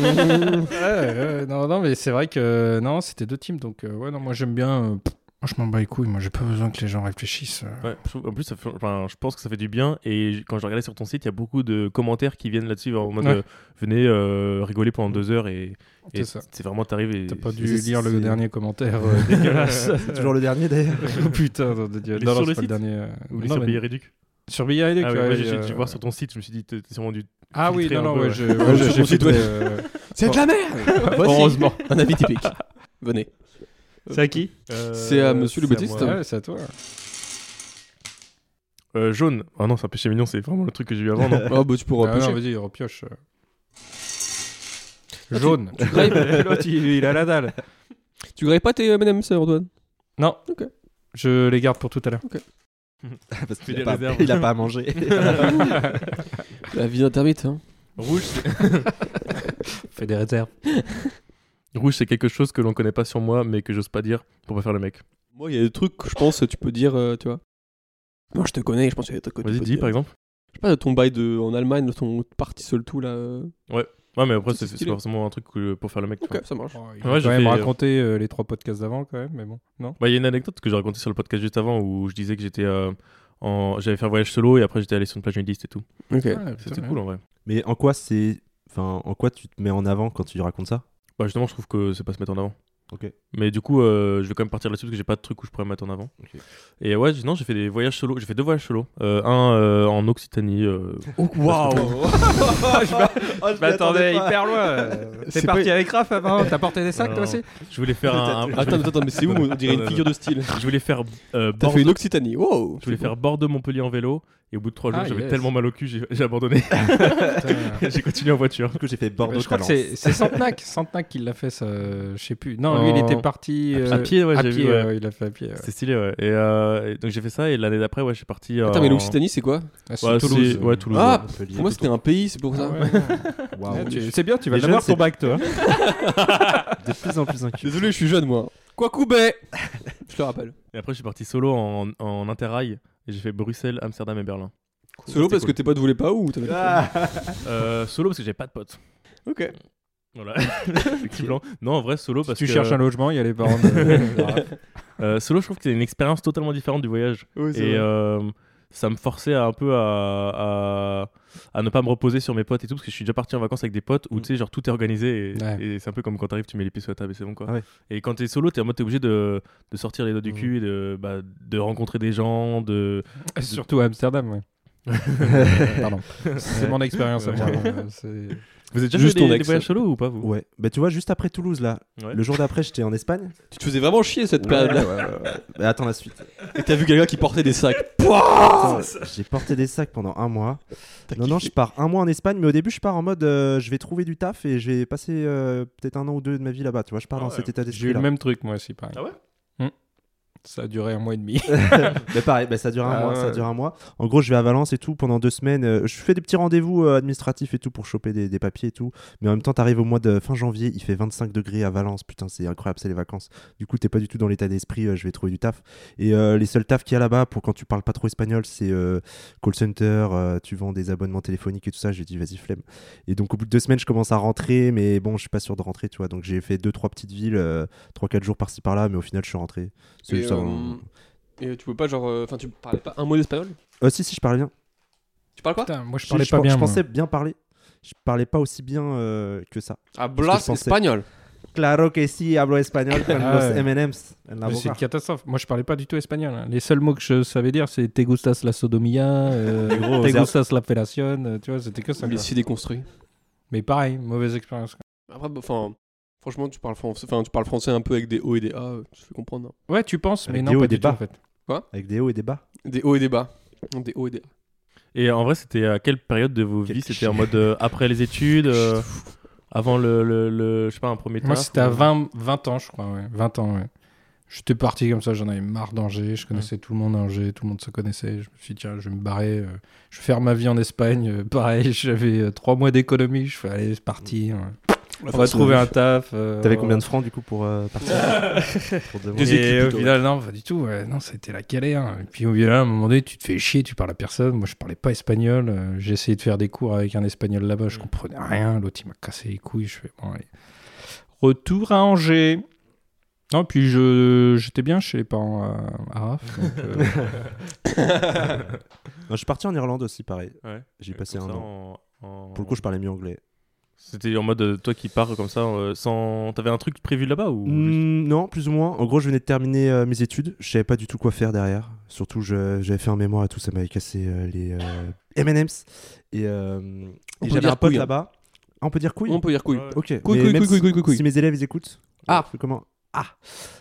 E: Ouais, ouais, non, non, mais c'est vrai que euh, non, c'était deux teams. Donc, euh, ouais, non, moi j'aime bien. euh, pff, moi, je m'en bats les couilles. Moi, j'ai pas besoin que les gens réfléchissent. euh.
C: Ouais, je trouve- en plus, ça fait- enfin, je pense que ça fait du bien. Et j- quand je regardais sur ton site, il y a beaucoup de commentaires qui viennent là-dessus en mode
E: Ouais.
C: euh, venez euh, rigoler pendant deux heures et, et
E: euh, C'est ça.
C: c'est vraiment t'arrives et
E: T'as pas
C: c'est-
E: dû
D: c'est-
E: lire le
D: c'est-
E: dernier commentaire euh, dégueulasse.
D: Ah C'est toujours le dernier d'ailleurs.
E: Oh, putain, non, de Dieu.
C: Il est
E: Non,
C: sur
E: non, c'est
C: le
E: pas le
C: site
E: dernier. euh,
C: Ou les
E: non, mais-
C: surpayés réducs.
E: Sur BI,
C: Ah
E: ouais,
C: oui, moi, j'ai j'ai
E: euh,
C: dû voir sur ton site, je me suis dit, t'es t'es sûrement du.
E: Ah oui,
C: filtrer
E: non, non,
C: un peu,
E: ouais,
C: ouais.
E: je- euh, ouais,
B: Sur
E: j'ai
B: mon
E: fait
B: site, ouais. C'est de la merde Heureusement. Un avis typique. Venez.
E: C'est à qui
B: C'est à monsieur le
C: c'est à
B: Baptiste.
C: moi.
E: Ouais, Euh, c'est à toi.
C: Euh, jaune. Ah non, c'est un péché mignon, c'est vraiment le truc que j'ai eu avant. Non
B: Oh, bah tu pourras
E: Ah,
B: piocher.
E: non, vas-y, repioche. euh. Jaune.
B: Tu grailles,
E: L'autre, il il a la dalle.
B: tu grailles pas tes euh, madame, ça, Antoine
E: Non.
B: Ok.
E: Je les garde pour tout à l'heure.
D: Parce
C: Il
D: qu'il
C: y a
D: a, pas-
C: réserve.
D: il a pas à manger.
B: La vie d'intermite. Hein.
C: Rouge, c'est-
E: Fais des réserves.
C: Rouge, c'est quelque chose que l'on connaît pas sur moi, mais que j'ose pas dire pour pas faire le mec.
B: Moi, il y a des trucs que je pense tu peux dire, euh, tu vois. Moi, je te connais, je pense qu'il y a des trucs que tu
C: Vas-y,
B: peux
C: dis
B: dire.
C: par exemple.
B: Je sais pas, de ton bail de, en Allemagne, de ton parti seul tout là. euh,
C: Ouais. Ouais, mais après,
B: C'est
C: c'est c'est
B: stylé.
C: pas forcément un truc que- pour faire le mec. tu
B: Ok,
C: vois.
B: ça marche.
E: Oh, il
C: Ouais,
E: a
C: j'ai
E: quand même
C: fait-
E: raconté euh, les trois podcasts d'avant, quand même, mais bon. Non
C: Bah, Il y a une anecdote que j'ai racontée sur le podcast juste avant où je disais que j'étais euh, en... j'avais fait un voyage solo et après j'étais allé sur une plage nudiste et tout.
B: Ok.
E: Ah, putain,
C: C'était
E: ouais.
C: cool en vrai.
D: Mais en quoi c'est. Enfin, en quoi tu te mets en avant quand tu lui racontes ça
C: Bah, justement, je trouve que c'est pas se mettre en avant.
D: Ok.
C: Mais du coup, euh, je vais quand même partir là-dessus parce que j'ai pas de truc où je pourrais me mettre en avant.
D: Ok.
C: Et ouais, non, j'ai fait des voyages solo. J'ai fait deux voyages solo. Euh, un euh, en Occitanie. euh,
E: Oh,
B: Waouh
D: je
E: Attendez, hyper loin. euh.
B: C'est
E: T'es
B: pas-
E: parti avec Raph avant, hein. t'as porté des sacs toi
C: Non.
E: aussi
C: Je voulais faire un. un-
B: Attends, attends, attends, mais c'est où On dirait
C: Non,
B: une
C: non,
B: figure de style.
C: Je voulais faire. euh,
B: T'as fait
C: Bordeaux-
B: une Occitanie. Wow
C: Je voulais
B: C'est
C: faire Bordeaux-Montpellier en vélo et au bout de trois jours,
E: Ah,
C: j'avais
E: yes.
C: tellement mal au cul, j'ai j'ai abandonné. j'ai continué en voiture.
D: Du coup, j'ai fait Bordeaux.
E: Je crois que
D: Talence.
E: c'est c'est Santenac, Santenac qui l'a fait ça, euh, je sais plus. Non, lui il
C: En-
E: était parti euh,
C: à pied, ouais,
E: à
C: j'ai
E: pied,
C: vu, ouais.
E: ouais, il a fait à pied. ouais.
C: C'était stylé, ouais. Et, euh, et donc j'ai fait ça et l'année d'après, ouais, je suis parti. euh,
B: Attends, mais
C: en-
B: l'Occitanie, c'est quoi
E: Ah, c'est
C: Ouais, c'est-
E: Toulouse.
C: ouais, Toulouse.
B: Ah
D: Montpellier.
B: Pour moi, c'était un pays, c'est pour
E: Ah
B: ça.
E: ouais, ouais.
D: Waouh.
E: Ouais, tu- C'est bien, tu vas
D: Les
E: l'avoir
D: jeunes,
E: ton bac toi.
D: De plus en plus incultes.
B: Désolé, je suis jeune, moi. Kwakubé Je le rappelle.
C: Et après, je suis parti solo en, en interrail et j'ai fait Bruxelles, Amsterdam et Berlin.
B: Solo parce que tes potes voulaient pas ou t'avais-
E: Ah.
C: Euh, solo parce que j'avais pas de potes.
B: Ah. Ok.
C: Voilà. Petit blanc. Non, en vrai, solo parce
E: Tu
C: que.
E: cherches un logement, il y a les parents. de-
C: euh, solo, je trouve que c'est une expérience totalement différente du voyage. et euh, ça me forçait à, un peu à, à, à ne pas me reposer sur mes potes et tout, parce que je suis déjà parti en vacances avec des potes où tu sais, genre tout est organisé et,
E: Ouais.
C: et c'est un peu comme quand t'arrives, tu mets les pieds sur la table et c'est bon quoi.
D: Ah ouais.
C: Et quand t'es solo, t'es en mode t'es obligé de, de sortir les doigts du cul et de, bah, de rencontrer des gens, de.
E: Surtout à Amsterdam, ouais. Pardon. C'est mon expérience à moi. euh, c'est-
C: Vous êtes déjà
B: Juste
C: fait des,
B: ton
C: des
B: ex.
C: voyages solo ou pas vous
D: Ouais. Bah, tu vois, juste après Toulouse, là,
C: Ouais.
D: le jour d'après, j'étais en Espagne.
B: Tu te faisais vraiment chier cette période-là.
D: Bah, attends la suite.
B: Et t'as vu quelqu'un qui portait des sacs.
D: Putain, J'ai porté des sacs pendant un mois.
B: Oh, T'as
D: Non, non, je
B: kiffé.
D: pars un mois en Espagne, mais au début, je pars en mode euh, je vais trouver du taf et je vais passer euh, peut-être un an ou deux de ma vie là-bas. Tu vois, je pars
C: Ah
D: dans
C: ouais.
D: cet état
E: J'ai eu
D: d'esprit
E: le
D: là.
E: même truc moi aussi, pareil.
C: Ah ouais
E: Hmm. Ça a duré un mois et demi.
D: mais pareil, bah, ça dure un
E: Ah
D: mois,
E: ouais.
D: ça dure un mois. En gros, je vais à Valence et tout pendant deux semaines. euh, je fais des petits rendez-vous euh, administratifs et tout pour choper des, des papiers et tout. Mais en même temps, t'arrives au mois de fin janvier, il fait 25 degrés à Valence. Putain, c'est incroyable, c'est les vacances. Du coup, t'es pas du tout dans l'état d'esprit. euh, je vais trouver du taf. Et euh, les seuls tafs qu'il y a là-bas pour quand tu parles pas trop espagnol, c'est euh, call center. euh, tu vends des abonnements téléphoniques et tout ça. J'ai dit vas-y flemme. Et donc au bout de deux semaines, je commence à rentrer, mais bon, je suis pas sûr de rentrer, tu vois. Donc j'ai fait deux trois petites villes, euh, trois quatre jours par-ci par-là, mais au final, je suis rentré. C'est
B: Et,
D: juste un-
B: euh, Et tu pouvais pas, genre. euh, Enfin, tu parlais pas un mot d'espagnol
D: Euh, si si, je parlais bien.
B: Tu parles quoi
E: Putain, moi je
D: Si,
E: parlais
D: je
E: pas
D: pen-
E: bien.
D: Je
E: moi.
D: pensais bien parler. Je parlais pas aussi bien euh, que ça.
B: Hablas
D: je pensais.
B: espagnol.
D: Claro que si, hablo espagnol con
E: Ah ouais.
D: los M&M's. en la
E: Mais c'est une
D: boca.
E: catastrophe. Moi, je parlais pas du tout espagnol. hein. Les seuls mots que je savais dire, c'est te gustas la sodomia, euh,
D: gros,
E: te
D: c'est-
E: gustas la fellation. euh, Tu vois, c'était que ça.
B: Il
E: quoi.
B: s'est déconstruit.
E: Mais pareil, mauvaise expérience. quoi.
B: Après, bah, enfin. Franchement, tu parles français, enfin, tu parles français un peu avec des hauts et des A, euh, tu fais comprendre. hein.
E: Ouais, tu penses, mais
D: Avec
E: non,
D: des hauts
E: pas
D: et des
E: du tout
D: bas.
E: en fait.
D: Avec des hauts et des bas.
B: Des hauts et des bas. Des hauts et des A.
C: Et en vrai, c'était à quelle période de vos
D: Quel
C: vies C'était
D: cliché.
C: en mode euh, après les études euh, Avant le, le, le- Je sais pas, un premier taf
E: Moi, c'était à
C: ou-
E: 20, 20 ans, je crois. Ouais. 20 ans, ouais. J'étais parti comme ça, j'en avais marre d'Angers. Je connaissais tout le monde à Angers, tout le monde se connaissait. Je me suis dit, tiens, je vais me barrer. euh, je vais faire ma vie en Espagne. euh, pareil, j'avais euh, trois mois d'économie. Je fais, allez, c'est parti. ouais. euh. On va trouver un taf. euh,
D: Mm. T'avais
E: on-
D: combien de francs du coup pour euh, partir Pour devoir-
B: Des équipes,
E: Et au
B: plutôt,
E: final, non, pas du tout. ouais. Non, c'était la galère. hein. Et puis au final, à un moment donné, tu te fais chier, tu parles à personne. Moi, je parlais pas espagnol. euh, J'ai essayé de faire des cours avec un espagnol là-bas.
B: Mm.
E: Je comprenais rien. L'autre, il m'a cassé les couilles. Je fais bon, allez. Retour à Angers. Non, puis je j'étais bien chez les parents à- à Raph. donc, euh,
D: Non, je suis parti en Irlande aussi, pareil.
C: Ouais.
D: J'ai
C: Euh,
D: passé
C: comme
D: un
C: ça,
D: an.
C: en- en-
D: Pour le coup, je parlais mieux anglais.
C: C'était en mode euh, toi qui pars comme ça euh, sans. T'avais un truc prévu là-bas ou juste-
D: Mm, non, plus ou moins. En gros, je venais de terminer euh, mes études. Je savais pas du tout quoi faire derrière. Surtout, je- j'avais fait un mémoire et tout. Ça m'avait cassé euh, les euh, M&M's. Et, euh,
B: On
D: et
B: peut
D: j'avais
B: dire
D: un pote
B: couille, hein.
D: là-bas. Ah, on peut dire couille
B: On peut dire couille.
C: Ouais.
D: Ok.
B: Couille,
D: mais
B: couille,
D: même
B: couille,
D: si-
B: couille, couille, couille.
D: Si mes élèves ils écoutent.
B: Ah.
D: je fais Comment Ah.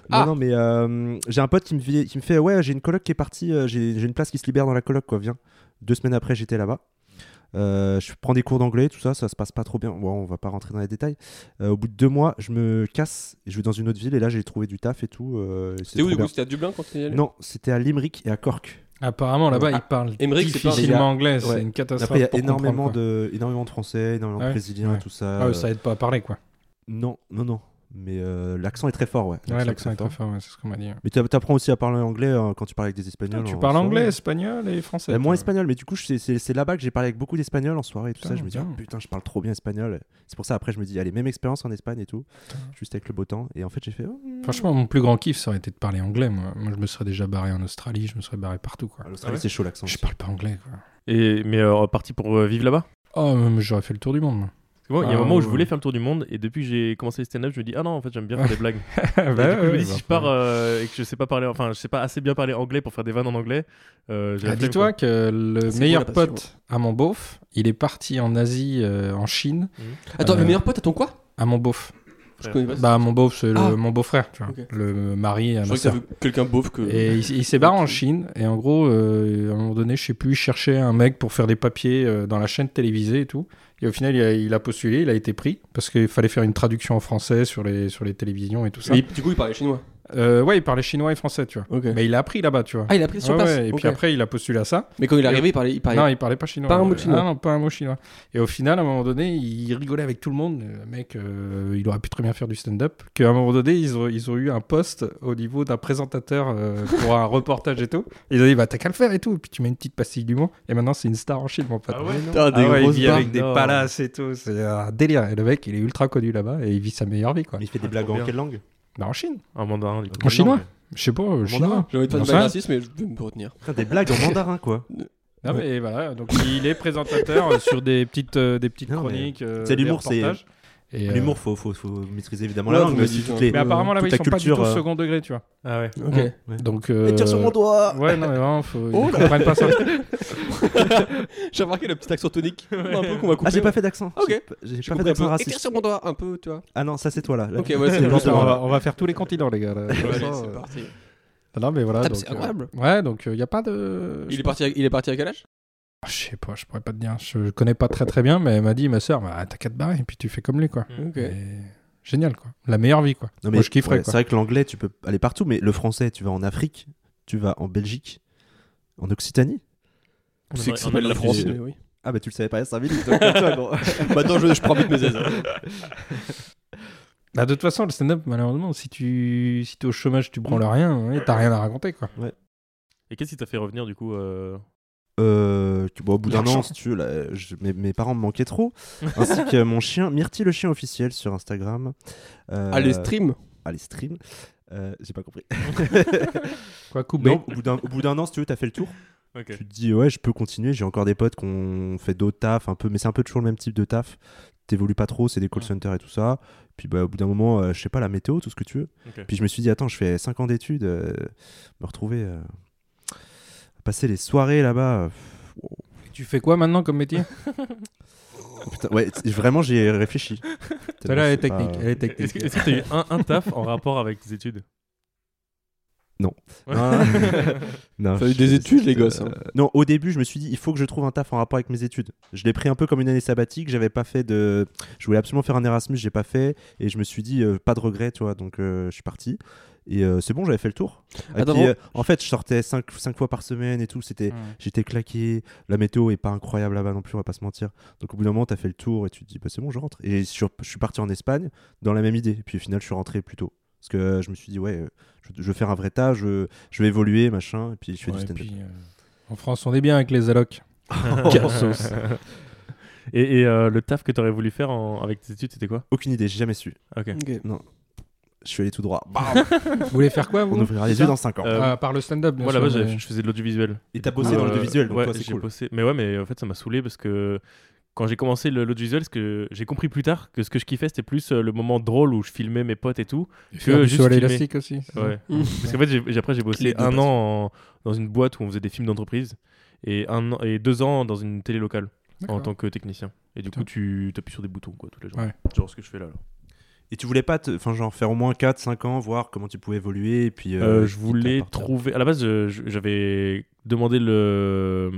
D: Non,
B: Ah.
D: non, mais euh, j'ai un pote qui me, fait, qui me fait Ouais, j'ai une coloc qui est partie, euh, j'ai j'ai une place qui se libère dans la coloc, quoi, viens. Deux semaines après, j'étais là-bas. Euh, je prends des cours d'anglais, tout ça, ça se passe pas trop bien. Bon, on va pas rentrer dans les détails. Euh, au bout de deux mois, je me casse, je vais dans une autre ville et là j'ai trouvé du taf et tout. euh,
B: C'était où
D: trop
B: du coup
D: bien.
B: C'était à Dublin quand t'es allé
D: Non, c'était à Limerick et à Cork.
E: apparemment, là-bas,
B: Ah,
E: ils parlent
B: Émeric, c'est pas-
E: difficilement anglais.
D: Ouais.
E: C'est une catastrophe.
D: Après, il y a
E: pour comprendre,
D: énormément
E: quoi.
D: de, énormément de Français, énormément
E: Ah
D: de
E: ouais
D: Brésiliens,
E: Ouais.
D: tout ça.
E: Ah, ouais,
D: euh,
E: ça aide pas à parler, quoi.
D: Non, non, non. mais euh, l'accent est très fort, ouais.
E: Ouais, l'accent est très fort, ouais, c'est ce qu'on m'a dit.
D: Mais t'a- t'apprends aussi à parler anglais euh, quand tu parles avec des Espagnols.
E: tu
D: en
E: parles
D: soirée.
E: anglais, espagnol et français.
D: Euh,
E: toi.
D: moins espagnol, mais du coup, je- c'est- c'est c'est là-bas que j'ai parlé avec beaucoup d'Espagnols en soirée et tout ça.
E: Putain,
D: Je me dis,
E: bien.
D: oh, putain, je parle trop bien espagnol. C'est pour ça, après, je me dis, allez, même expérience en Espagne et tout, juste avec le beau temps. Et en fait, j'ai fait, oh,
E: Franchement, mon plus grand kiff, ça aurait été de parler anglais. Moi, Moi, je me serais déjà barré en Australie, je me serais barré partout, quoi.
D: à bah, l'Australie, c'est chaud l'accent.
E: Je parle pas anglais, quoi.
C: Et, mais euh, parti pour euh, vivre là-bas
E: Oh, mais j'aurais fait le tour du monde, moi.
C: Parce que moi, il y a un
E: Ah,
C: moment où je
E: ouais.
C: voulais faire le tour du monde et depuis que j'ai commencé les stand-up, je me dis ah non, en fait, j'aime bien faire des blagues.
E: Bah,
C: Et du coup, je me
E: ouais,
C: dis si
E: bah,
C: je pars euh, et que je sais pas parler, enfin, je sais pas assez bien parler anglais pour faire des vannes en anglais. euh, j'ai
E: Ah,
C: la flemme,
E: Dis-toi que le
B: C'est
E: meilleur
B: quoi la passion
E: pote à mon beauf, il est parti en Asie, euh, en Chine,
B: Attends,
E: Euh,
B: le meilleur pote, attends quoi
E: à mon beauf.
B: Je connais pas.
E: Bah, mon beauf, c'est le-
B: Ah.
E: mon beau-frère, tu vois.
B: Ok.
E: Le mari à
B: je
E: ma
B: crois que ça
E: sœur.
B: veut quelqu'un beauf que.
E: Et il, il s'est barré en
B: Mhm. Ok.
E: Chine, et en gros, euh, à un moment donné, je sais plus, il cherchait un mec pour faire des papiers euh, dans la chaîne télévisée et tout. Et au final, il a, il a postulé, il a été pris, parce qu'il fallait faire une traduction en français sur les, sur les télévisions et tout ça.
B: Mais il- du coup, il parlait chinois.
E: Euh, ouais, il parlait chinois et français, tu vois.
B: Ok.
E: Mais il a appris là-bas, tu vois.
B: Ah, il a pris sur
E: Ouais,
B: place.
E: ouais, et
B: ok.
E: puis après, il a postulé à ça.
B: Mais quand il est arrivé, il parlait. Il
D: Ah,
B: parlait...
E: Non, il parlait pas chinois.
B: Pas un mot
E: Euh,
B: chinois.
E: ah non, pas un mot chinois. Et au final, à un moment donné, il rigolait avec tout le monde. Le mec, euh, il aurait pu très bien faire du stand-up. Qu'à un moment donné, ils ont, ils ont eu un poste au niveau d'un présentateur euh, pour un reportage et tout. Ils ont dit, bah t'as qu'à le faire et tout. Et puis tu mets une petite pastille d'humour. Et maintenant, c'est une star en Chine, mon pote.
C: quoi. Ah ouais, non.
B: Putain, des
E: Ah ouais, il
B: grosses
E: vit
B: barres.
E: avec des
C: Non.
E: palaces et tout. C'est un délire. Et le mec, il est ultra connu là-bas et il vit sa meilleure vie, quoi.
D: Mais il fait des
C: Ah,
D: blagues
C: trop
D: en
C: bien.
D: quelle langue
E: Bah, en Chine.
C: En mandarin, du coup.
E: En chinois
D: Non,
E: Je sais pas, euh,
D: mandarin.
E: chinois.
B: J'ai envie de faire
E: Non,
B: une
E: ça
B: blague
E: va.
B: raciste, mais je vais me retenir.
D: mais- Putain, des blagues en mandarin, quoi.
E: Non, mais voilà, donc il est présentateur euh, sur des petites, euh, des petites
D: Non, mais
E: chroniques. euh,
D: c'est
E: des
D: l'humour, c'est-
E: reportages. Et, euh,
D: L'humour, faut, faut, faut maîtriser évidemment
B: Ouais,
D: la langue,
B: faut
D: mais aussi
B: maîtriser
D: toutes
B: un
D: les.
E: Mais apparemment là-bas,
D: toute
E: ils
D: la
E: sont pas du tout
D: culture, euh,
E: second degré, tu vois.
C: Ah ouais.
B: Ok.
E: Ouais. Donc. euh,
D: Et tire sur mon doigt
E: Ouais, non, mais vraiment, faut... ils
B: Oh là.
E: comprennent pas ça.
B: Euh, J'ai remarqué le petit accent tonique. Un peu qu'on va couper.
D: Ah, j'ai pas fait d'accent.
B: Ok.
D: J'ai-
B: J'ai
D: J'ai pas fait
B: compris un peu.
D: d'accent
B: Étire
D: raciste.
B: sur mon doigt, un peu, tu vois.
D: Ah non, ça c'est toi là. Là,
B: Ok, voilà, c'est
D: Bon,
E: Putain,
B: bon.
E: on, va, on va faire tous les continents, les gars. là. Comme
B: Allez,
E: ça,
B: c'est
E: euh,
B: parti.
E: Non, mais voilà.
B: Putain,
E: donc,
B: C'est
E: euh,
B: incroyable.
E: Ouais, donc il n'y a pas de.
B: Il est parti. à- Il est parti à quel âge
E: Ah, Je sais pas, je pourrais pas te dire. Je, je connais pas très très bien, mais elle m'a dit, ma soeur, bah, t'as qu'à te barrer, et puis tu fais comme lui, quoi.
B: Ok.
E: Et Génial, quoi. La meilleure vie, quoi.
D: Non,
E: Moi, je kifferais, quoi.
D: ouais, C'est vrai que l'anglais, tu peux aller partout, mais le français, tu vas en Afrique, tu vas en Belgique, en Occitanie.
C: On
B: C'est
C: en
B: que
C: a-
B: ça
C: on en a
B: s'appelle la France.
D: refusé.
B: mais oui.
D: Ah bah tu le savais pas il y a 5 minutes. donc, comme toi, gros.
B: Maintenant, je je prends vite mes aises.
D: hein.
E: Bah, de toute façon, le stand-up, malheureusement, si tu si t'es au chômage, tu branles rien, ouais, t'as rien à raconter, quoi.
C: Et qu'est-ce qui t'a fait revenir, du coup euh,
D: Euh, que- bon, au bout d'un
E: L'argent.
D: an, si tu veux, là, je- mes, mes parents me manquaient trop, ainsi que mon chien, Myrtille le chien officiel sur Instagram. Euh,
B: Allez, stream.
D: Allez, stream. Euh, J'ai pas compris.
E: Quoi, couper.
D: Non, au bout d'un- au bout d'un an, si tu veux, t'as fait le tour.
C: Ok.
D: Tu te dis, ouais, je peux continuer. J'ai encore des potes qui ont fait d'autres tafs, un peu, mais c'est un peu toujours le même type de taf. T'évolues pas trop, c'est des call centers et tout ça. Puis bah, au bout d'un moment, euh, je sais pas, la météo, tout ce que tu veux.
C: Ok.
D: Puis je me suis dit, attends, je fais 5 ans d'études, euh, me retrouver, euh, passer les soirées là-bas. euh,
E: Tu fais quoi maintenant comme métier
D: Putain, ouais, t- vraiment, j'y ai réfléchi.
E: Celle-là, elle est
D: C'est pas-
E: technique. Elle est
C: Est-ce
E: technique.
C: que est-ce que t'as eu un, un taf en rapport avec tes études
D: Non.
C: Ouais.
D: Ah. Non,
B: T'as eu
D: je-
B: des études, les gosses, hein.
D: euh, Non, au début, je me suis dit, il faut que je trouve un taf en rapport avec mes études. Je l'ai pris un peu comme une année sabbatique. J'avais pas fait de. Je voulais absolument faire un Erasmus, j'ai pas fait. Et je me suis dit, euh, pas de regret, tu vois. Donc, euh, je suis parti. Et euh, c'est bon, j'avais fait le tour. Et
B: Attends,
D: puis,
B: bon.
D: euh, en fait, je sortais 5 cinq, cinq fois par semaine et tout. C'était, J'étais claqué. La météo est pas incroyable là-bas non plus, on va pas se mentir. Donc, au bout d'un moment, t'as fait le tour et tu te dis, bah, c'est bon, je rentre. Et je suis- je suis parti en Espagne dans la même idée. Et puis, au final, je suis rentré plus tôt. Parce que euh, je me suis dit, ouais, euh, je, je veux faire un vrai tas, je, je vais évoluer, machin. Et puis, je fais
E: Ouais,
D: du stand-up.
E: puis, euh, en France, on est bien avec les allocs. Cassos.
C: Et, et, euh, le taf que t'aurais voulu faire en- avec tes études, c'était quoi
D: Aucune idée, j'ai jamais su.
C: Ok.
B: Ok.
D: Je suis allé tout droit.
E: Vous voulez faire quoi,
D: On
E: vous
D: ouvrira les yeux dans 5 ans.
C: Euh,
E: Ah, Par le stand-up, bien
C: Moi là-bas,
E: sûr,
B: bah,
C: j'ai-
E: mais-
C: je faisais de l'audiovisuel.
D: Et t'as bossé
C: Euh,
D: dans l'audiovisuel, donc
C: ouais,
D: toi, c'est
C: j'ai
D: cool.
C: bossé- Mais ouais, mais en fait, ça m'a saoulé parce que quand j'ai commencé le- l'audiovisuel, ce que j'ai compris plus tard que ce que je kiffais, c'était plus euh, le moment drôle où je filmais mes potes et tout.
E: Et faire du
C: juste
E: saut à
C: filmer.
E: l'élastique aussi. c'est ça
C: Ouais.
B: Mmh.
C: parce qu'en fait, j'ai- j'ai- après, j'ai bossé
B: Les deux
C: un
B: passions.
C: an en- dans une boîte où on faisait des films d'entreprise et, un an- et deux ans dans une télé locale en
E: D'accord.
C: tant que technicien. Et du
E: Putain.
C: coup, tu appuies sur des boutons quoi, tous les jours.
E: Ouais.
C: Genre ce que je fais là. là.
D: Et tu voulais pas, te- enfin, genre, faire au moins 4, 5 ans, voir comment tu pouvais évoluer. Et puis,
C: Euh,
D: euh,
C: je voulais
D: quitte à partir.
C: trouver. À la base, euh, je- je- j'avais demandé le,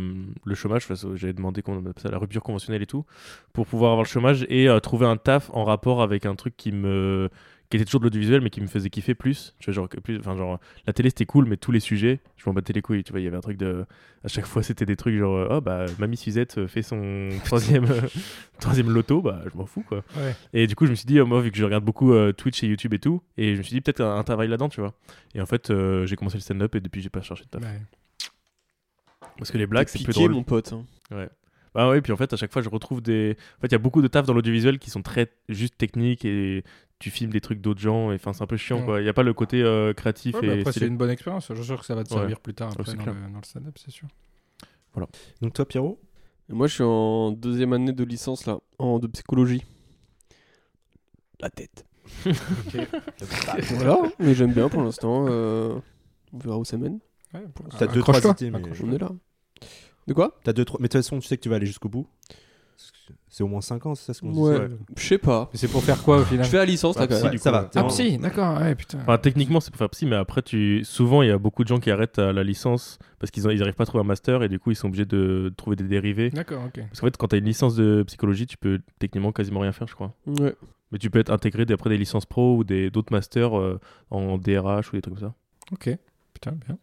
C: le chômage. enfin, ça, J'avais demandé qu'on appelle ça la rupture conventionnelle et tout pour pouvoir avoir le chômage et euh, trouver un taf en rapport avec un truc qui me qui était toujours de l'audiovisuel, mais qui me faisait kiffer plus. Tu vois, genre, que plus, enfin, genre, la télé c'était cool, mais tous les sujets, je m'en battais les couilles. Tu vois, il y avait un truc de. À chaque fois, c'était des trucs genre, euh, oh bah, Mamie Suzette euh, fait son troisième, euh, troisième loto, bah, je m'en fous quoi.
E: Ouais.
C: Et du coup, je me suis dit, euh, moi, vu que je regarde beaucoup euh, Twitch et YouTube et tout, et je me suis dit, peut-être un, un travail là-dedans, tu vois. Et en fait, euh, j'ai commencé le stand-up et depuis, j'ai pas cherché de taf.
E: Ouais.
C: Parce que les blagues, c'est plus
B: piqué,
C: drôle.
B: mon pote. hein.
C: Bah ouais, puis en fait, à chaque fois, je retrouve des. En fait, il y a beaucoup de taf dans l'audiovisuel qui sont très juste techniques et tu filmes des trucs d'autres gens, et enfin, c'est un peu chiant,
E: Ouais.
C: quoi. Il n'y a pas le côté euh, créatif
E: Ouais, bah
C: et.
E: après,
C: stylé.
E: c'est une bonne expérience. Je suis sûr que ça va te
C: Ouais.
E: servir plus
B: Oh,
E: tard après
C: c'est
E: dans,
C: clair.
E: le, dans le stand-up, c'est sûr.
D: Donc toi, Pierrot
B: Et Moi, je suis en deuxième année de licence, là, en, de psychologie. La tête. voilà, mais j'aime bien pour l'instant. euh, on verra où ça mène.
E: Ouais, pour-
D: T'as deux, trois
E: accroche-toi. Ah,
D: idées, mais...
B: On est là. De quoi
D: T'as deux, trois... mais de toute façon, tu sais que tu vas aller jusqu'au bout. C'est au moins 5 ans, c'est ça ce qu'on
B: Ouais.
D: disait
B: Je sais pas.
E: Mais c'est pour faire quoi au
B: Je
E: final
B: fais la licence, là,
C: Ah,
B: quand
C: Bah, si,
B: même.
C: du
D: ça
C: coup,
D: va.
C: ouais.
D: t'es
E: Ah,
D: en-
E: psy, d'accord, ouais, putain.
C: Enfin, techniquement, c'est pour faire psy, mais après, tu... souvent, il y a beaucoup de gens qui arrêtent à la licence parce qu'ils n'arrivent pas à trouver un master et du coup, ils sont obligés de trouver des dérivés.
E: D'accord, ok.
C: Parce qu'en fait, quand tu as une licence de psychologie, tu peux techniquement quasiment rien faire, je crois.
B: Ouais.
C: Mais tu peux être intégré d'après des licences pro ou des- d'autres masters euh, en DRH ou des trucs comme ça.
E: Putain, bien.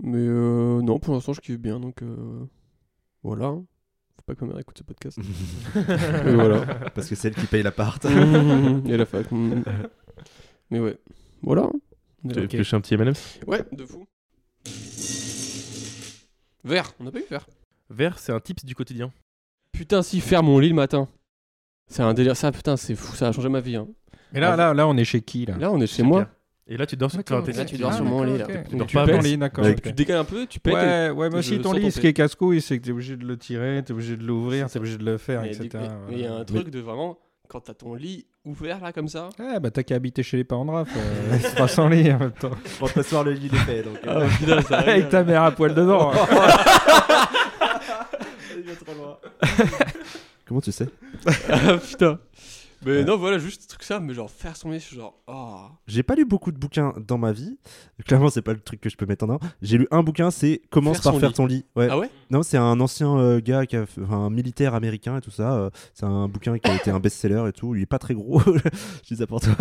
B: Mais euh, non, pour l'instant, je kiffe bien, donc euh, voilà. hein. Faut pas que ma mère écoute ce podcast. Et voilà.
D: Parce que c'est elle qui paye l'appart.
B: Et la fac. mm. Mais ouais. Voilà. hein. On est
C: Tu
B: là.
C: veux piocher un petit M&M
B: Ouais, de fou. Vert, on n'a pas eu vert.
C: Vert, c'est un tips du quotidien.
B: Putain, si, faire mon lit le matin. C'est un délire, ça, putain, c'est fou, ça a changé ma vie. hein.
E: Mais là, là, là, on est chez qui là,
B: Là, on est chez moi.
C: Pierre. Et là, tu dors sur
E: D'accord,
C: enfin, t'es-
B: Là,
E: ok.
B: tu dors
E: Ah,
B: sur mon
E: d'accord,
B: lit, là.
E: ok.
B: Donc,
C: dors
B: tu,
C: pas
E: Ton
B: pètes,
E: lit, d'accord.
B: tu-
E: ok.
B: tu décales un peu, tu pètes. et-
E: Ouais, ouais, mais
B: je
E: aussi ton
B: sens
E: lit,
B: ton
E: ce qui est casse-couille, c'est que t'es obligé de le tirer, t'es obligé de l'ouvrir,
B: C'est
E: t'es obligé de le faire,
B: mais
E: etc.
B: du- mais- mais il y a un
E: Ouais.
B: truc de vraiment, quand t'as ton lit ouvert, là, comme ça.
E: Ouais, bah t'as qu'à habiter chez les parents de Raph, euh, il se fera sans lit en même temps.
D: Pour t'asseoir, le lit il est fait. Donc,
E: Ah,
D: euh,
B: putain, ça
E: Avec ta mère à poil dedans. hein.
D: Comment tu sais
B: Ah, putain. Mais non, voilà, juste ce truc ça, mais genre faire son lit, je suis genre, ah.
D: J'ai pas lu beaucoup de bouquins dans ma vie. Clairement, c'est pas le truc que je peux mettre en avant. J'ai lu un bouquin, c'est Commence
B: Faire
D: par
B: son
D: faire
B: lit.
D: ton lit. Ouais.
B: Ah ouais
D: Non, c'est un ancien euh, gars, qui a fait- enfin, un militaire américain et tout ça. euh, c'est un bouquin qui a été un best-seller et tout. Il est pas très gros, je dis ça pour toi.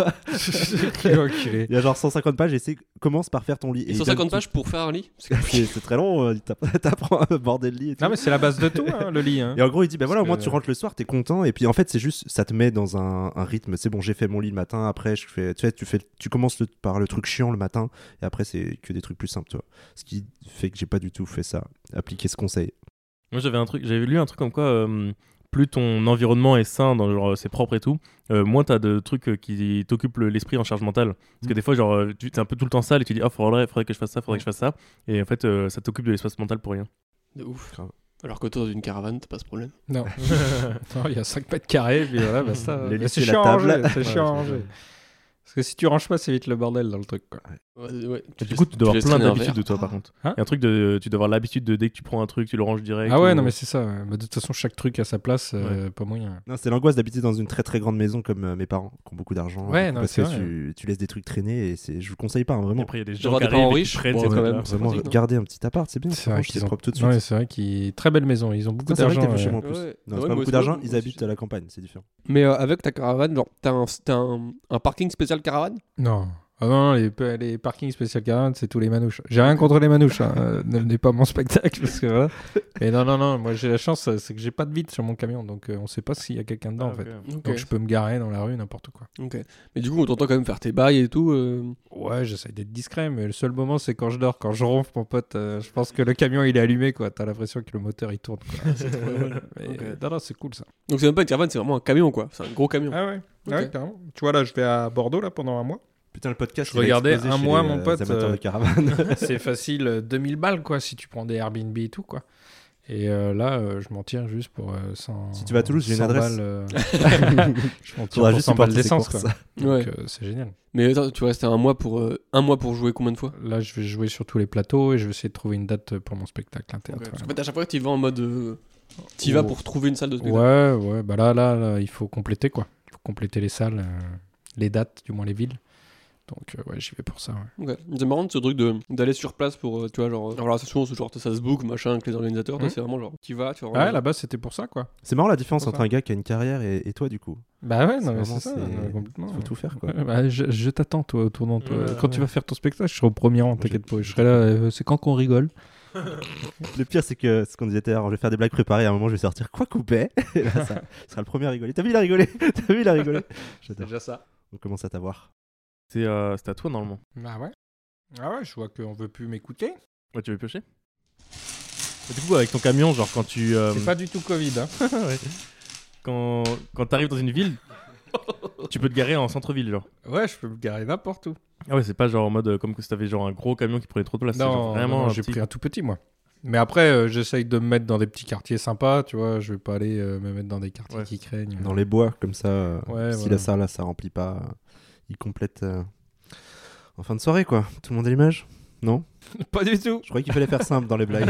E: Quel enculé.
D: Il y a genre 150 pages et c'est Commence par faire ton lit. Et
B: Et
D: il
B: 150
D: donne
B: pages pour faire un lit
D: tout- C'est c'est très long, euh, il t'app- t'apprends à border le lit et tout.
E: Non, mais c'est la base de tout, hein, le lit. hein.
D: Et en gros, il dit, bah voilà, au
E: que-
D: moins tu rentres le soir, t'es content. Et puis en fait, c'est juste, ça te met dans un, un rythme. C'est bon, j'ai fait mon lit le matin. Après, je fais, tu sais, tu fais, tu commences le- par le truc chiant le matin. Et après, c'est que des trucs plus simples, tu vois. Ce qui fait que j'ai pas du tout fait ça. Appliquer ce conseil.
C: Moi, j'avais un truc, j'avais lu un truc comme quoi euh, plus ton environnement est sain, dans le genre c'est propre et tout, euh, moins t'as de trucs euh, qui t'occupent le- l'esprit en charge mentale. Parce que des fois, genre, euh, tu- t'es un peu tout le temps sale et tu dis, ah, faudrait, faudrait que je fasse ça, faudrait que je fasse ça. Et en fait, euh, ça t'occupe de l'espace mental pour rien.
B: De ouf.
D: Grave.
B: Alors que toi, dans une caravane, t'as pas ce problème.
E: Non. Non, il y a 5 mètres carrés, puis voilà, bah ça.
D: Le lit,
E: Mais c'est
D: c'est la
E: chiant à ranger,
D: table.
E: c'est chiant à ranger. Parce que si tu ranges pas, c'est vite le bordel dans le truc, quoi.
B: Ouais, ouais, tu
C: du
B: laisses-
C: coup, tu dois
B: tu
C: avoir
B: laisses
C: plein
B: traîner un
C: d'habitudes
B: verre.
C: de toi, par contre.
E: Hein
C: Il y a un truc de, tu dois avoir l'habitude de dès que tu prends un truc, tu le ranges direct.
E: Ah ouais,
C: ou-
E: non, mais c'est ça. ouais. Bah, de toute façon, chaque truc a sa place, euh, pas moyen.
D: Non, c'est l'angoisse d'habiter dans une très très grande maison comme euh, mes parents, qui ont beaucoup d'argent.
E: Ouais,
D: euh,
E: non,
D: parce
E: c'est
D: que
E: vrai.
D: tu, tu laisses des trucs traîner et c'est, je vous conseille pas, hein,
C: Et
D: vraiment.
C: Après, il y a des gens
B: D'avoir
C: qui
B: des parents
C: arrivent et qui
B: riches,
C: prennent,
B: bon,
C: c'est
B: ouais,
C: quand
B: quand
C: même.
B: même. c'est
D: Vraiment,
E: hein.
B: pratique, non
D: garder un petit appart, c'est bien. franchement, tu t'es propre tout de suite.
E: Ouais, c'est vrai qu'ils. Très belle maison, ils ont beaucoup
D: Putain, c'est vrai que
E: d'argent.
D: t'as vu chez
E: euh,
D: moi en plus.
B: Ouais. Ouais,
D: Non, c'est
B: moi
D: pas beaucoup
B: aussi,
D: d'argent,
B: moi
D: ils
B: aussi,
D: habitent
B: j'ai-
D: à la campagne, c'est différent.
B: Mais euh, avec ta caravane, genre, t'as un, t'as un, un parking spécial caravane
E: Non. Ah non, les, pa- les parkings spécial caravane, c'est tous les manouches. J'ai rien contre les manouches, hein. euh, ne venez pas à mon spectacle parce que voilà. Mais non, non, non, moi j'ai la chance, euh, c'est que j'ai pas de vide sur mon camion, donc euh, on sait pas s'il y a quelqu'un dedans en fait.
B: Ok.
E: Donc je peux me garer dans la rue, n'importe quoi.
B: Ok. Mais du coup, on t'entend quand même faire tes bails et tout. euh,
E: Ouais, j'essaie d'être discret, mais le seul moment c'est quand je dors, quand je ronfle, mon pote, euh, je pense que le camion il est allumé quoi. T'as l'impression que le moteur il tourne. Quoi. Mais,
B: Ok.
E: euh, non, non, c'est cool ça.
B: Donc c'est même pas une caravane, c'est vraiment un camion quoi. C'est un gros camion.
E: Ah ouais,
B: Ok. ouais,
E: Tu vois là, je vais à Bordeaux là pendant un mois.
D: Putain, le podcast,
E: Je il va regardais exploser un chez mois, les, mon
D: mon
E: euh, pote,
D: pote.
E: amateurs de euh,
D: de caravane.
E: c'est facile euh, 2000 balles quoi si tu prends des Airbnb et tout quoi. Et euh, là, euh, je m'en tire juste pour euh, 100.
D: Si tu vas à Toulouse, j'ai une
E: 100
D: adresse.
E: balles, euh, je m'en tire
D: Faudra
E: pour
D: juste
E: 100 balles
D: supporter ses
E: d'essence
D: courses.
E: quoi.
B: Ouais.
E: Donc, euh, c'est génial.
B: Mais attends, tu vas rester un mois pour euh, un mois pour jouer combien de fois
E: Là, je vais jouer sur tous les plateaux et je vais essayer de trouver une date euh, pour mon spectacle un théâtre.
B: Parce qu'en fait, à chaque fois, tu vas en mode. euh, t'y vas
E: Oh.
B: pour trouver une salle de spectacle.
E: Ouais, ouais, bah là, là, là, il faut compléter quoi. Il faut compléter les salles, euh, les dates, du moins les villes. Donc, euh, ouais, j'y vais pour ça. ouais.
B: Ouais. C'est marrant de ce truc de- d'aller sur place pour, euh, tu vois, genre, euh, alors l'association, c'est genre, t'as ça se book, machin, avec les organisateurs, toi,
E: Mhm.
B: c'est vraiment genre, qui va, tu vois.
E: Ah
B: vraiment-
E: ouais, là-bas, c'était pour ça, quoi.
D: C'est marrant la différence
E: Pourquoi
D: entre un gars qui a une carrière et, et toi, du coup.
E: Bah ouais,
D: C'est
E: non, mais
D: vraiment,
E: c'est ça,
D: c'est-
E: non, mais complètement.
D: Il faut tout faire, quoi.
E: Ouais, bah, je je t'attends, toi, au tournant. toi.
B: Ouais,
E: quand tu
D: ouais.
E: vas faire ton spectacle, je serai au premier rang, t'inquiète pas. Je serai là, euh, c'est quand qu'on rigole.
D: Le pire, c'est que ce qu'on disait tout à l'heure, je vais faire des blagues préparées, à un moment, je vais sortir quoi couper. Et là, ça ça sera le premier à rigoler. T'as vu, il a rigolé T'as vu, il a rigolé J'adore.
B: déjà ça.
D: On commence à t'avoir.
C: C'est euh, c'est à toi normalement.
E: Bah ouais. Ah ouais, je vois qu'on veut plus m'écouter.
C: Ouais, tu veux piocher Mais Du coup, avec ton camion, genre quand tu. euh,
E: C'est pas du tout Covid. Hein.
C: Ouais. Quand, quand t'arrives dans une ville, tu peux te garer en centre-ville, genre.
E: Ouais, je peux me garer n'importe où.
C: Ah ouais, c'est pas genre en mode euh, comme que si t'avais genre un gros camion qui prenait trop de place. c'est
E: Non,
C: genre vraiment.
E: non,
C: un
E: j'ai
C: petit-
E: pris Ah, un tout petit, moi. Mais après, euh, j'essaye de me mettre dans des petits quartiers sympas, tu vois. Je vais pas aller euh, me mettre dans des quartiers
C: Ouais.
E: qui craignent.
D: Dans les bois, comme ça. euh,
E: Ouais,
D: si
E: voilà.
D: la salle, là, ça remplit pas, euh, il complète euh, en fin de soirée, quoi. Tout le monde a l'image Non
E: Pas du tout.
D: Je croyais qu'il fallait faire simple dans les blagues.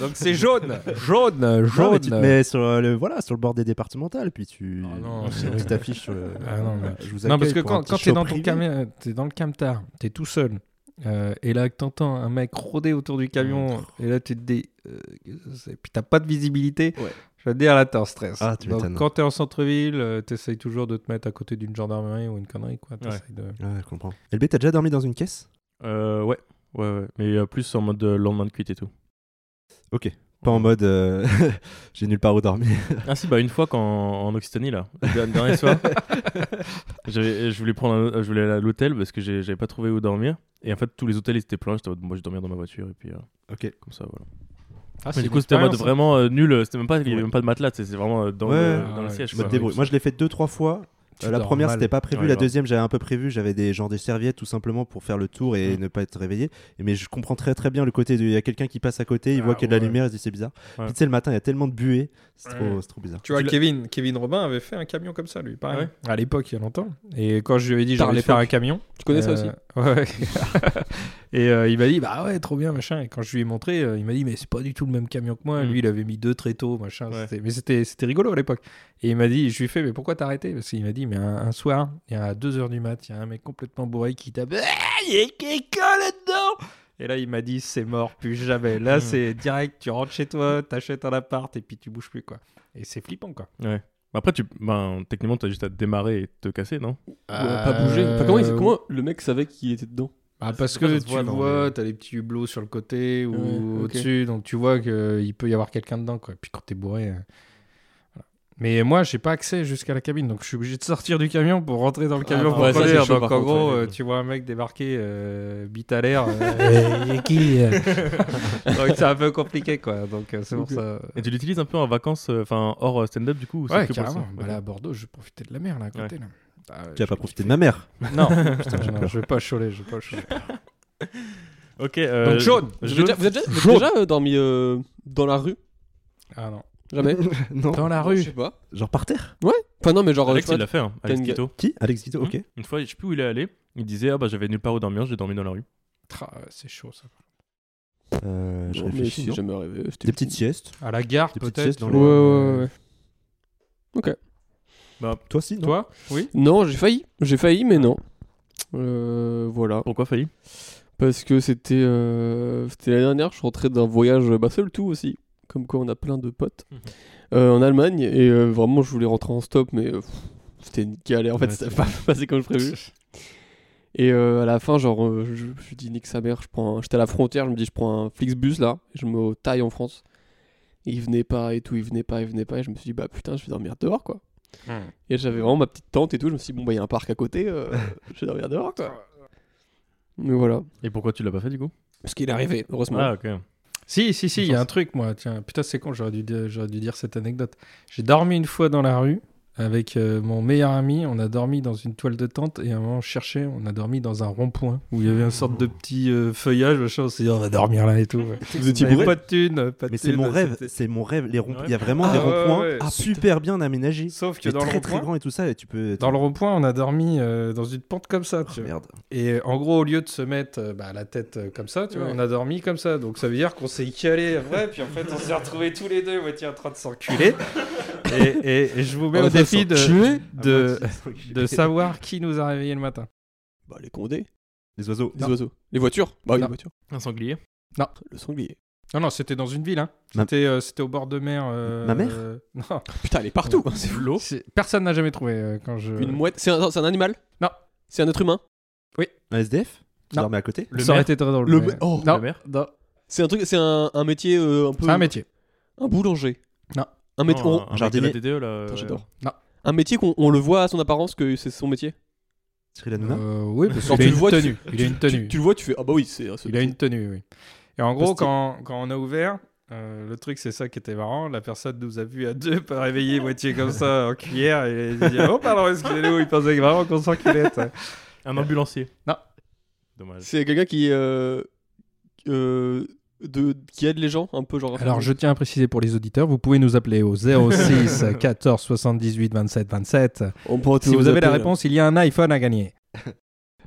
E: Donc c'est jaune, jaune,
D: Non, mais tu
E: jaune.
D: te mets sur euh, le, voilà, sur le bord des départementales, puis tu
E: Ah non,
D: tu
E: c'est vrai.
D: t'affiches sur le-
E: Ah non, mais-
D: Je vous
E: Non, parce
D: accueille
E: que
D: pour
E: quand,
D: un petit
E: quand t'es
D: show
E: dans ton
D: privé.
E: camion, euh, t'es dans le camtar, t'es tout seul. euh, et là, que t'entends un mec rôder autour du camion, et là, tu te dis, euh, qu'est-ce que c'est puis t'as pas de visibilité.
D: Ouais.
E: Je veux dire, là, t'es en stress.
D: Ah, tu
E: Donc,
D: m'étonnes.
E: quand t'es en centre-ville, euh, t'essayes toujours de te mettre à côté d'une gendarmerie ou une connerie, quoi. T'essayes de-
D: Ouais, je comprends. LB, t'as déjà dormi dans une caisse
C: Euh, ouais, ouais, ouais. Mais euh, plus en mode euh, lendemain de cuite et tout.
D: Pas en mode euh, j'ai nulle part où dormir.
C: Ah si, bah une fois qu'en en Occitanie, là, le dernier soir, j'avais- euh, je voulais, prendre un- je voulais aller à l'hôtel parce que j'ai- j'avais pas trouvé où dormir. Et en fait, tous les hôtels, ils étaient pleins. J'étais en mode, moi, je dormais dans ma voiture. Et puis, euh,
D: Ok.
C: comme ça, voilà.
E: Ah,
C: Mais
E: c'est
C: du coup, c'était en mode
E: l'expérience,
C: vraiment euh, nul. C'était même pas, il y avait
D: Ouais.
C: même pas de matelas. tu sais, C'est vraiment euh, dans,
D: Ouais.
C: le, dans le
E: Ah,
C: siège.
D: Je
C: quoi.
D: me débrouille. Moi, je l'ai fait deux, trois fois.
E: Tu
D: Euh, la
E: dors
D: première,
E: mal.
D: c'était pas prévu.
C: Ouais,
D: la
C: grave.
D: deuxième, j'avais un peu prévu. J'avais des genre des serviettes, tout simplement, pour faire le tour et ne pas être réveillé. Et mais je comprends très, très bien le côté de. Il y a quelqu'un qui passe à côté, il
E: Ah,
D: voit qu'il y a de
E: ouais.
D: la lumière, il se dit c'est bizarre.
C: Ouais.
D: Puis tu sais, le matin, il y a tellement de buée. C'est trop,
E: Ouais.
D: c'est trop bizarre.
E: Tu vois,
C: Tu l'as-
E: Kevin, Kevin Robin avait fait un camion comme ça, lui, pareil.
C: Ah ouais
E: à l'époque, il y a longtemps. Et quand je lui ai dit,
B: Par
E: j'allais
B: l'époque.
E: faire un camion.
B: Tu connais ça
E: euh,
B: aussi
E: Ouais. et euh, il m'a dit, bah ouais, trop bien, machin. Et quand je lui ai montré, euh, il m'a dit, mais c'est pas du tout le même camion que moi.
C: Mm.
E: Lui, il avait mis deux tréteaux, machin.
C: Ouais.
E: C'était- Mais c'était c'était rigolo à l'époque. Et il m'a dit, je lui ai fait, mais pourquoi t'as arrêté Parce qu'il m'a dit, mais un, un soir, il y a à 2h du mat, il y a un mec complètement bourré qui tape, Ah, il y a quelqu'un là-dedans et là, il m'a dit, c'est mort, plus jamais. Là,
C: Mm.
E: c'est direct, tu rentres chez toi, t'achètes un appart et puis tu bouges plus, quoi. Et c'est flippant, quoi.
C: Ouais. Mais Après, tu, ben, techniquement, t'as juste à te démarrer et te casser, non
B: Ou, euh, Pas bouger. Enfin, comment, il- comment le mec savait qu'il était dedans
E: Ah,
C: Ça,
E: parce
C: ça
E: que
C: se
E: tu
C: voit dans
E: vois,
C: les-
E: t'as les petits hublots sur le côté ou
B: Ouais, ok.
E: au-dessus, donc tu vois qu'il peut y avoir quelqu'un dedans. Quoi. Puis quand t'es bourré. euh, voilà. Mais moi, j'ai pas accès jusqu'à la cabine, donc je suis obligé de sortir du camion pour rentrer dans le
B: Ah,
E: camion
B: bah,
E: pour
B: ouais, ça,
E: conduire.
B: c'est chaud,
E: donc
B: par
E: en
B: contre,
E: gros,
B: ouais.
E: euh, tu vois un mec débarquer, euh, bite à l'air. euh, et- et qui euh Donc c'est un peu compliqué, quoi. Donc euh, c'est pour
B: Ok.
E: ça.
C: Et tu l'utilises un peu en vacances, euh, enfin, hors euh, stand-up, du coup ou c'est
E: Ouais,
C: que pour le
E: carrément.
C: son
E: Bah, là, à Bordeaux, je profitais de la mer, là, à côté. Là. Ah,
D: Tu
E: je-
D: as pas profité de ma mère.
E: Non, Putain, non, je vais pas choler, je vais pas choler.
C: Ok. euh,
E: Donc jaune
B: Vous
C: jaune.
B: avez déjà, vous avez déjà- vous avez
E: Jaune.
B: déjà, euh, dormi euh, dans la rue
E: Ah non.
B: Jamais
D: non.
E: Dans la
B: Je
E: rue.
B: sais pas.
D: Genre par terre.
B: Enfin, non, mais genre.
C: Alex,
B: tu vois,
C: il l'a fait, hein, Alex
B: Tenga-
C: Guito.
D: Qui Alex Guito. Ok.
C: Une fois, je sais plus où il est allé. Il disait Ah bah j'avais nulle part où dormir, j'ai dormi dans la rue.
E: Tra- C'est chaud, ça.
D: Euh, je
B: non, mais
D: réfléchis.
B: si,
D: non
B: jamais rêvé. c'était-
D: Des petites siestes.
E: À la gare,
D: Des petites
E: peut-être.
D: siestes dans
B: Ouais,
D: les-
B: ouais, ouais.
D: Toi aussi, non
E: Toi Oui.
B: Non, j'ai failli. J'ai failli, mais non. Euh, voilà.
C: Pourquoi failli
B: Parce que c'était euh, c'était l'année dernière, je rentrais d'un voyage bah, seul tout aussi, comme quoi on a plein de potes,
C: Mhm.
B: euh, en Allemagne, et euh, vraiment je voulais rentrer en stop, mais euh, pff, c'était une galère, en fait
D: Ouais,
B: ça n'a pas passé comme prévu. Et euh, à la fin, genre, euh, je je me suis dit, nique sa mère, je prends un- j'étais à la frontière, je me dis, je prends un Flixbus là, je me taille en France. Et il venait pas et tout, il venait pas, il venait pas, et je me suis dit, bah putain, je vais dormir dehors quoi. Et j'avais vraiment ma petite tente et tout, je me suis dit, bon bah il y a un parc à côté, euh, je vais dormir dehors quoi. Mais voilà.
C: Et pourquoi tu l'as pas fait du coup
B: Ce qu'il est arrivé, heureusement.
C: Ah ok.
E: Si, si, si, il y a un truc, moi. Tiens, putain, c'est con, j'aurais dû, dire- j'aurais dû dire cette anecdote. J'ai dormi une fois dans la rue avec euh, mon meilleur ami. On a dormi dans une toile de tente et à un moment, on cherchait, on a dormi dans un rond-point où il y avait une sorte de petit euh, feuillage, machin. On s'est dit, on va dormir là et tout. ouais.
B: Vous
E: On
B: étiez
E: avait
B: bourré
E: Pas de thunes, pas de
D: Mais c'est
E: thunes,
D: mon rêve,
E: c'était-
D: c'est mon rêve. Les ronds-
C: Ouais.
D: Il y a vraiment
E: Ah
D: des
E: ouais,
D: ronds-points
E: ouais. Ah,
D: super bien aménagés.
E: Sauf que
D: Et
E: dans le
D: très très
E: rond-point.
D: grand et tout ça. Et tu peux.
E: Dans le rond-point, on a dormi euh, dans une pente comme ça.
D: Oh,
E: tu vois.
D: merde.
E: Et euh, en gros, au lieu de se mettre euh, bah, la tête euh, comme ça, tu vois,
B: Ouais.
E: on a dormi comme ça. Donc ça veut dire qu'on s'est calé, vrai, puis en fait, on s'est retrouvés tous les deux, moitié en train de s'enculer. et, et- et je vous mets
B: On
E: au
B: a
E: défi de, Ah,
B: s'enculer
E: de, de savoir qui nous a réveillés le matin.
B: Bah, les condés,
D: Les oiseaux.
B: les oiseaux. Les voitures Bah oui,
E: Non.
B: les voitures.
C: Un sanglier.
B: Le sanglier.
E: Non, non, c'était dans une ville. Hein.
D: Ma-
E: C'était euh, c'était au bord de mer. euh,
D: Ma mère
E: euh, Non.
B: Putain, elle est partout, hein, c'est fou.
E: L'eau Personne n'a jamais trouvé euh, quand je.
B: Une mouette. C'est un, c'est un animal
E: Non.
B: C'est un être humain
D: Un SDF qui
E: Non.
D: dormait à côté.
E: Ça aurait été très drôle.
B: Le
E: mais-
B: ma- oh,
E: non,
C: le maire
E: non.
B: C'est un truc, c'est un, un métier euh, un peu.
E: C'est un métier.
B: Un boulanger.
E: Non.
B: Un métier. on-
D: euh,
C: Non, un, un mec de la
D: jardinier.
C: DDE, là.
B: Putain,
C: euh,
B: j'adore.
E: Non.
B: Un métier qu'on on le voit à son apparence que c'est son métier.
D: Cyril Hanouna.
E: Euh, oui, parce
B: Quand
E: qu'il a
B: tu
E: une
B: le vois, tu-
E: tenue. Il a une tenue.
B: Tu, tu le vois, tu fais ah bah oui, c'est. c'est-
E: Il a une tenue, oui. Et en gros,
B: Plastique.
E: quand, quand on a ouvert, euh, le truc, c'est ça qui était marrant. La personne nous a vus à deux, pas réveillés, moitié comme ça, en cuillère. Et il a dit Oh, pardon, excusez-nous. Il pensait vraiment qu'on s'enculait.
C: Un ambulancier.
E: Non.
C: Dommage.
B: C'est quelqu'un qui euh, euh, de qui aide les gens un peu genre.
E: Alors, je tiens à préciser pour les auditeurs vous pouvez nous appeler au 06 14 78 27 27.
B: On prend
E: Si vous avez la réponse, il y a un iPhone à gagner.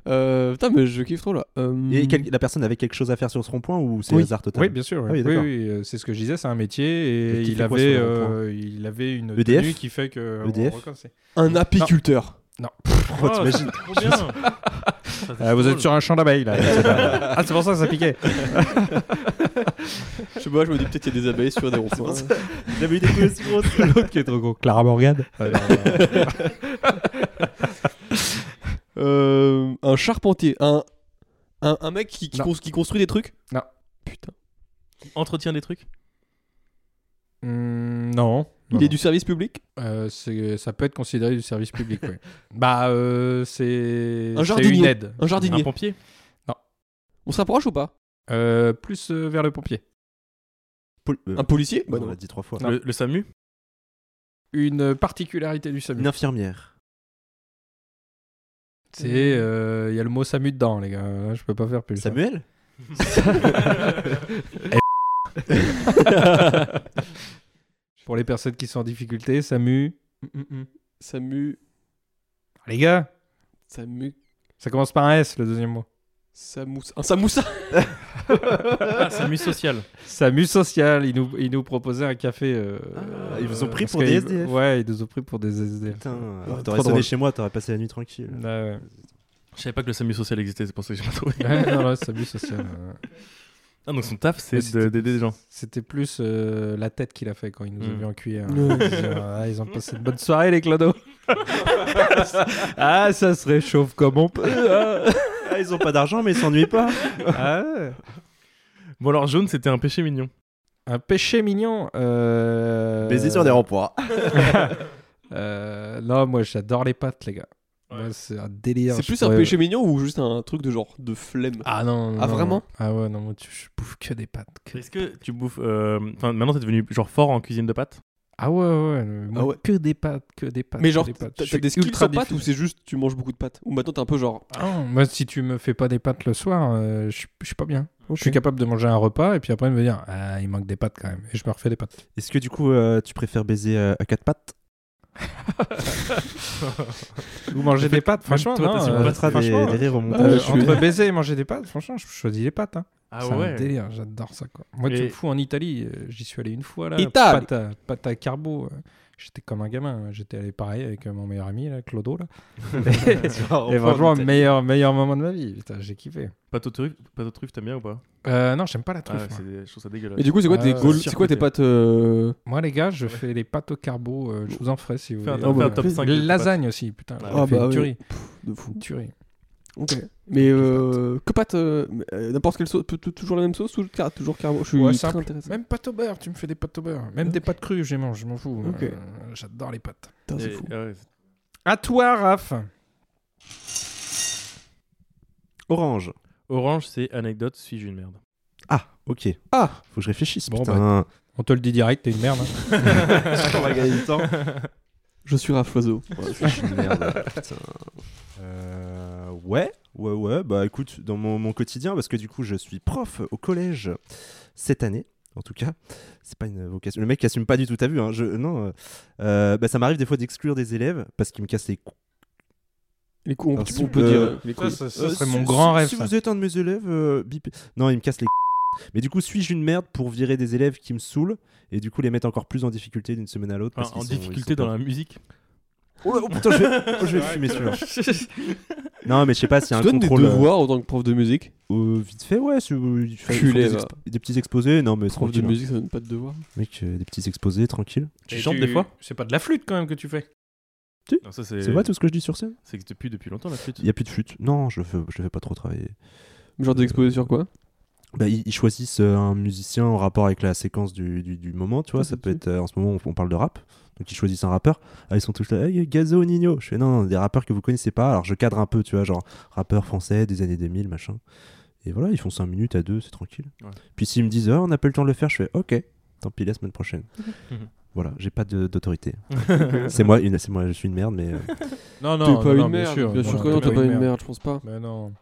B: Euh, putain, mais je kiffe trop là. Euh,
D: Et quel- la personne avait quelque chose à faire sur ce rond-point ou c'est
B: Oui.
D: hasard total
E: Oui, bien sûr.
D: Ah oui,
E: oui, oui,
D: d'accord.
E: euh, c'est ce que je disais, c'est un métier.
D: Et
E: Et
D: qui
E: il
D: fait quoi
E: avait,
D: sur le
E: euh, il avait une
D: EDF?
E: tenue qui fait que. on
D: EDF?
E: reconnaît.
B: Un apiculteur.
D: Oh, t'imagines
C: Trop bien. Ça, c'est
E: Euh, vous êtes
C: drôle.
E: sur un champ d'abeilles, là. C'est pas- ah, c'est pour ça que ça piquait.
B: je sais pas, je me dis peut-être qu'il y a des abeilles sur des ronds-points.
D: J'avais eu des couilles aussi grosses.
E: L'autre qui est trop gros. Clara Morgan.
B: Euh, un charpentier, un un, un mec qui, qui,
E: Non.
B: cons- qui construit des trucs.
E: Non.
B: Putain.
C: Entretien des trucs.
E: Hmm, non.
B: Il est du service public.
E: Euh, c'est- ça peut être considéré du service public, oui. Bah, euh, c'est.
B: Un
E: c'est
B: jardinier.
E: une aide.
B: Un
C: Un
B: jardinier.
C: pompier.
B: On se rapproche ou pas
E: Euh, plus euh, vers le pompier.
D: Pol- euh,
B: Un policier Bah
D: on
B: non.
D: l'a dit trois fois.
C: Le, le SAMU.
E: Une particularité du SAMU.
D: Une infirmière.
E: C'est. euh, Il y a le mot SAMU dedans, les gars. Je peux pas faire plus. hein.
D: Samuel
E: Pour les personnes qui sont en difficulté, SAMU. Mm,
B: Samu,
E: Les gars,
B: Samu,
E: ça commence par un S, le deuxième mot.
B: Samoussa. Un Samoussa
C: Ah, SAMU social.
E: SAMU social, ils nous, ils nous proposaient un café. euh,
D: Ah, ils vous ont pris
E: parce
D: pour des
E: qu'ils-
D: SDF.
E: Ouais, ils nous ont pris pour des SDF.
D: Putain, alors
E: trop
D: t'aurais sonné
E: drôle.
D: chez moi, t'aurais passé la nuit tranquille.
E: Ah Ouais, ouais.
C: Je savais pas que le SAMU social existait, c'est pour ça que j'ai pas trouvé.
E: Ouais, non, non, SAMU social. euh.
C: Ah, donc son taf, c'est
E: C'était-
C: de- d'aider des gens.
E: C'était plus euh, la tête qu'il a fait quand il nous
C: Mm.
E: a vu en cuillère.
B: Ouais.
E: Ils disaient, ah, ils ont passé une bonne soirée, les clodos. ah, ça se réchauffe comme on peut.
D: Ah, ils ont pas d'argent, mais ils s'ennuient pas.
E: Ah.
C: Bon, alors jaune, c'était un péché mignon.
E: Un péché mignon. Euh...
D: Baiser sur des rempoirs.
E: Euh, Non, moi j'adore les pattes, les gars. Moi, c'est un délire.
B: C'est
E: Je
B: plus un
E: pourrais-
B: péché mignon ou juste un truc de genre de flemme
E: Ah non. non,
B: Ah,
E: non.
B: vraiment
E: Ah ouais, non, moi tu- je bouffe que des pattes. que-
C: Est-ce que tu bouffes. euh, Enfin, maintenant, t'es devenu genre fort en cuisine de pâtes
E: Ah ouais, ouais, ouais. moi,
B: Ah ouais.
E: Que des pattes, que des pattes.
B: Mais
E: que
B: genre,
E: des
B: t'as
E: pattes.
B: t'as
E: Je suis
B: des skills
E: ultra
B: sans pâtes ou
E: diffus-
B: c'est juste tu manges beaucoup de pâtes Ou maintenant t'es un peu genre.
E: Ah, moi, si tu me fais pas des pâtes le soir, euh, je je suis pas bien. Je suis capable de manger un repas et puis après de me dire ah, il manque des pâtes quand même et je me refais des pâtes.
D: Est-ce que du coup, euh, tu préfères baiser euh, à quatre pattes
E: Vous mangez des pâtes, franchement,
C: toi,
E: non,
C: t'as su
E: euh,
D: On mettra des,
E: franchement,
D: des rires au montage.
E: euh,
B: Ah, je suis-
E: entre baiser et manger des pâtes, franchement, je choisis les pâtes. hein.
C: Ah
E: c'est un délire, j'adore ça. Quoi. Moi,
C: Et-
E: tu me fous en Italie, euh, j'y suis allé une fois là.
B: Italie.
E: Pâtes à, pâtes à carbo. euh, J'étais comme un gamin, hein. j'étais allé pareil avec euh, mon meilleur ami, là, Clodo. Là. et franchement, meilleur, meilleur moment de ma vie, putain, j'ai kiffé.
C: Pâte au truffe, pâte aux truffes, t'aimes bien ou pas
E: Euh, non, j'aime pas la
C: Ah,
E: truffe.
C: c'est
E: moi.
C: des- Je trouve ça dégueulasse.
B: Mais du coup, c'est quoi,
E: Ah,
B: tes
E: ouais.
B: goals- c'est quoi tes pâtes euh,
E: Moi, les gars, je fais les pâtes au carbo, euh, je vous en ferai si vous
C: Fais un,
E: voulez.
C: fais un
B: bah,
C: top
B: les
C: 5.
E: Les lasagnes aussi, putain.
C: Ah,
E: on a fait
B: bah
E: une
B: oui.
E: tuerie,
B: de fou
E: une tuerie.
B: Ok. Mais euh, que pâtes euh, mais, euh, N'importe quelle sauce peut- peut- Toujours la même sauce ou car- toujours carbo Je suis
E: Ouais,
B: très
E: simple.
B: intéressé.
E: Même pâte au beurre, tu me fais des pâtes au beurre. Même des pâtes crues, je les mange, je m'en fous.
B: Ok.
E: Euh, J'adore les pâtes.
B: Putain, c'est
C: Et-
B: fou.
C: ah ouais, c'est-
E: À toi, Raph.
D: Orange.
C: Orange, c'est anecdote, suis-je une merde
D: Ah, bah, ok.
B: Ah
D: Faut que je réfléchisse.
E: Bon,
D: putain.
E: On te le dit direct, t'es une merde. hein.
D: on va gagner du temps.
B: Je suis Rafoiseau.
D: je suis une merde. Putain. Euh, ouais, ouais, ouais. Bah écoute, dans mon, mon quotidien, parce que du coup, je suis prof au collège cette année. En tout cas, c'est pas une vocation. Le mec qui assume pas du tout, t'as vu hein, je, Non, euh, euh, bah, ça m'arrive des fois d'exclure des élèves parce qu'ils me cassent les cou-
B: Les coups, on,
D: Alors,
B: tu-
D: si
B: on
D: vous-
B: peut
D: euh,
B: dire. euh, les
E: Ça,
B: couilles.
E: ça, ça
D: Euh,
E: serait
D: si-
E: mon
D: si-
E: grand rêve.
D: Si
E: ça.
D: vous êtes un de mes élèves, euh, bip. Non, il me casse les. Mais du coup, suis-je une merde pour virer des élèves qui me saoulent et du coup les mettre encore plus en difficulté d'une semaine à l'autre
C: Enfin,
D: parce
C: En
D: qu'ils sont- ils
C: difficulté
D: sont
C: dans
D: pas-
C: la musique
D: Oh, là, oh putain, je vais, oh, je vais le fumer celui-là. Non, mais je sais pas s'il y a
B: Tu
D: un
B: donnes des
D: contrôle. euh,
B: devoirs en tant que prof de musique
D: euh, vite fait, ouais. Si vous, ils font- ils font
B: Culé,
D: des,
B: va.
D: exp- des petits exposés. Non, mais
B: Prof de
D: tranquille, hein.
B: musique, ça donne pas de devoirs.
D: Mec, euh, des petits exposés, tranquille.
C: Tu
E: Et
C: chantes des fois
E: C'est pas de la flûte quand même que tu fais.
C: Non, ça, c'est
D: C'est vrai tout ce que je dis sur scène
C: C'est que depuis depuis longtemps la flûte.
D: Il n'y a plus de flûte. Non, je le fais, je le fais pas trop travailler.
B: Genre d'exposé sur quoi
D: Bah, ils, ils choisissent euh, un musicien en rapport avec la séquence du, du- du moment, tu vois.
B: Ah,
D: Ça
B: c'est
D: peut être, euh, en ce moment, on, on parle de rap. Donc, ils choisissent un rappeur. Ah, ils sont tous là, hey, Gazo, Nino. Je fais, non, non, des rappeurs que vous connaissez pas. Alors, je cadre un peu, tu vois, genre rappeur français des années 2000, machin. Et voilà, ils font 5 minutes à deux, c'est tranquille.
C: Ouais.
D: Puis, s'ils me disent, Ah, on n'a pas eu le temps de le faire, je fais, ok, tant pis, la semaine prochaine. voilà, j'ai pas de- d'autorité. c'est moi, une- c'est moi, je suis une merde, mais. euh,
E: Non,
B: T'es pas une merde. Bien sûr que non, t'es pas une merde, je pense pas.
E: Mais non.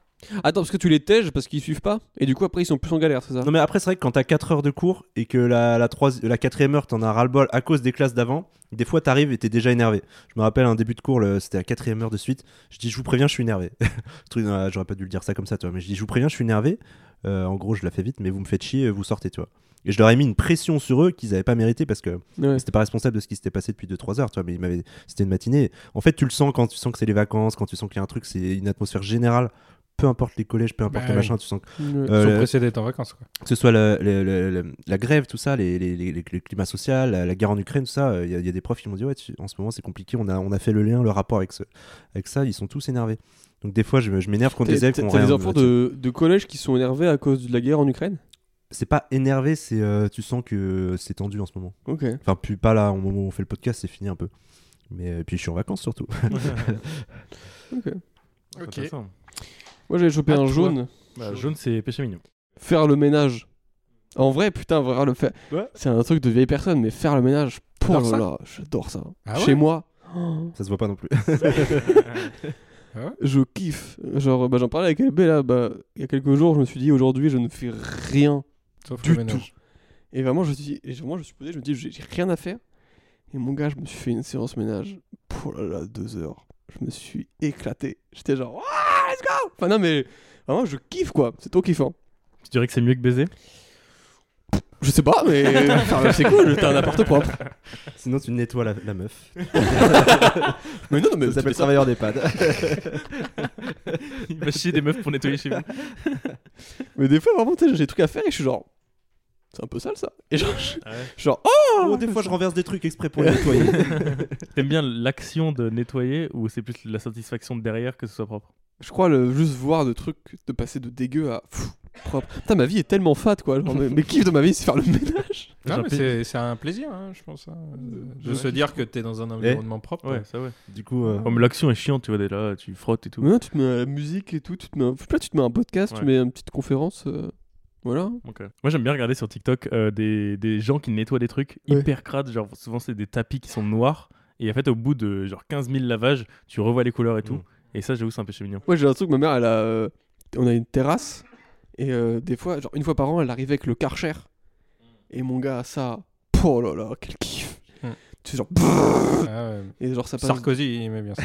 B: Attends, parce que tu les tèges parce qu'ils suivent pas Et du coup, après, ils sont plus en galère, c'est ça
D: Non mais après c'est vrai que quand t'as 4 heures de cours et que la, la, troisi- la quatrième heure t'en as ras-le-bol à cause des classes d'avant, des fois t'arrives et t'es déjà énervé. Je me rappelle un début de cours, le- c'était la quatrième heure de suite, je dis je vous préviens je suis énervé. Le truc, non, J'aurais pas dû le dire ça comme ça toi, mais je dis je vous préviens je suis énervé, Euh, en gros je la fais vite mais vous me faites chier, vous sortez tu vois. Et je leur ai mis une pression sur eux qu'ils avaient pas mérité parce que
B: Ouais.
D: c'était pas responsable de ce qui s'était passé depuis 2-3 heures, tu vois, mais il m'avait- c'était une matinée. En fait, tu le sens quand tu sens que c'est les vacances, quand tu sens qu'il y a un truc, c'est une atmosphère générale, peu importe les collèges, peu importe
E: Bah
D: les
E: oui.
D: machins, tu sens que-
B: Ouais.
D: Euh,
E: Ils sont
D: le-
E: pressés d'être en vacances quoi.
D: que ce soit la, la- la- la- la grève, tout ça, les, les, les- les- le climat social, la, la guerre en Ukraine, tout ça, euh, il y, a- y a des profs qui m'ont dit ouais, tu- en ce moment c'est compliqué, on a, on a fait le lien, le rapport avec, ce, avec ça, ils sont tous énervés. Donc des fois je, me- je m'énerve contre
B: T'as
D: des élèves qui
B: t'as-
D: ont
B: t'as des
D: rien-
B: enfants de, de collège qui sont énervés à cause de la guerre en Ukraine
D: C'est pas énervé, c'est euh, tu sens que c'est tendu en ce moment.
B: Ok.
D: Enfin, plus pas là, au moment où on fait le podcast, c'est fini un peu. Mais euh, puis je suis en vacances surtout.
E: Ok.
C: Intéressant.
B: Moi, j'avais chopé
C: Ah,
B: un
C: toi.
B: jaune.
C: Bah, jaune c'est péché mignon.
B: Faire le ménage. En vrai, putain, vraiment, le faire.
D: Ouais.
B: C'est un truc de vieille personne, mais faire le ménage. Oh
E: T'adores
B: là
E: ça
B: là, j'adore ça. Oh.
E: Ah
B: Chez
E: ouais
B: moi,
D: Ça se voit pas non plus.
B: je kiffe. Genre, bah, j'en parlais avec LB là, bah, il y a quelques jours, je me suis dit aujourd'hui, je ne fais rien
E: Sauf
B: du
E: le ménage.
B: tout. Et vraiment, je suis, et vraiment, je suis posé, je me dis, j'ai j'ai rien à faire. Et mon gars, je me suis fait une séance ménage. Pour là là, deux heures. Je me suis éclaté. J'étais genre, Ah, let's go Enfin, non, mais vraiment, je kiffe quoi. C'est trop kiffant.
C: Tu dirais que c'est mieux que baiser
B: Je sais pas, mais enfin, c'est cool, t'as un appart propre.
D: Sinon tu nettoies la, la meuf.
B: Mais non, non, mais
D: ça s'appelle
B: mais
D: travailleur d'EHPAD.
C: Il va Bah, chier des meufs pour nettoyer chez vous.
B: Mais des fois, vraiment, tu sais, j'ai des trucs à faire et je suis genre. C'est un peu sale ça. Et genre, je, je suis genre, oh
D: Oh, des fois je renverse des trucs exprès pour les nettoyer.
C: T'aimes bien l'action de nettoyer ou c'est plus la satisfaction de derrière que ce soit propre
B: Je crois le, juste voir le truc de passer de dégueu à pff, propre. Putain, ma vie est tellement fat quoi. Genre, mes, mes kiffs de ma vie, c'est faire le ménage.
E: Non, mais
C: J'ai un
E: c'est- c'est un plaisir, hein, je pense. hein, de de
C: Ouais.
E: se dire que t'es dans un environnement propre.
C: Ouais, ça ouais.
D: du coup, euh,
C: Comme l'action est chiante, tu vois, d'être là, tu frottes et tout.
B: Maintenant, tu te mets à la musique et tout. Tu te mets, un- je sais pas, tu te mets un podcast, tu
C: Ouais.
B: mets une petite conférence. euh, voilà.
C: Ok. euh, Moi j'aime bien regarder sur TikTok euh, des, des gens qui nettoient des trucs
B: Ouais.
C: hyper crades, genre souvent c'est des tapis qui sont noirs et en fait au bout de genre 15 000 lavages, tu revois les couleurs et tout.
D: Mm.
C: Et ça j'avoue c'est un péché mignon.
B: Moi, j'ai un truc, ma mère, elle a. euh, on a une terrasse. Et euh, des fois, genre, une fois par an, elle arrivait avec le karcher. Et mon gars, ça. Oh là là, quel kiff.
E: Hmm.
B: Tu fais genre.
E: Ah ouais.
B: Et genre, ça passe.
E: Sarkozy, il aimait bien ça.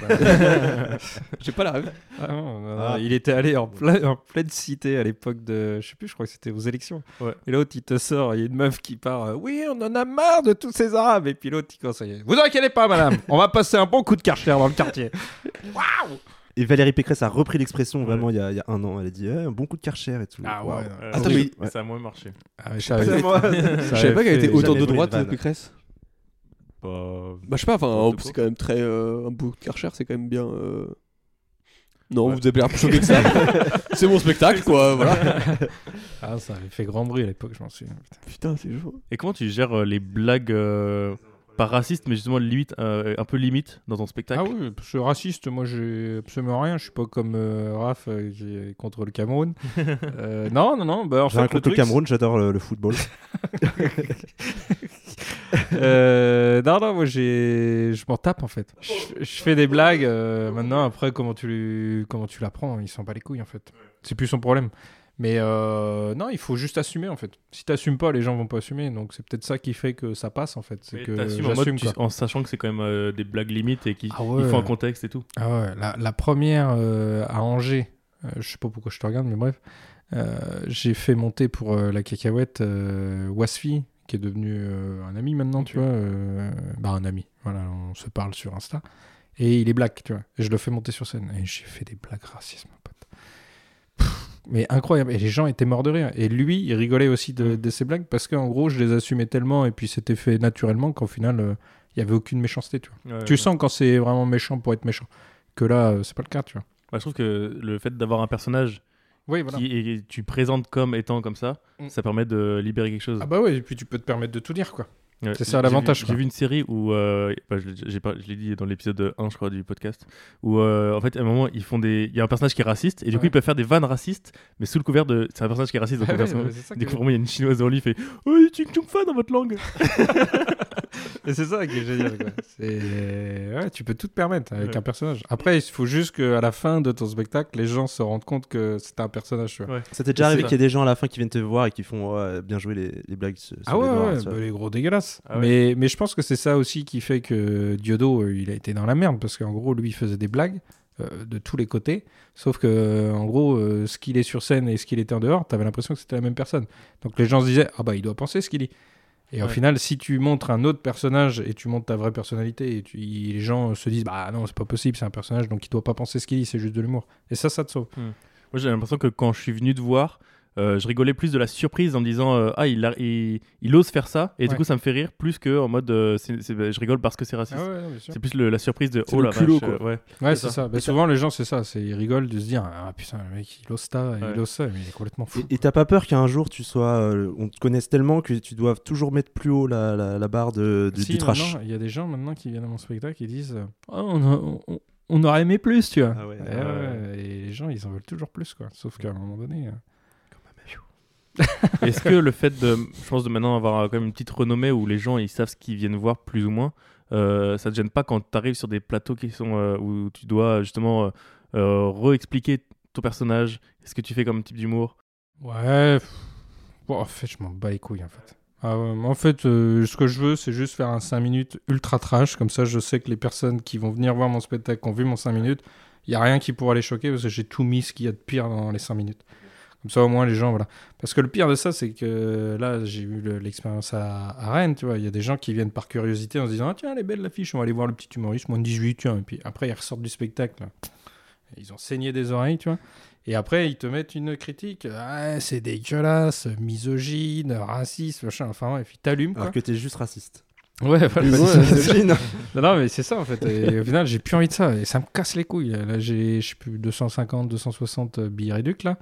B: J'ai pas la rêve.
E: Ah non, non, non,
D: Ah.
E: Il était allé en, plein- en pleine cité à l'époque de. Je sais plus, je crois que c'était aux élections.
C: Ouais.
E: Et l'autre, il te sort, il y a une meuf qui part. euh, oui, on en a marre de tous ces Arabes. Et puis l'autre, il commence à y aller, Vous inquiétez pas, madame, on va passer un bon coup de karcher dans le quartier.
D: Et Valérie Pécresse a repris l'expression vraiment il y, a, il y a un an. Elle a dit Eh, un bon coup de karcher et tout. Waouh.
C: Euh,
B: Ah, Attends,
C: oui,
D: mais-
C: ça a moins marché.
E: Ah, mais je
D: C'est
E: savais-
D: moi.
E: ça
B: Je savais
E: avait
B: pas qu'elle
E: fait-
B: était autant de
D: j'avais volé
B: droite,
D: une vanne.
B: Pécresse.
C: Bah,
B: Bah, je sais pas, enfin,
C: N'importe quoi.
B: c'est quand même très. euh, un bout de Karcher, c'est quand même bien. euh, Non,
C: Ouais.
B: vous avez l'air plus choqué que ça. c'est mon spectacle, quoi, voilà.
E: Ah, ça avait fait grand bruit à l'époque, je m'en souviens. putain.
B: Putain, c'est chaud.
C: Et comment tu gères euh, les blagues euh, pas racistes mais justement limite, euh, un peu limite dans ton spectacle
E: Ah oui, je suis raciste, moi j'ai absolument rien. Je suis pas comme euh, Raph euh, qui est contre le Cameroun. Euh, non, non, non. Bah, en
D: J'ai
E: fait,
D: un
E: le
D: contre le
E: truc,
D: Cameroun, j'adore le, le football.
E: Euh, non, non, moi j'ai, je m'en tape en fait. Je, je fais des blagues. euh, maintenant, après, comment tu, comment tu la prends, il s'en bat les couilles en fait. C'est plus son problème. Mais euh, non, il faut juste assumer en fait. Si t'assumes pas, les gens vont pas assumer. Donc c'est peut-être ça qui fait que ça passe en fait. C'est
C: Mais
E: que
C: t'assumes en,
E: j'assume
C: mode, tu-
E: quoi.
C: en sachant que c'est quand même euh, des blagues limites et qu'il
E: Ah ouais.
C: il faut un contexte et tout.
E: Ah ouais, la, la première euh, à Angers, euh, je sais pas pourquoi je te regarde, mais bref, euh, j'ai fait monter pour euh, la cacahuète euh, Wasfi, qui est devenu euh, un ami maintenant, tu vois. euh, bah, un ami, voilà, on se parle sur Insta. Et il est black, tu vois. Et je le fais monter sur scène. Et j'ai fait des blagues racistes, mon pote. Pff, mais incroyable. Et les gens étaient morts de rire. Et lui, il rigolait aussi de, de ces blagues parce qu'en gros, je les assumais tellement et puis c'était fait naturellement qu'au final, euh, il y avait aucune méchanceté, tu vois. Tu sens quand c'est vraiment méchant pour être méchant. Que là, euh, c'est pas le cas, tu vois.
C: Bah, je trouve que le fait d'avoir un personnage
E: Oui, voilà.
C: qui est- tu présentes comme étant comme ça,
E: Mm.
C: ça permet de libérer quelque chose.
E: Ah bah ouais, et puis tu peux te permettre de tout dire, quoi.
C: Ouais.
E: c'est ça,
C: J'ai
E: l'avantage,
C: vu- J'ai
E: quoi.
C: vu une série où, euh, bah, je, l'ai- j'ai pas- je l'ai dit dans l'épisode 1, je crois, du podcast, où euh, en fait, à un moment, ils font des. Il y a un personnage qui est raciste, et du coup,
E: Ouais.
C: ils peuvent faire des vannes racistes, mais sous le couvert de. C'est un personnage qui est raciste, donc
E: Ah
C: on
E: ouais,
C: fait ça.
E: ouais, c'est ça
C: Du
E: que-
C: coup, vraiment, il y a une chinoise dans le lit, fait Oui, tu chung fan dans votre langue
E: Et c'est ça qui est génial. quoi. C'est- Ouais, tu peux tout te permettre avec
C: Ouais.
E: un personnage. Après, il faut juste qu'à la fin de ton spectacle, les gens se rendent compte que c'était un personnage. tu vois.
D: Ça t'est
C: C'est
D: déjà arrivé
C: ça.
D: qu'il y ait des gens à la fin qui viennent te voir et qui font ouais, bien jouer les, les blagues sur sur
E: Ah
D: les
E: ouais,
D: noirs,
E: ouais,
D: tu vois.
E: bah, les gros dégueulasses.
C: Ah ouais.
E: mais, mais je pense que c'est ça aussi qui fait que Diodo, euh, il a été dans la merde. Parce qu'en gros, lui, il faisait des blagues euh, de tous les côtés. Sauf que, euh, en gros, euh, ce qu'il est sur scène et ce qu'il était en dehors, t'avais l'impression que c'était la même personne. Donc les gens se disaient, ah bah, il doit penser ce qu'il dit. Et au
C: Ouais.
E: final, si tu montres un autre personnage et tu montres ta vraie personnalité, et tu- y- les gens se disent, bah non, c'est pas possible, c'est un personnage, donc il doit pas penser ce qu'il dit, c'est juste de l'humour. Et ça, ça te sauve.
C: Moi, j'ai l'impression que quand je suis venu te voir, euh, je rigolais plus de la surprise en me disant euh, Ah, il, a- il, il ose faire ça, et du
E: Ouais.
C: coup, ça me fait rire plus que en mode euh, c'est- c'est- Je rigole parce que c'est raciste.
E: Ah ouais, bien sûr.
C: C'est plus le- la surprise de
B: C'est
C: Oh
B: le
C: la
B: culot,
C: vache, euh, ouais.
E: Ouais,
C: C'est
E: c'est ça. Bah, souvent, les gens, c'est ça. c'est- Ils rigolent de se dire Ah putain, le mec, il ose ça,
C: Ouais.
E: il ose ça, mais il est complètement fou.
D: Et- Et t'as pas peur qu'un jour tu sois, euh, on te connaisse tellement que tu doives toujours mettre plus haut la, la, la barre de, de-
E: Si,
D: du trash.
E: maintenant, Il y a des gens maintenant qui viennent à mon spectacle et disent euh, Ah, on, a- on- on aurait aimé plus, tu vois.
D: Ah ouais.
E: Ouais, ouais, Et les gens, ils en veulent toujours plus, quoi. Sauf qu'à un moment donné. euh,
C: Est-ce que le fait de, je pense, de maintenant avoir euh, quand même une petite renommée où les gens ils savent ce qu'ils viennent voir plus ou moins, euh, ça te gêne pas quand tu arrives sur des plateaux qui sont euh, où tu dois justement euh, euh, re-expliquer ton personnage, ce que tu fais comme type d'humour
E: Ouais. pff, bon, en fait, je m'en bats les couilles, en fait. Ah ouais, mais en fait, euh, ce que je veux, c'est juste faire un 5 minutes ultra trash. Comme ça, je sais que les personnes qui vont venir voir mon spectacle, qui ont vu mon 5 minutes, il n'y a rien qui pourra les choquer parce que j'ai tout mis ce qu'il y a de pire dans les 5 minutes. Comme ça, au moins, les gens, voilà. Parce que le pire de ça, c'est que là, j'ai eu le- l'expérience à, à Rennes, tu vois. Il y a des gens qui viennent par curiosité en se disant Ah, tiens, elle est belle l'affiche, on va aller voir le petit humoriste, moins de 18, tu vois. Et puis après, ils ressortent du spectacle. Ils ont saigné des oreilles, tu vois. Et après, ils te mettent une critique. Ah, c'est dégueulasse, misogyne, raciste, machin. Enfin, ouais, et puis t'allumes, quoi.
D: Alors que t'es juste raciste.
E: Ouais, voilà.
D: Misogyne.
E: non, non, mais c'est ça, en fait. Et au final, j'ai plus envie de ça. Et ça me casse les couilles. Là, j'ai, je sais plus, 250, 260 euh, billets réducs, là.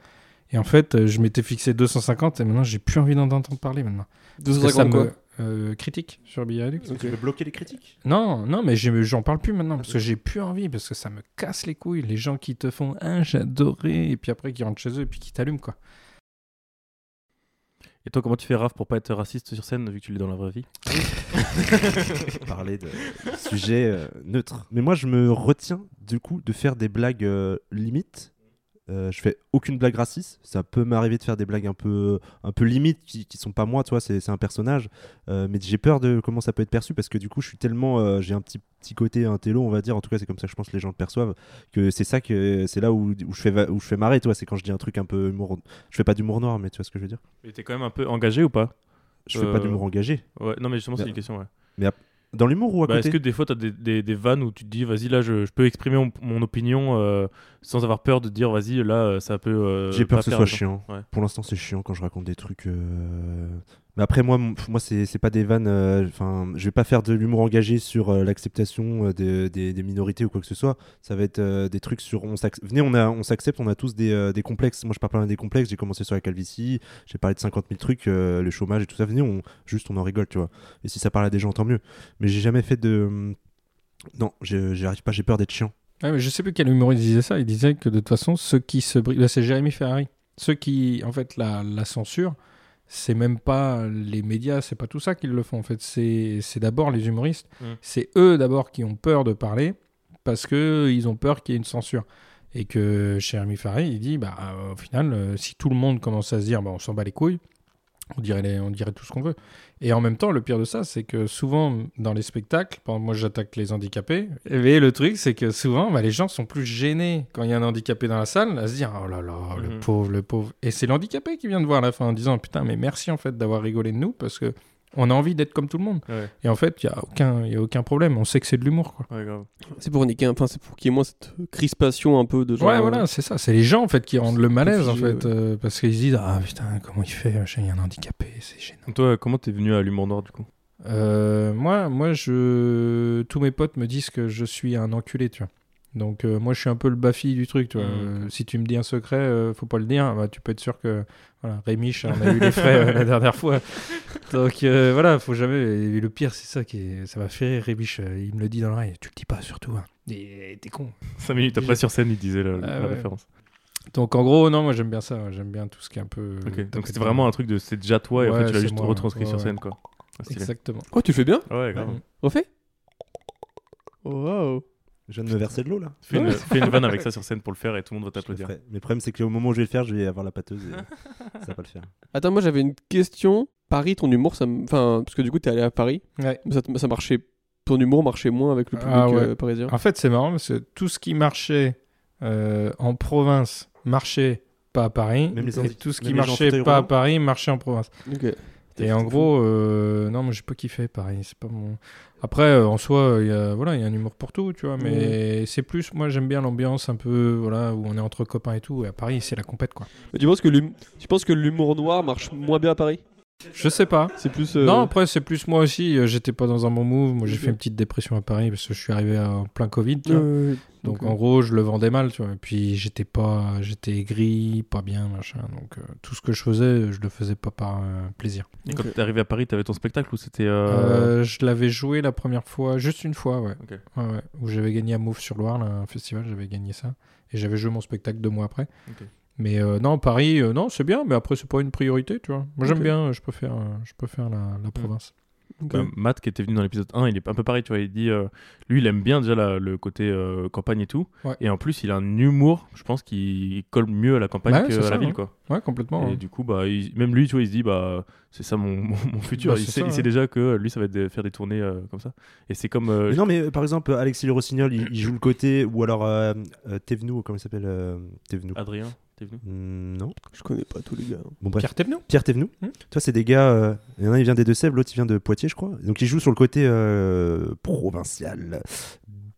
E: Et en fait, euh, je m'étais fixé 250 et maintenant, j'ai plus envie d'en entendre parler, maintenant. Parce que ça
B: 250 quoi
E: me euh, critique sur billets réducs.
D: Tu veux bloquer les critiques
E: Non, non, mais j'ai- j'en parle plus maintenant parce que j'ai plus envie, parce que ça me casse les couilles. Les gens qui te font Ah, j'adorais, et puis après, qui rentrent chez eux et puis qui t'allument, quoi.
C: Et toi, comment tu fais Raph pour pas être raciste sur scène vu que tu l'es dans la vraie vie
D: Parler de sujets euh, neutres. Mais moi, je me retiens du coup de faire des blagues euh, limites. Euh, je fais aucune blague raciste. Ça peut m'arriver de faire des blagues un peu, un peu limites qui, qui sont pas moi, tu vois, c'est c'est un personnage. Euh, mais j'ai peur de comment ça peut être perçu parce que du coup, je suis tellement. euh, j'ai un petit, petit côté un télo, on va dire. En tout cas, c'est comme ça que je pense que les gens le perçoivent. Que c'est ça que c'est là où, où je fais, va- où je fais marrer, tu vois. C'est quand je dis un truc un peu humour. Je fais pas d'humour noir, mais tu vois ce que je veux dire.
C: Mais t'es quand même un peu engagé ou pas
D: Je fais pas
C: Euh,
D: d'humour engagé.
C: Ouais, non, mais justement, c'est
D: Bah,
C: une question. ouais.
D: Dans l'humour ou à
C: Bah,
D: côté
C: Est-ce que des fois, t'as des, des, des vannes où tu te dis Vas-y, là, je, je peux exprimer mon, mon opinion euh, sans avoir peur de dire Vas-y, là, euh, ça peut. euh,
D: J'ai
C: pas
D: peur que ce
C: plaire
D: soit
C: aux gens.
D: chiant.
C: Ouais.
D: Pour l'instant, c'est chiant quand je raconte des trucs. euh, Mais après, moi, mon- pff, moi c'est c'est pas des vannes. euh, Enfin, je vais pas faire de l'humour engagé sur euh, l'acceptation euh, des, des- des minorités ou quoi que ce soit. Ça va être euh, des trucs sur. On s'ac- Venez, on, a, on s'accepte, on a tous des, euh, des complexes. Moi, je parle pas mal des complexes. J'ai commencé sur la calvitie, j'ai parlé de 50 000 trucs, euh, le chômage et tout ça. Venez, on... juste, on en rigole, tu vois. Et si ça parle à des gens, tant mieux. Mais j'ai jamais fait de. hmm, Non, je- j'y arrive pas, j'ai peur d'être chiant.
E: Ouais, mais je sais plus quel humoriste disait ça. Il disait que de toute façon, ceux qui se brisent. Là, c'est Jérémy Ferrari. Ceux qui, en fait, la, la censure, c'est même pas les médias, c'est pas tout ça qu'ils le font. En fait, c'est c'est d'abord les humoristes.
C: Mm.
E: C'est eux d'abord qui ont peur de parler parce que euh, ils ont peur qu'il y ait une censure. Et que Jérémy Ferrari, il dit, bah, euh, au final, euh, si tout le monde commence à se dire, bah, on s'en bat les couilles, on dirait, les- on dirait tout ce qu'on veut. Et en même temps, le pire de ça, c'est que souvent, dans les spectacles, par exemple, moi j'attaque les handicapés, mais le truc, c'est que souvent, bah, les gens sont plus gênés quand il y a un handicapé dans la salle, à se dire Oh là là, le
C: Mhm.
E: pauvre, le pauvre. Et c'est l'handicapé qui vient de voir à la fin en disant Putain, mais merci en fait d'avoir rigolé de nous, parce que On a envie d'être comme tout le monde.
C: Ouais.
E: Et en fait, il n'y a, aucun- y a aucun problème. On sait que c'est de l'humour. quoi.
C: Ouais, grave.
B: C'est pour niquer, enfin, c'est pour qu'il y ait moins cette crispation un peu de genre. euh.
E: Ouais, voilà, c'est ça. C'est les gens, en fait, qui rendent le malaise, en
B: Confus,
E: fait. euh, parce qu'ils se disent Ah putain, comment il fait machin, Il y a un handicapé, c'est gênant.
C: Toi, comment t'es venu à l'humour noir du coup
E: Euh, moi, moi je... tous mes potes me disent que je suis un enculé, tu vois. Donc, euh, moi, je suis un peu le bafi du truc, tu vois.
C: Mm.
E: Euh, si tu me dis un secret, euh, faut pas le dire. Bah, tu peux être sûr que. Voilà, Rémiche, on a eu les frais euh, la dernière fois. Donc, euh, voilà, faut jamais. Et le pire, c'est ça qui est... Ça m'a fait rire, Rémiche. euh, Il me le dit dans l'oreille. Tu le dis pas, surtout. hein. Et T'es con.
C: 5 minutes après
E: J'ai-
C: sur scène, il disait la, la
E: Ah ouais.
C: référence.
E: Donc, en gros, non, moi, j'aime bien ça. ouais. J'aime bien tout ce qui est un peu.
C: Ok, donc c'était vraiment un truc de c'est déjà toi et en
E: Ouais,
C: fait tu l'as
E: c'est
C: juste
E: moi,
C: retranscrit
E: ouais,
C: sur
E: ouais.
C: scène quoi. Ah, Stylé. Ah
E: Exactement.
B: Oh, tu le fais bien Oh,
C: Ouais, grave.
E: Ouais.
B: Refais Wow.
D: Je viens de me verser de l'eau là.
C: Fais, une, fais une vanne avec ça sur scène pour le faire et tout le monde va
D: Je le
C: t'applaudir.
D: ferai. Mais le problème, c'est qu'au moment où je vais le faire, je vais avoir la pâteuse et ça va pas le faire.
C: Euh,
B: Attends, moi j'avais une question. Paris, ton humour, ça me- Enfin, parce que du coup, t'es allé à Paris.
E: Ouais.
B: Ça, te- ça marchait. Ton humour marchait moins avec le public
E: Ah ouais.
B: euh, parisien.
E: En fait, c'est marrant parce que tout ce qui marchait euh, en province marchait pas à Paris.
D: Même les
E: et
D: handic-
E: tout ce qui
D: même les gens en
E: marchait
D: fauteuil
E: pas à
D: roulant
E: Paris marchait en province.
B: Ok.
E: Et en gros, euh, non, moi j'ai pas kiffé Paris. C'est pas mon. Après, euh, en soi, euh, il y a- voilà, il y a un humour pour tout, tu vois. Mais c'est plus, moi j'aime bien l'ambiance un peu, voilà, où on est entre copains et tout. Et à Paris, c'est la compète, quoi.
B: Mais tu penses que l'hum- tu penses que l'humour noir marche moins bien à Paris
E: Je sais pas.
B: C'est plus. euh,
E: Non, après, c'est plus moi aussi. euh, J'étais pas dans un bon move. Moi, j'ai
B: Ok.
E: fait une petite dépression à Paris parce que je suis arrivé en plein Covid. tu vois.
B: euh,
E: Donc
B: Ok.
E: en gros, je le vendais mal, tu vois. Et puis j'étais pas, j'étais aigri, pas bien, machin. Donc euh, tout ce que je faisais, je le faisais pas par euh, plaisir.
C: Et quand t'es arrivé à Paris, t'avais ton spectacle ou c'était. euh,
E: Euh, je l'avais joué la première fois, juste une fois, ouais.
C: Ok.
E: Ouais, ouais. Où j'avais gagné à Move sur Loire, là, un festival, j'avais gagné ça. Et j'avais joué mon spectacle deux mois après.
C: Ok.
E: Mais euh, non, Paris, euh, non, c'est bien, mais après c'est pas une priorité, tu vois. Moi j'aime
B: Ok.
E: bien, euh, je préfère, euh, je préfère la,
C: Mm.
E: la province.
B: ok.
C: Bah, Matt qui était venu dans l'épisode 1, il est un peu pareil, tu vois, il dit, euh, lui il aime bien déjà la- le côté euh, campagne et tout,
E: Ouais.
C: et en plus il a un humour, je pense, qui colle mieux à la campagne
E: Bah ouais,
C: que
E: c'est
C: à
E: ça,
C: la ville,
E: hein.
C: quoi.
E: Ouais, complètement.
C: Et
E: hein.
C: du coup, bah, il- même lui, tu vois, il se dit, bah, c'est ça mon, mon, mon futur,
E: Bah,
C: il,
E: c'est
C: sait,
E: ça,
C: il sait
E: ouais.
C: déjà que euh, lui ça va être de faire des tournées euh, comme ça, et c'est comme... euh,
D: Mais non, mais euh, par exemple, euh, Alexis Le Rossignol, il, il joue le côté, ou alors euh, euh, Thévenoud, comment il s'appelle euh, Thévenoud
C: Adrien, t'es venu
D: Hmm, Non
B: Je connais pas tous les gars. hein.
D: Bon, bref.
E: Pierre Thévenot
D: Pierre Thévenoud.
E: Hmm.
D: Toi, c'est des gars. euh, Il y en a, il vient des Deux-Sèvres, l'autre, il vient de Poitiers, je crois. Donc, ils jouent sur le côté euh, provincial,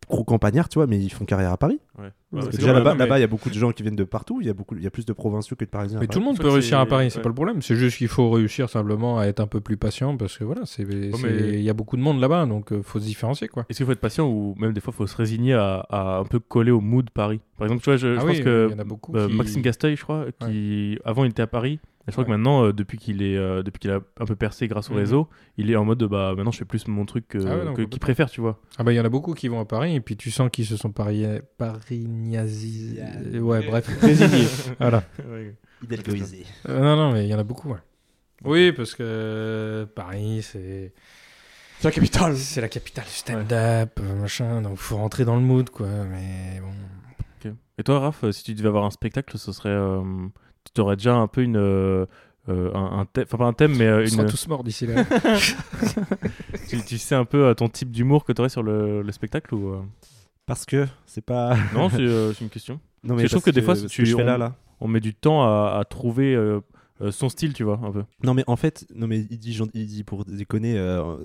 D: gros campagnard, tu vois, mais ils font carrière à Paris.
C: Ouais.
D: Parce
C: Ouais,
D: que
C: c'est
D: déjà,
C: comme-
D: là-bas,
C: non, mais-
D: là-bas, il y a beaucoup de gens qui viennent de partout. Il y a, beaucoup, il y a plus de provinciaux que de parisiens. à
E: Mais
D: Paris.
E: tout le monde
C: Je
E: peut
C: crois que
E: réussir à
C: c'est-
E: Paris, c'est
C: ouais.
E: pas le problème. C'est juste qu'il faut réussir simplement à être un peu plus patient parce que voilà, c'est c'est-
C: mais-
E: il y a beaucoup de monde là-bas, donc euh, faut se différencier quoi.
C: Est-ce qu'il faut être patient ou même des fois faut se résigner à, à un peu coller au mood Paris Par exemple, tu vois, je, je
E: Ah
C: pense
E: oui,
C: que
E: il y en a beaucoup
C: euh,
E: qui-
C: Maxime Gasteuil, je crois, qui avant il était à Paris, et je crois que
E: Ouais.
C: maintenant, euh, depuis qu'il est, euh, depuis qu'il a un peu percé grâce au
E: Mhm.
C: réseau, il est en mode bah maintenant je fais plus mon truc que,
E: Ah ouais, non,
C: que-
E: complètement.
C: qu'il préfère, tu vois.
E: Ah bah il y en a beaucoup qui vont à Paris et puis tu sens qu'ils se sont pariés parignasis ouais bref désignés. voilà.
D: Idéalisé.
E: Euh, non non mais il y en a beaucoup. ouais. Oui parce que euh, Paris c'est
B: C'est la capitale
E: c'est la capitale du stand-up euh, machin donc faut rentrer dans le mood quoi mais bon.
C: Ok. Et toi, Raph, euh, si tu devais avoir un spectacle, ce serait, euh, tu aurais déjà un peu une euh, euh, un, un thème, enfin pas un thème, mais euh,
E: On sera
C: une,
E: tous morts d'ici là.
C: tu, tu sais un peu euh, ton type d'humour que tu aurais sur le, le spectacle ou euh
D: Parce que c'est pas.
C: non, c'est, euh, c'est une question.
D: Non,
C: Je trouve
D: parce
C: que des fois,
D: ce
C: tu-
D: que je fais
C: on-
D: là, là.
C: on met du temps à, à trouver euh, euh, son style, tu vois, un peu.
D: Non mais en fait, non mais il dit, j'en- il dit pour déconner, euh,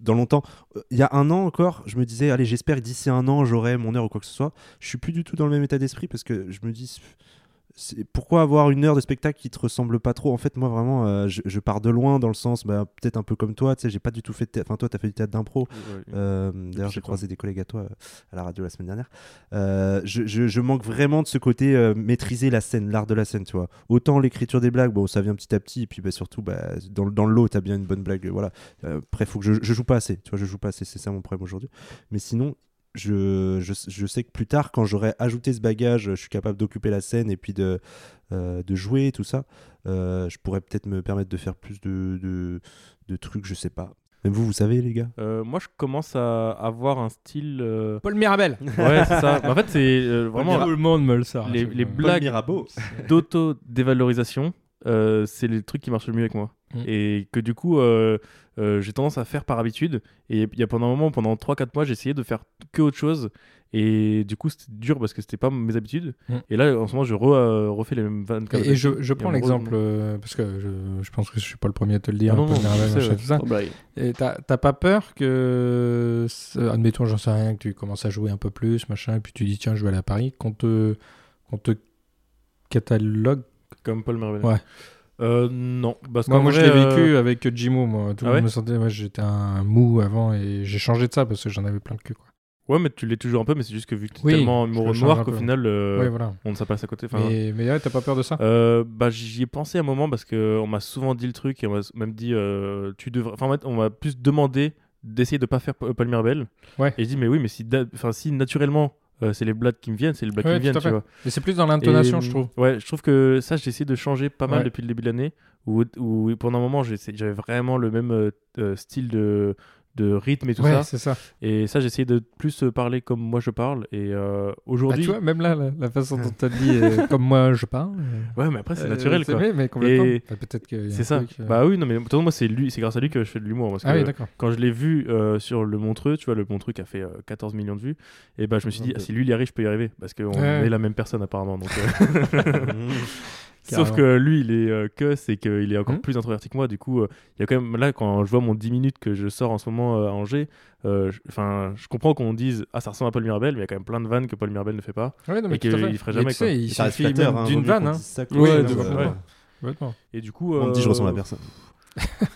D: dans longtemps, euh, il y a un an encore, je me disais, allez j'espère que d'ici un an j'aurai mon heure ou quoi que ce soit. Je suis plus du tout dans le même état d'esprit parce que je me dis, c'est- pourquoi avoir une heure de spectacle qui te ressemble pas trop En fait, moi vraiment, euh, je, je pars de loin dans le sens, bah, peut-être un peu comme toi, tu sais, j'ai pas du tout fait, de thé- enfin toi t'as fait du théâtre d'impro, euh, D'ailleurs, j'ai
C: Mmh. sept ans.
D: croisé des collègues à toi euh, à la radio la semaine dernière. Euh, je, je- je manque vraiment de ce côté euh, maîtriser la scène, l'art de la scène, tu vois. Autant l'écriture des blagues, bon, ça vient petit à petit, et puis bah, surtout, bah, dans, le- dans le lot, t'as bien une bonne blague, euh, voilà. Euh, après, faut que je, je joue pas assez, tu vois, je joue pas assez, c'est ça mon problème aujourd'hui. Mais sinon, je, je, je sais que plus tard, quand j'aurai ajouté ce bagage, euh, je suis capable d'occuper la scène et puis de, euh, de jouer, tout ça. Euh, je pourrais peut-être me permettre de faire plus de, de, de trucs, je sais pas. Même vous, vous savez, les gars
C: Euh, moi, je commence à avoir un style. euh,
E: Paul Mirabel.
C: Ouais, c'est ça. Mais en fait, c'est euh, vraiment
E: tout le monde me le sait.
C: les, les
E: blagues
D: Paul
C: blagues
D: Mirabeau.
C: d'auto-dévalorisation. euh, c'est les trucs qui marchent le mieux avec moi
E: Mm.
C: et que du coup euh, euh, j'ai tendance à faire par habitude et il y a pendant un moment pendant 3-4 mois j'ai essayé de faire que autre chose Et du coup, c'était dur parce que c'était pas mes habitudes.
E: Mm.
C: Et là, en ce moment, je re- euh, refais les mêmes vannes. comme
E: Et, et je, je
C: Et en
E: prends
C: gros,
E: l'exemple, euh, parce que je, je pense que je suis pas le premier à te le dire,
C: Ah
E: un
C: non,
E: peu
C: non,
E: général,
C: je sais,
E: machin,
C: ouais.
E: tout ça.
B: Sans blague.
E: Et t'as t'as pas peur que, ce- admettons, j'en sais rien, que tu commences à jouer un peu plus, machin, et puis tu dis tiens, je vais aller à Paris, qu'on te, qu'on te catalogue.
C: Comme Paul Merveilleux.
E: Ouais.
C: Euh, non. Parce
E: Moi,
C: qu'en
E: moi je
C: vrai,
E: l'ai
C: euh,
E: vécu avec Jimo, moi. Tout
C: Ah
E: le
C: ouais
E: monde me sentait, moi, j'étais un mou avant et j'ai changé de ça parce que j'en avais plein le cul, quoi.
C: Ouais, mais tu l'es toujours un peu, mais c'est juste que vu que t'es
E: Oui,
C: tellement
E: je
C: humour
E: le change
C: noir
E: un
C: qu'au
E: peu.
C: final, euh,
E: ouais, voilà.
C: on ne s'en passe à côté. Enfin,
E: mais mais ouais, t'as pas peur de ça
C: Euh, bah, j'y ai pensé un moment parce qu'on m'a souvent dit le truc et on m'a même dit euh, tu devrais. Enfin, en fait, on m'a plus demandé d'essayer de pas faire P- Palmier Rebelle.
E: Ouais.
C: Et je dis, mais oui, mais si, da- enfin, si naturellement euh, c'est les blagues qui me viennent, c'est les blagues
E: Ouais,
C: qui
E: tout
C: me viennent,
E: à
C: tu
E: fait.
C: vois.
E: Mais c'est plus dans l'intonation,
C: Et,
E: je trouve.
C: Ouais, je trouve que ça, j'ai essayé de changer pas mal
E: Ouais.
C: depuis le début de l'année. Où, où pendant un moment, j'ai essayé- j'avais vraiment le même euh, euh, style de, de rythme et tout
E: Ouais,
C: ça.
E: c'est ça. Bah,
C: Et ça, j'ai essayé de plus euh, parler comme moi je parle. Et euh,
E: Bah, tu
C: aujourd'hui.
E: vois, même là, la, la façon dont t'as dit, euh, comme moi, je parle. euh,
C: ouais, mais après, c'est
E: euh,
C: naturel, quoi.
E: vrai, mais complètement.
C: Et-
E: Enfin, Peut-être qu'il y a un
C: C'est ça.
E: truc, euh,
C: Bah oui, non, mais de toute façon, moi, c'est lui, c'est grâce à lui que je fais de l'humour. parce
E: ah
C: que
E: oui, d'accord.
C: quand je l'ai vu euh, sur le Montreux, tu vois, le Montreux qui a fait euh, 14 millions de vues, et bah je me suis dit,
E: Un peu.
C: ah, si lui il y arrive, je peux y arriver, parce qu'on
E: Ouais.
C: est la même personne apparemment. Donc, euh, Sauf
E: Carrément.
C: que lui, il est euh, cuss et qu'il est encore
E: Mhm.
C: plus introverti que moi. Du coup, euh, il y a quand même là, quand je vois mon 10 minutes que je sors en ce moment euh, à Angers, euh, je- enfin, je comprends qu'on dise, ah, ça ressemble à Paul Mirabel, mais il y a quand même plein de vannes que Paul Mirabel ne fait pas.
E: Ouais, non, mais
C: et
E: tout à
C: qu'il
E: fait.
C: il ferait
E: Et
C: jamais,
E: tu sais,
C: quoi.
E: il
D: Ça reste
E: suffit
D: flatteur,
E: même
D: hein,
E: d'une
D: vaut mieux qu'on
E: vanne. Hein.
D: dise ça que-
E: Oui,
D: Ouais,
E: de-
D: euh,
E: ouais. Complètement.
C: Et du coup,
D: On me dit, je
C: euh,
D: ressemble à personne.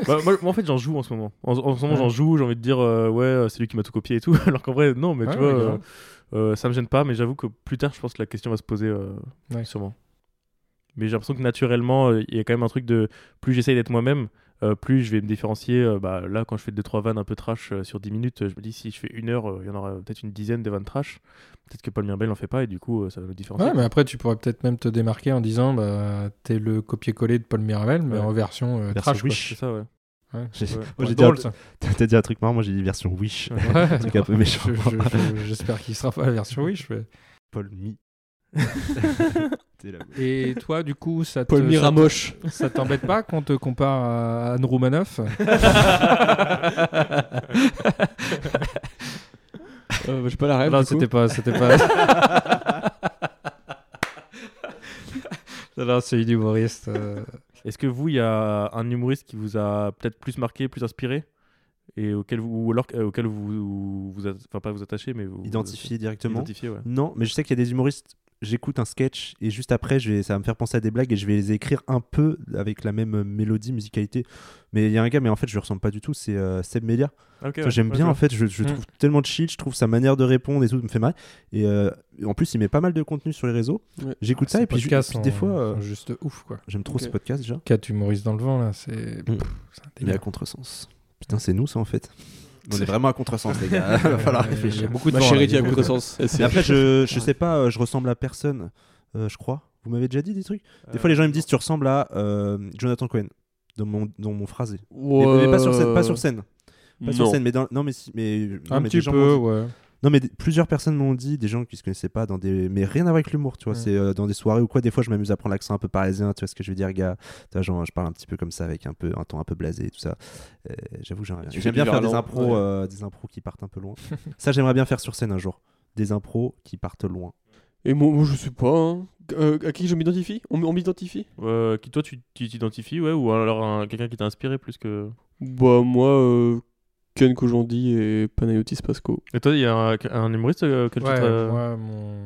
C: Bah, moi, moi, en fait, j'en joue en ce moment. En, en ce moment, j'en joue, j'ai envie de dire, euh, ouais, euh, c'est lui qui m'a tout copié et tout. Alors qu'en vrai, non, mais
E: Ah Ouais,
C: tu vois,
E: ouais,
C: euh,
E: grave.
C: euh, ça me gêne pas, mais j'avoue que plus tard, je pense que la question va se poser, euh,
E: Ouais.
C: sûrement. Mais j'ai l'impression que naturellement, euh, il y a quand même un truc de plus j'essaye d'être moi-même, euh, plus je vais me différencier. euh, bah, là, quand je fais 2-3 vannes un peu trash euh, sur 10 minutes, euh, je me dis, si je fais une heure, euh, il y en aura peut-être une dizaine de vannes trash. Peut-être que Paul Mirbel en fait pas et du coup, euh, ça va nous différencier.
E: Ouais, mais après, tu pourrais peut-être même te démarquer en disant bah, t'es le copier-coller de Paul Mirabel, mais
C: Ouais.
E: en version euh,
D: Version
E: trash. quoi.
D: wish.
C: C'est ça, ouais.
E: Ouais.
D: J'ai-
C: Ouais.
D: moi, j'ai dit
E: Oh, drôle,
D: un-
E: ça.
D: T'as dit un truc marrant, moi j'ai dit version Wish.
C: Ouais.
D: un truc un peu méchant.
E: Je- je- je- J'espère qu'il sera pas la version wish. mais-
D: Paul Mi. T'es là, oui.
E: Et toi, du coup, ça te-
B: Paul
E: ça te-
B: Miramoche.
E: ça t'embête pas qu'on te compare à Anne Roumanoff
B: Euh, bah, J'ai pas la rêve.
E: Non,
B: du coup.
E: c'était pas, c'était pas. non, non, c'est une humoriste. euh,
C: Est-ce que vous, il y a un humoriste qui vous a peut-être plus marqué, plus inspiré et auquel vous, ou alors euh, auquel vous, vous, vous atta- enfin pas vous attachez, mais vous euh,
D: Identifié
C: vous-
D: directement.
C: identifié, ouais.
D: Non, mais je sais qu'il y a des humoristes. J'écoute un sketch et juste après, je vais- ça va me faire penser à des blagues et je vais les écrire un peu avec la même mélodie, musicalité. Mais il y a un gars, mais en fait, je lui ressemble pas du tout. C'est euh, Seb Melia. Tu vois, J'aime bien en fait, je, je
E: Mm.
D: trouve tellement chill, je trouve sa manière de répondre et tout me fait mal. Et euh, en plus, il met pas mal de contenu sur les réseaux.
B: Ouais.
D: J'écoute ça
E: ces
D: et puis, je-
E: Ah, podcasts
D: puis des
E: sont-
D: fois, euh,
E: sont juste ouf quoi.
D: j'aime trop
B: Ok.
D: ce podcast déjà.
E: Quatre humoristes dans le vent là, c'est.
D: Mm.
E: c'est un
D: Il est
E: délire.
D: à contresens. Putain, c'est nous ça en fait. On est vraiment à contresens, les gars. Va falloir
E: Euh,
D: réfléchir.
E: beaucoup
B: Ma
E: vent, là,
B: chérie,
E: il
B: tu
E: y a
B: as
E: beaucoup
B: beaucoup de sens. Et
D: Mais
B: c'est-
D: après, je, je sais pas, euh, je ressemble à personne, euh, je crois. Vous m'avez déjà dit des trucs Des fois, les gens ils me disent Tu ressembles à euh, Jonathan Cohen dans mon, dans mon phrasé. Mais, mais pas, sur scène, pas sur scène. Pas sur
B: Non.
D: scène, mais dans- non, mais, si- mais, non,
E: Un
D: mais des
E: petit
D: gens m'ont
E: peu,
D: dit.
E: ouais.
D: Non, mais des- plusieurs personnes m'ont dit, des gens qui se connaissaient pas, dans des... mais rien à voir avec l'humour, tu vois.
E: Ouais.
D: C'est euh, dans des soirées ou quoi, des fois je m'amuse à prendre l'accent un peu parisien, tu vois ce que je veux dire, gars. Tu vois, genre, je parle un petit peu comme ça, avec un, peu, un ton un peu blasé et tout ça. Euh, J'avoue, que j'aimerais bien.
B: Tu fais
D: J'aime
B: du
D: bien faire des
B: verlan,
D: impros,
B: ouais.
D: euh, des impros qui partent un peu loin. ça, j'aimerais bien faire sur scène un jour. Des impros qui partent loin.
B: Et moi, moi, je sais pas. hein. Euh, à qui je m'identifie On, m- on m'identifie
C: Euh, qui toi tu tu t'identifies, ouais, ou alors un- quelqu'un qui t'a inspiré plus que.
B: Bah moi, euh, Ken Kojandi et Panayotis Pasco.
C: Et toi, il y a un, un humoriste euh, que tu
E: Ouais,
C: t'as-
E: moi, mon,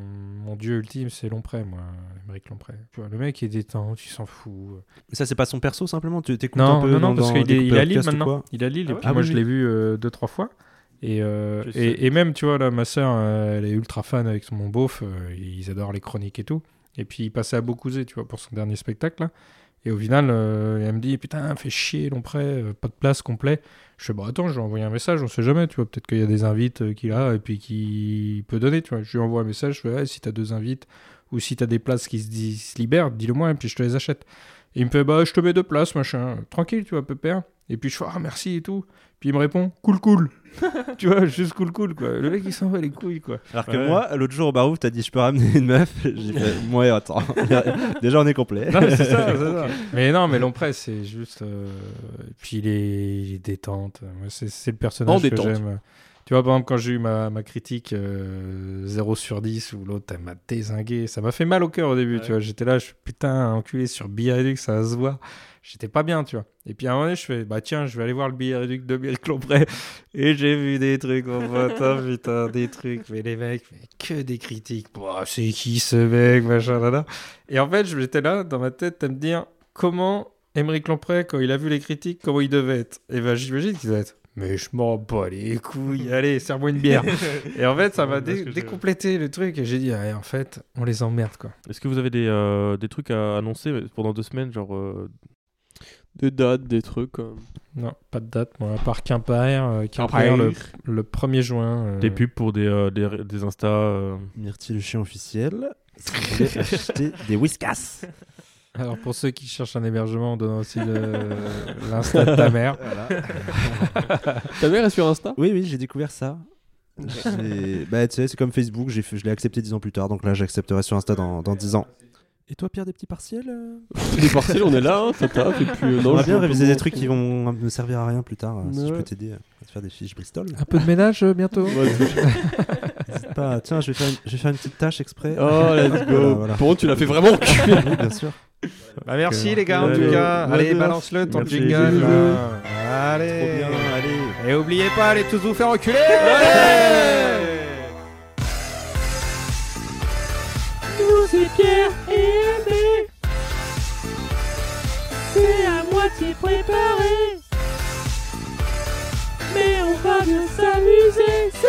E: mon dieu ultime, c'est Lompré, moi. Émeric Lompré. Tu vois, le mec, il est détendu, il s'en fout.
D: Mais ça, c'est pas son perso simplement Tu t'écoutes
E: Non,
D: un peu
E: non, non,
D: dans-
E: parce
D: dans
E: qu'il
D: des
E: est, il est à Lille
D: podcasts ou
E: maintenant.
D: quoi
E: Il est à Lille,
C: Ah
E: et
C: ouais
E: puis
D: Ah
E: moi,
D: oui,
E: je
D: oui.
E: l'ai vu euh, deux, trois fois. Et, euh,
C: Je sais.
E: et, et même, tu vois, là, ma soeur, elle est ultra fan avec son mon beauf, euh, ils adorent les chroniques et tout. Et puis, il passait à Beaucouzé, tu vois, pour son dernier spectacle, là. Et au final, euh, elle me dit, putain, fait chier, Lompré, euh, pas de place complet. Je fais, bah attends, je vais envoyer un message, on sait jamais, tu vois, peut-être qu'il y a des invites euh, qu'il a et puis qu'il peut donner, tu vois. Je lui envoie un message, je fais, Ah, si t'as deux invites ou si t'as des places qui se, dis- se libèrent, dis-le moi et puis je te les achète. Et il me fait, bah je te mets deux places, machin, tranquille, tu vois, pépère. Et puis je fais, ah merci et tout. Puis il me répond, cool, cool. tu vois, juste cool, cool, quoi. Le mec, il s'en va les couilles, quoi.
D: Alors que
C: Ouais.
D: moi, l'autre jour au barouf, t'as dit Je peux ramener une meuf J'ai fait Ouais, attends. déjà, on est complet.
E: Non, mais c'est ça, c'est ça. Mais non, mais Lompré, c'est juste. euh, Puis il est, il est détente. Moi, c'est, c'est le personnage
B: En
E: que
B: détente.
E: j'aime. Tu vois, par exemple, quand j'ai eu ma, ma critique euh, 0 sur 10, où l'autre, elle m'a dézingué, ça m'a fait mal au cœur au début, tu vois. J'étais là, je suis putain, enculé sur Billet ça va se voir. J'étais pas bien, tu vois. Et puis à un moment donné, je fais, bah tiens, je vais aller voir le Billet de Miracle Lompré. Et j'ai vu des trucs, mon pote, hein, putain, des trucs. Mais les mecs, mais que des critiques. Bah, c'est qui ce mec, machin, là, Et en fait, j'étais là, dans ma tête, à me dire, comment Émeric Lompré, quand il a vu les critiques, comment il devait être Et ben, j'imagine qu'il devait être. Mais je m'en bats les couilles, allez, serre-moi une bière. et en fait, ça m'a dé- décomplété le truc et j'ai dit, ah, en fait, on les emmerde quoi.
C: Est-ce que vous avez des, euh, des trucs à annoncer pendant deux semaines Genre, euh,
B: Des dates, des trucs. euh.
E: Non, pas de date, moi, à part Quimper, euh,
B: Quimper.
E: Quimper le, le 1er juin. euh,
C: des pubs pour des, euh, des, des Insta euh,
D: Myrtille le chien officiel. Si vous voulez acheter des whiskas.
E: Alors pour ceux qui cherchent un hébergement, on donne aussi le- l'insta de ta mère.
D: Voilà.
B: Ta mère est sur Insta
D: Oui, oui, j'ai découvert ça. J'ai- bah, tu sais, c'est comme Facebook, j'ai fait- je l'ai accepté 10 ans plus tard, donc là, j'accepterai sur Insta dans, dans 10 ans. Et toi, Pierre, des petits partiels euh
B: Les partiels, on est là, hein, ça tape. Et puis, euh, non,
D: On va
B: je
D: bien
B: vois
D: réviser
B: comment-
D: des trucs qui vont me servir à rien plus tard. euh, Si je
B: Ouais.
D: peux t'aider euh, à te faire des fiches Bristol,
E: Un peu de ménage euh, bientôt
B: Ouais,
D: n'hésite Ah, pas. à- Tiens, je vais, faire une, je vais faire une petite tâche exprès.
B: Oh, let's go.
D: Voilà, voilà.
B: Bon, tu l'as fait vraiment reculer.
D: Oui, bien sûr.
E: Bah, merci les gars, en
B: Allez,
E: tout cas.
D: bonne
E: Allez,
D: heure.
E: balance-le ton
C: Merci,
E: jingle.
B: bisous.
E: là.
D: Trop
E: Allez.
D: bien, allez.
E: Et oubliez pas, allez tous vous faire reculer
A: Nous, c'est Pierre et Aimé. C'est à moitié préparé. Mais on va bien s'amuser. C'est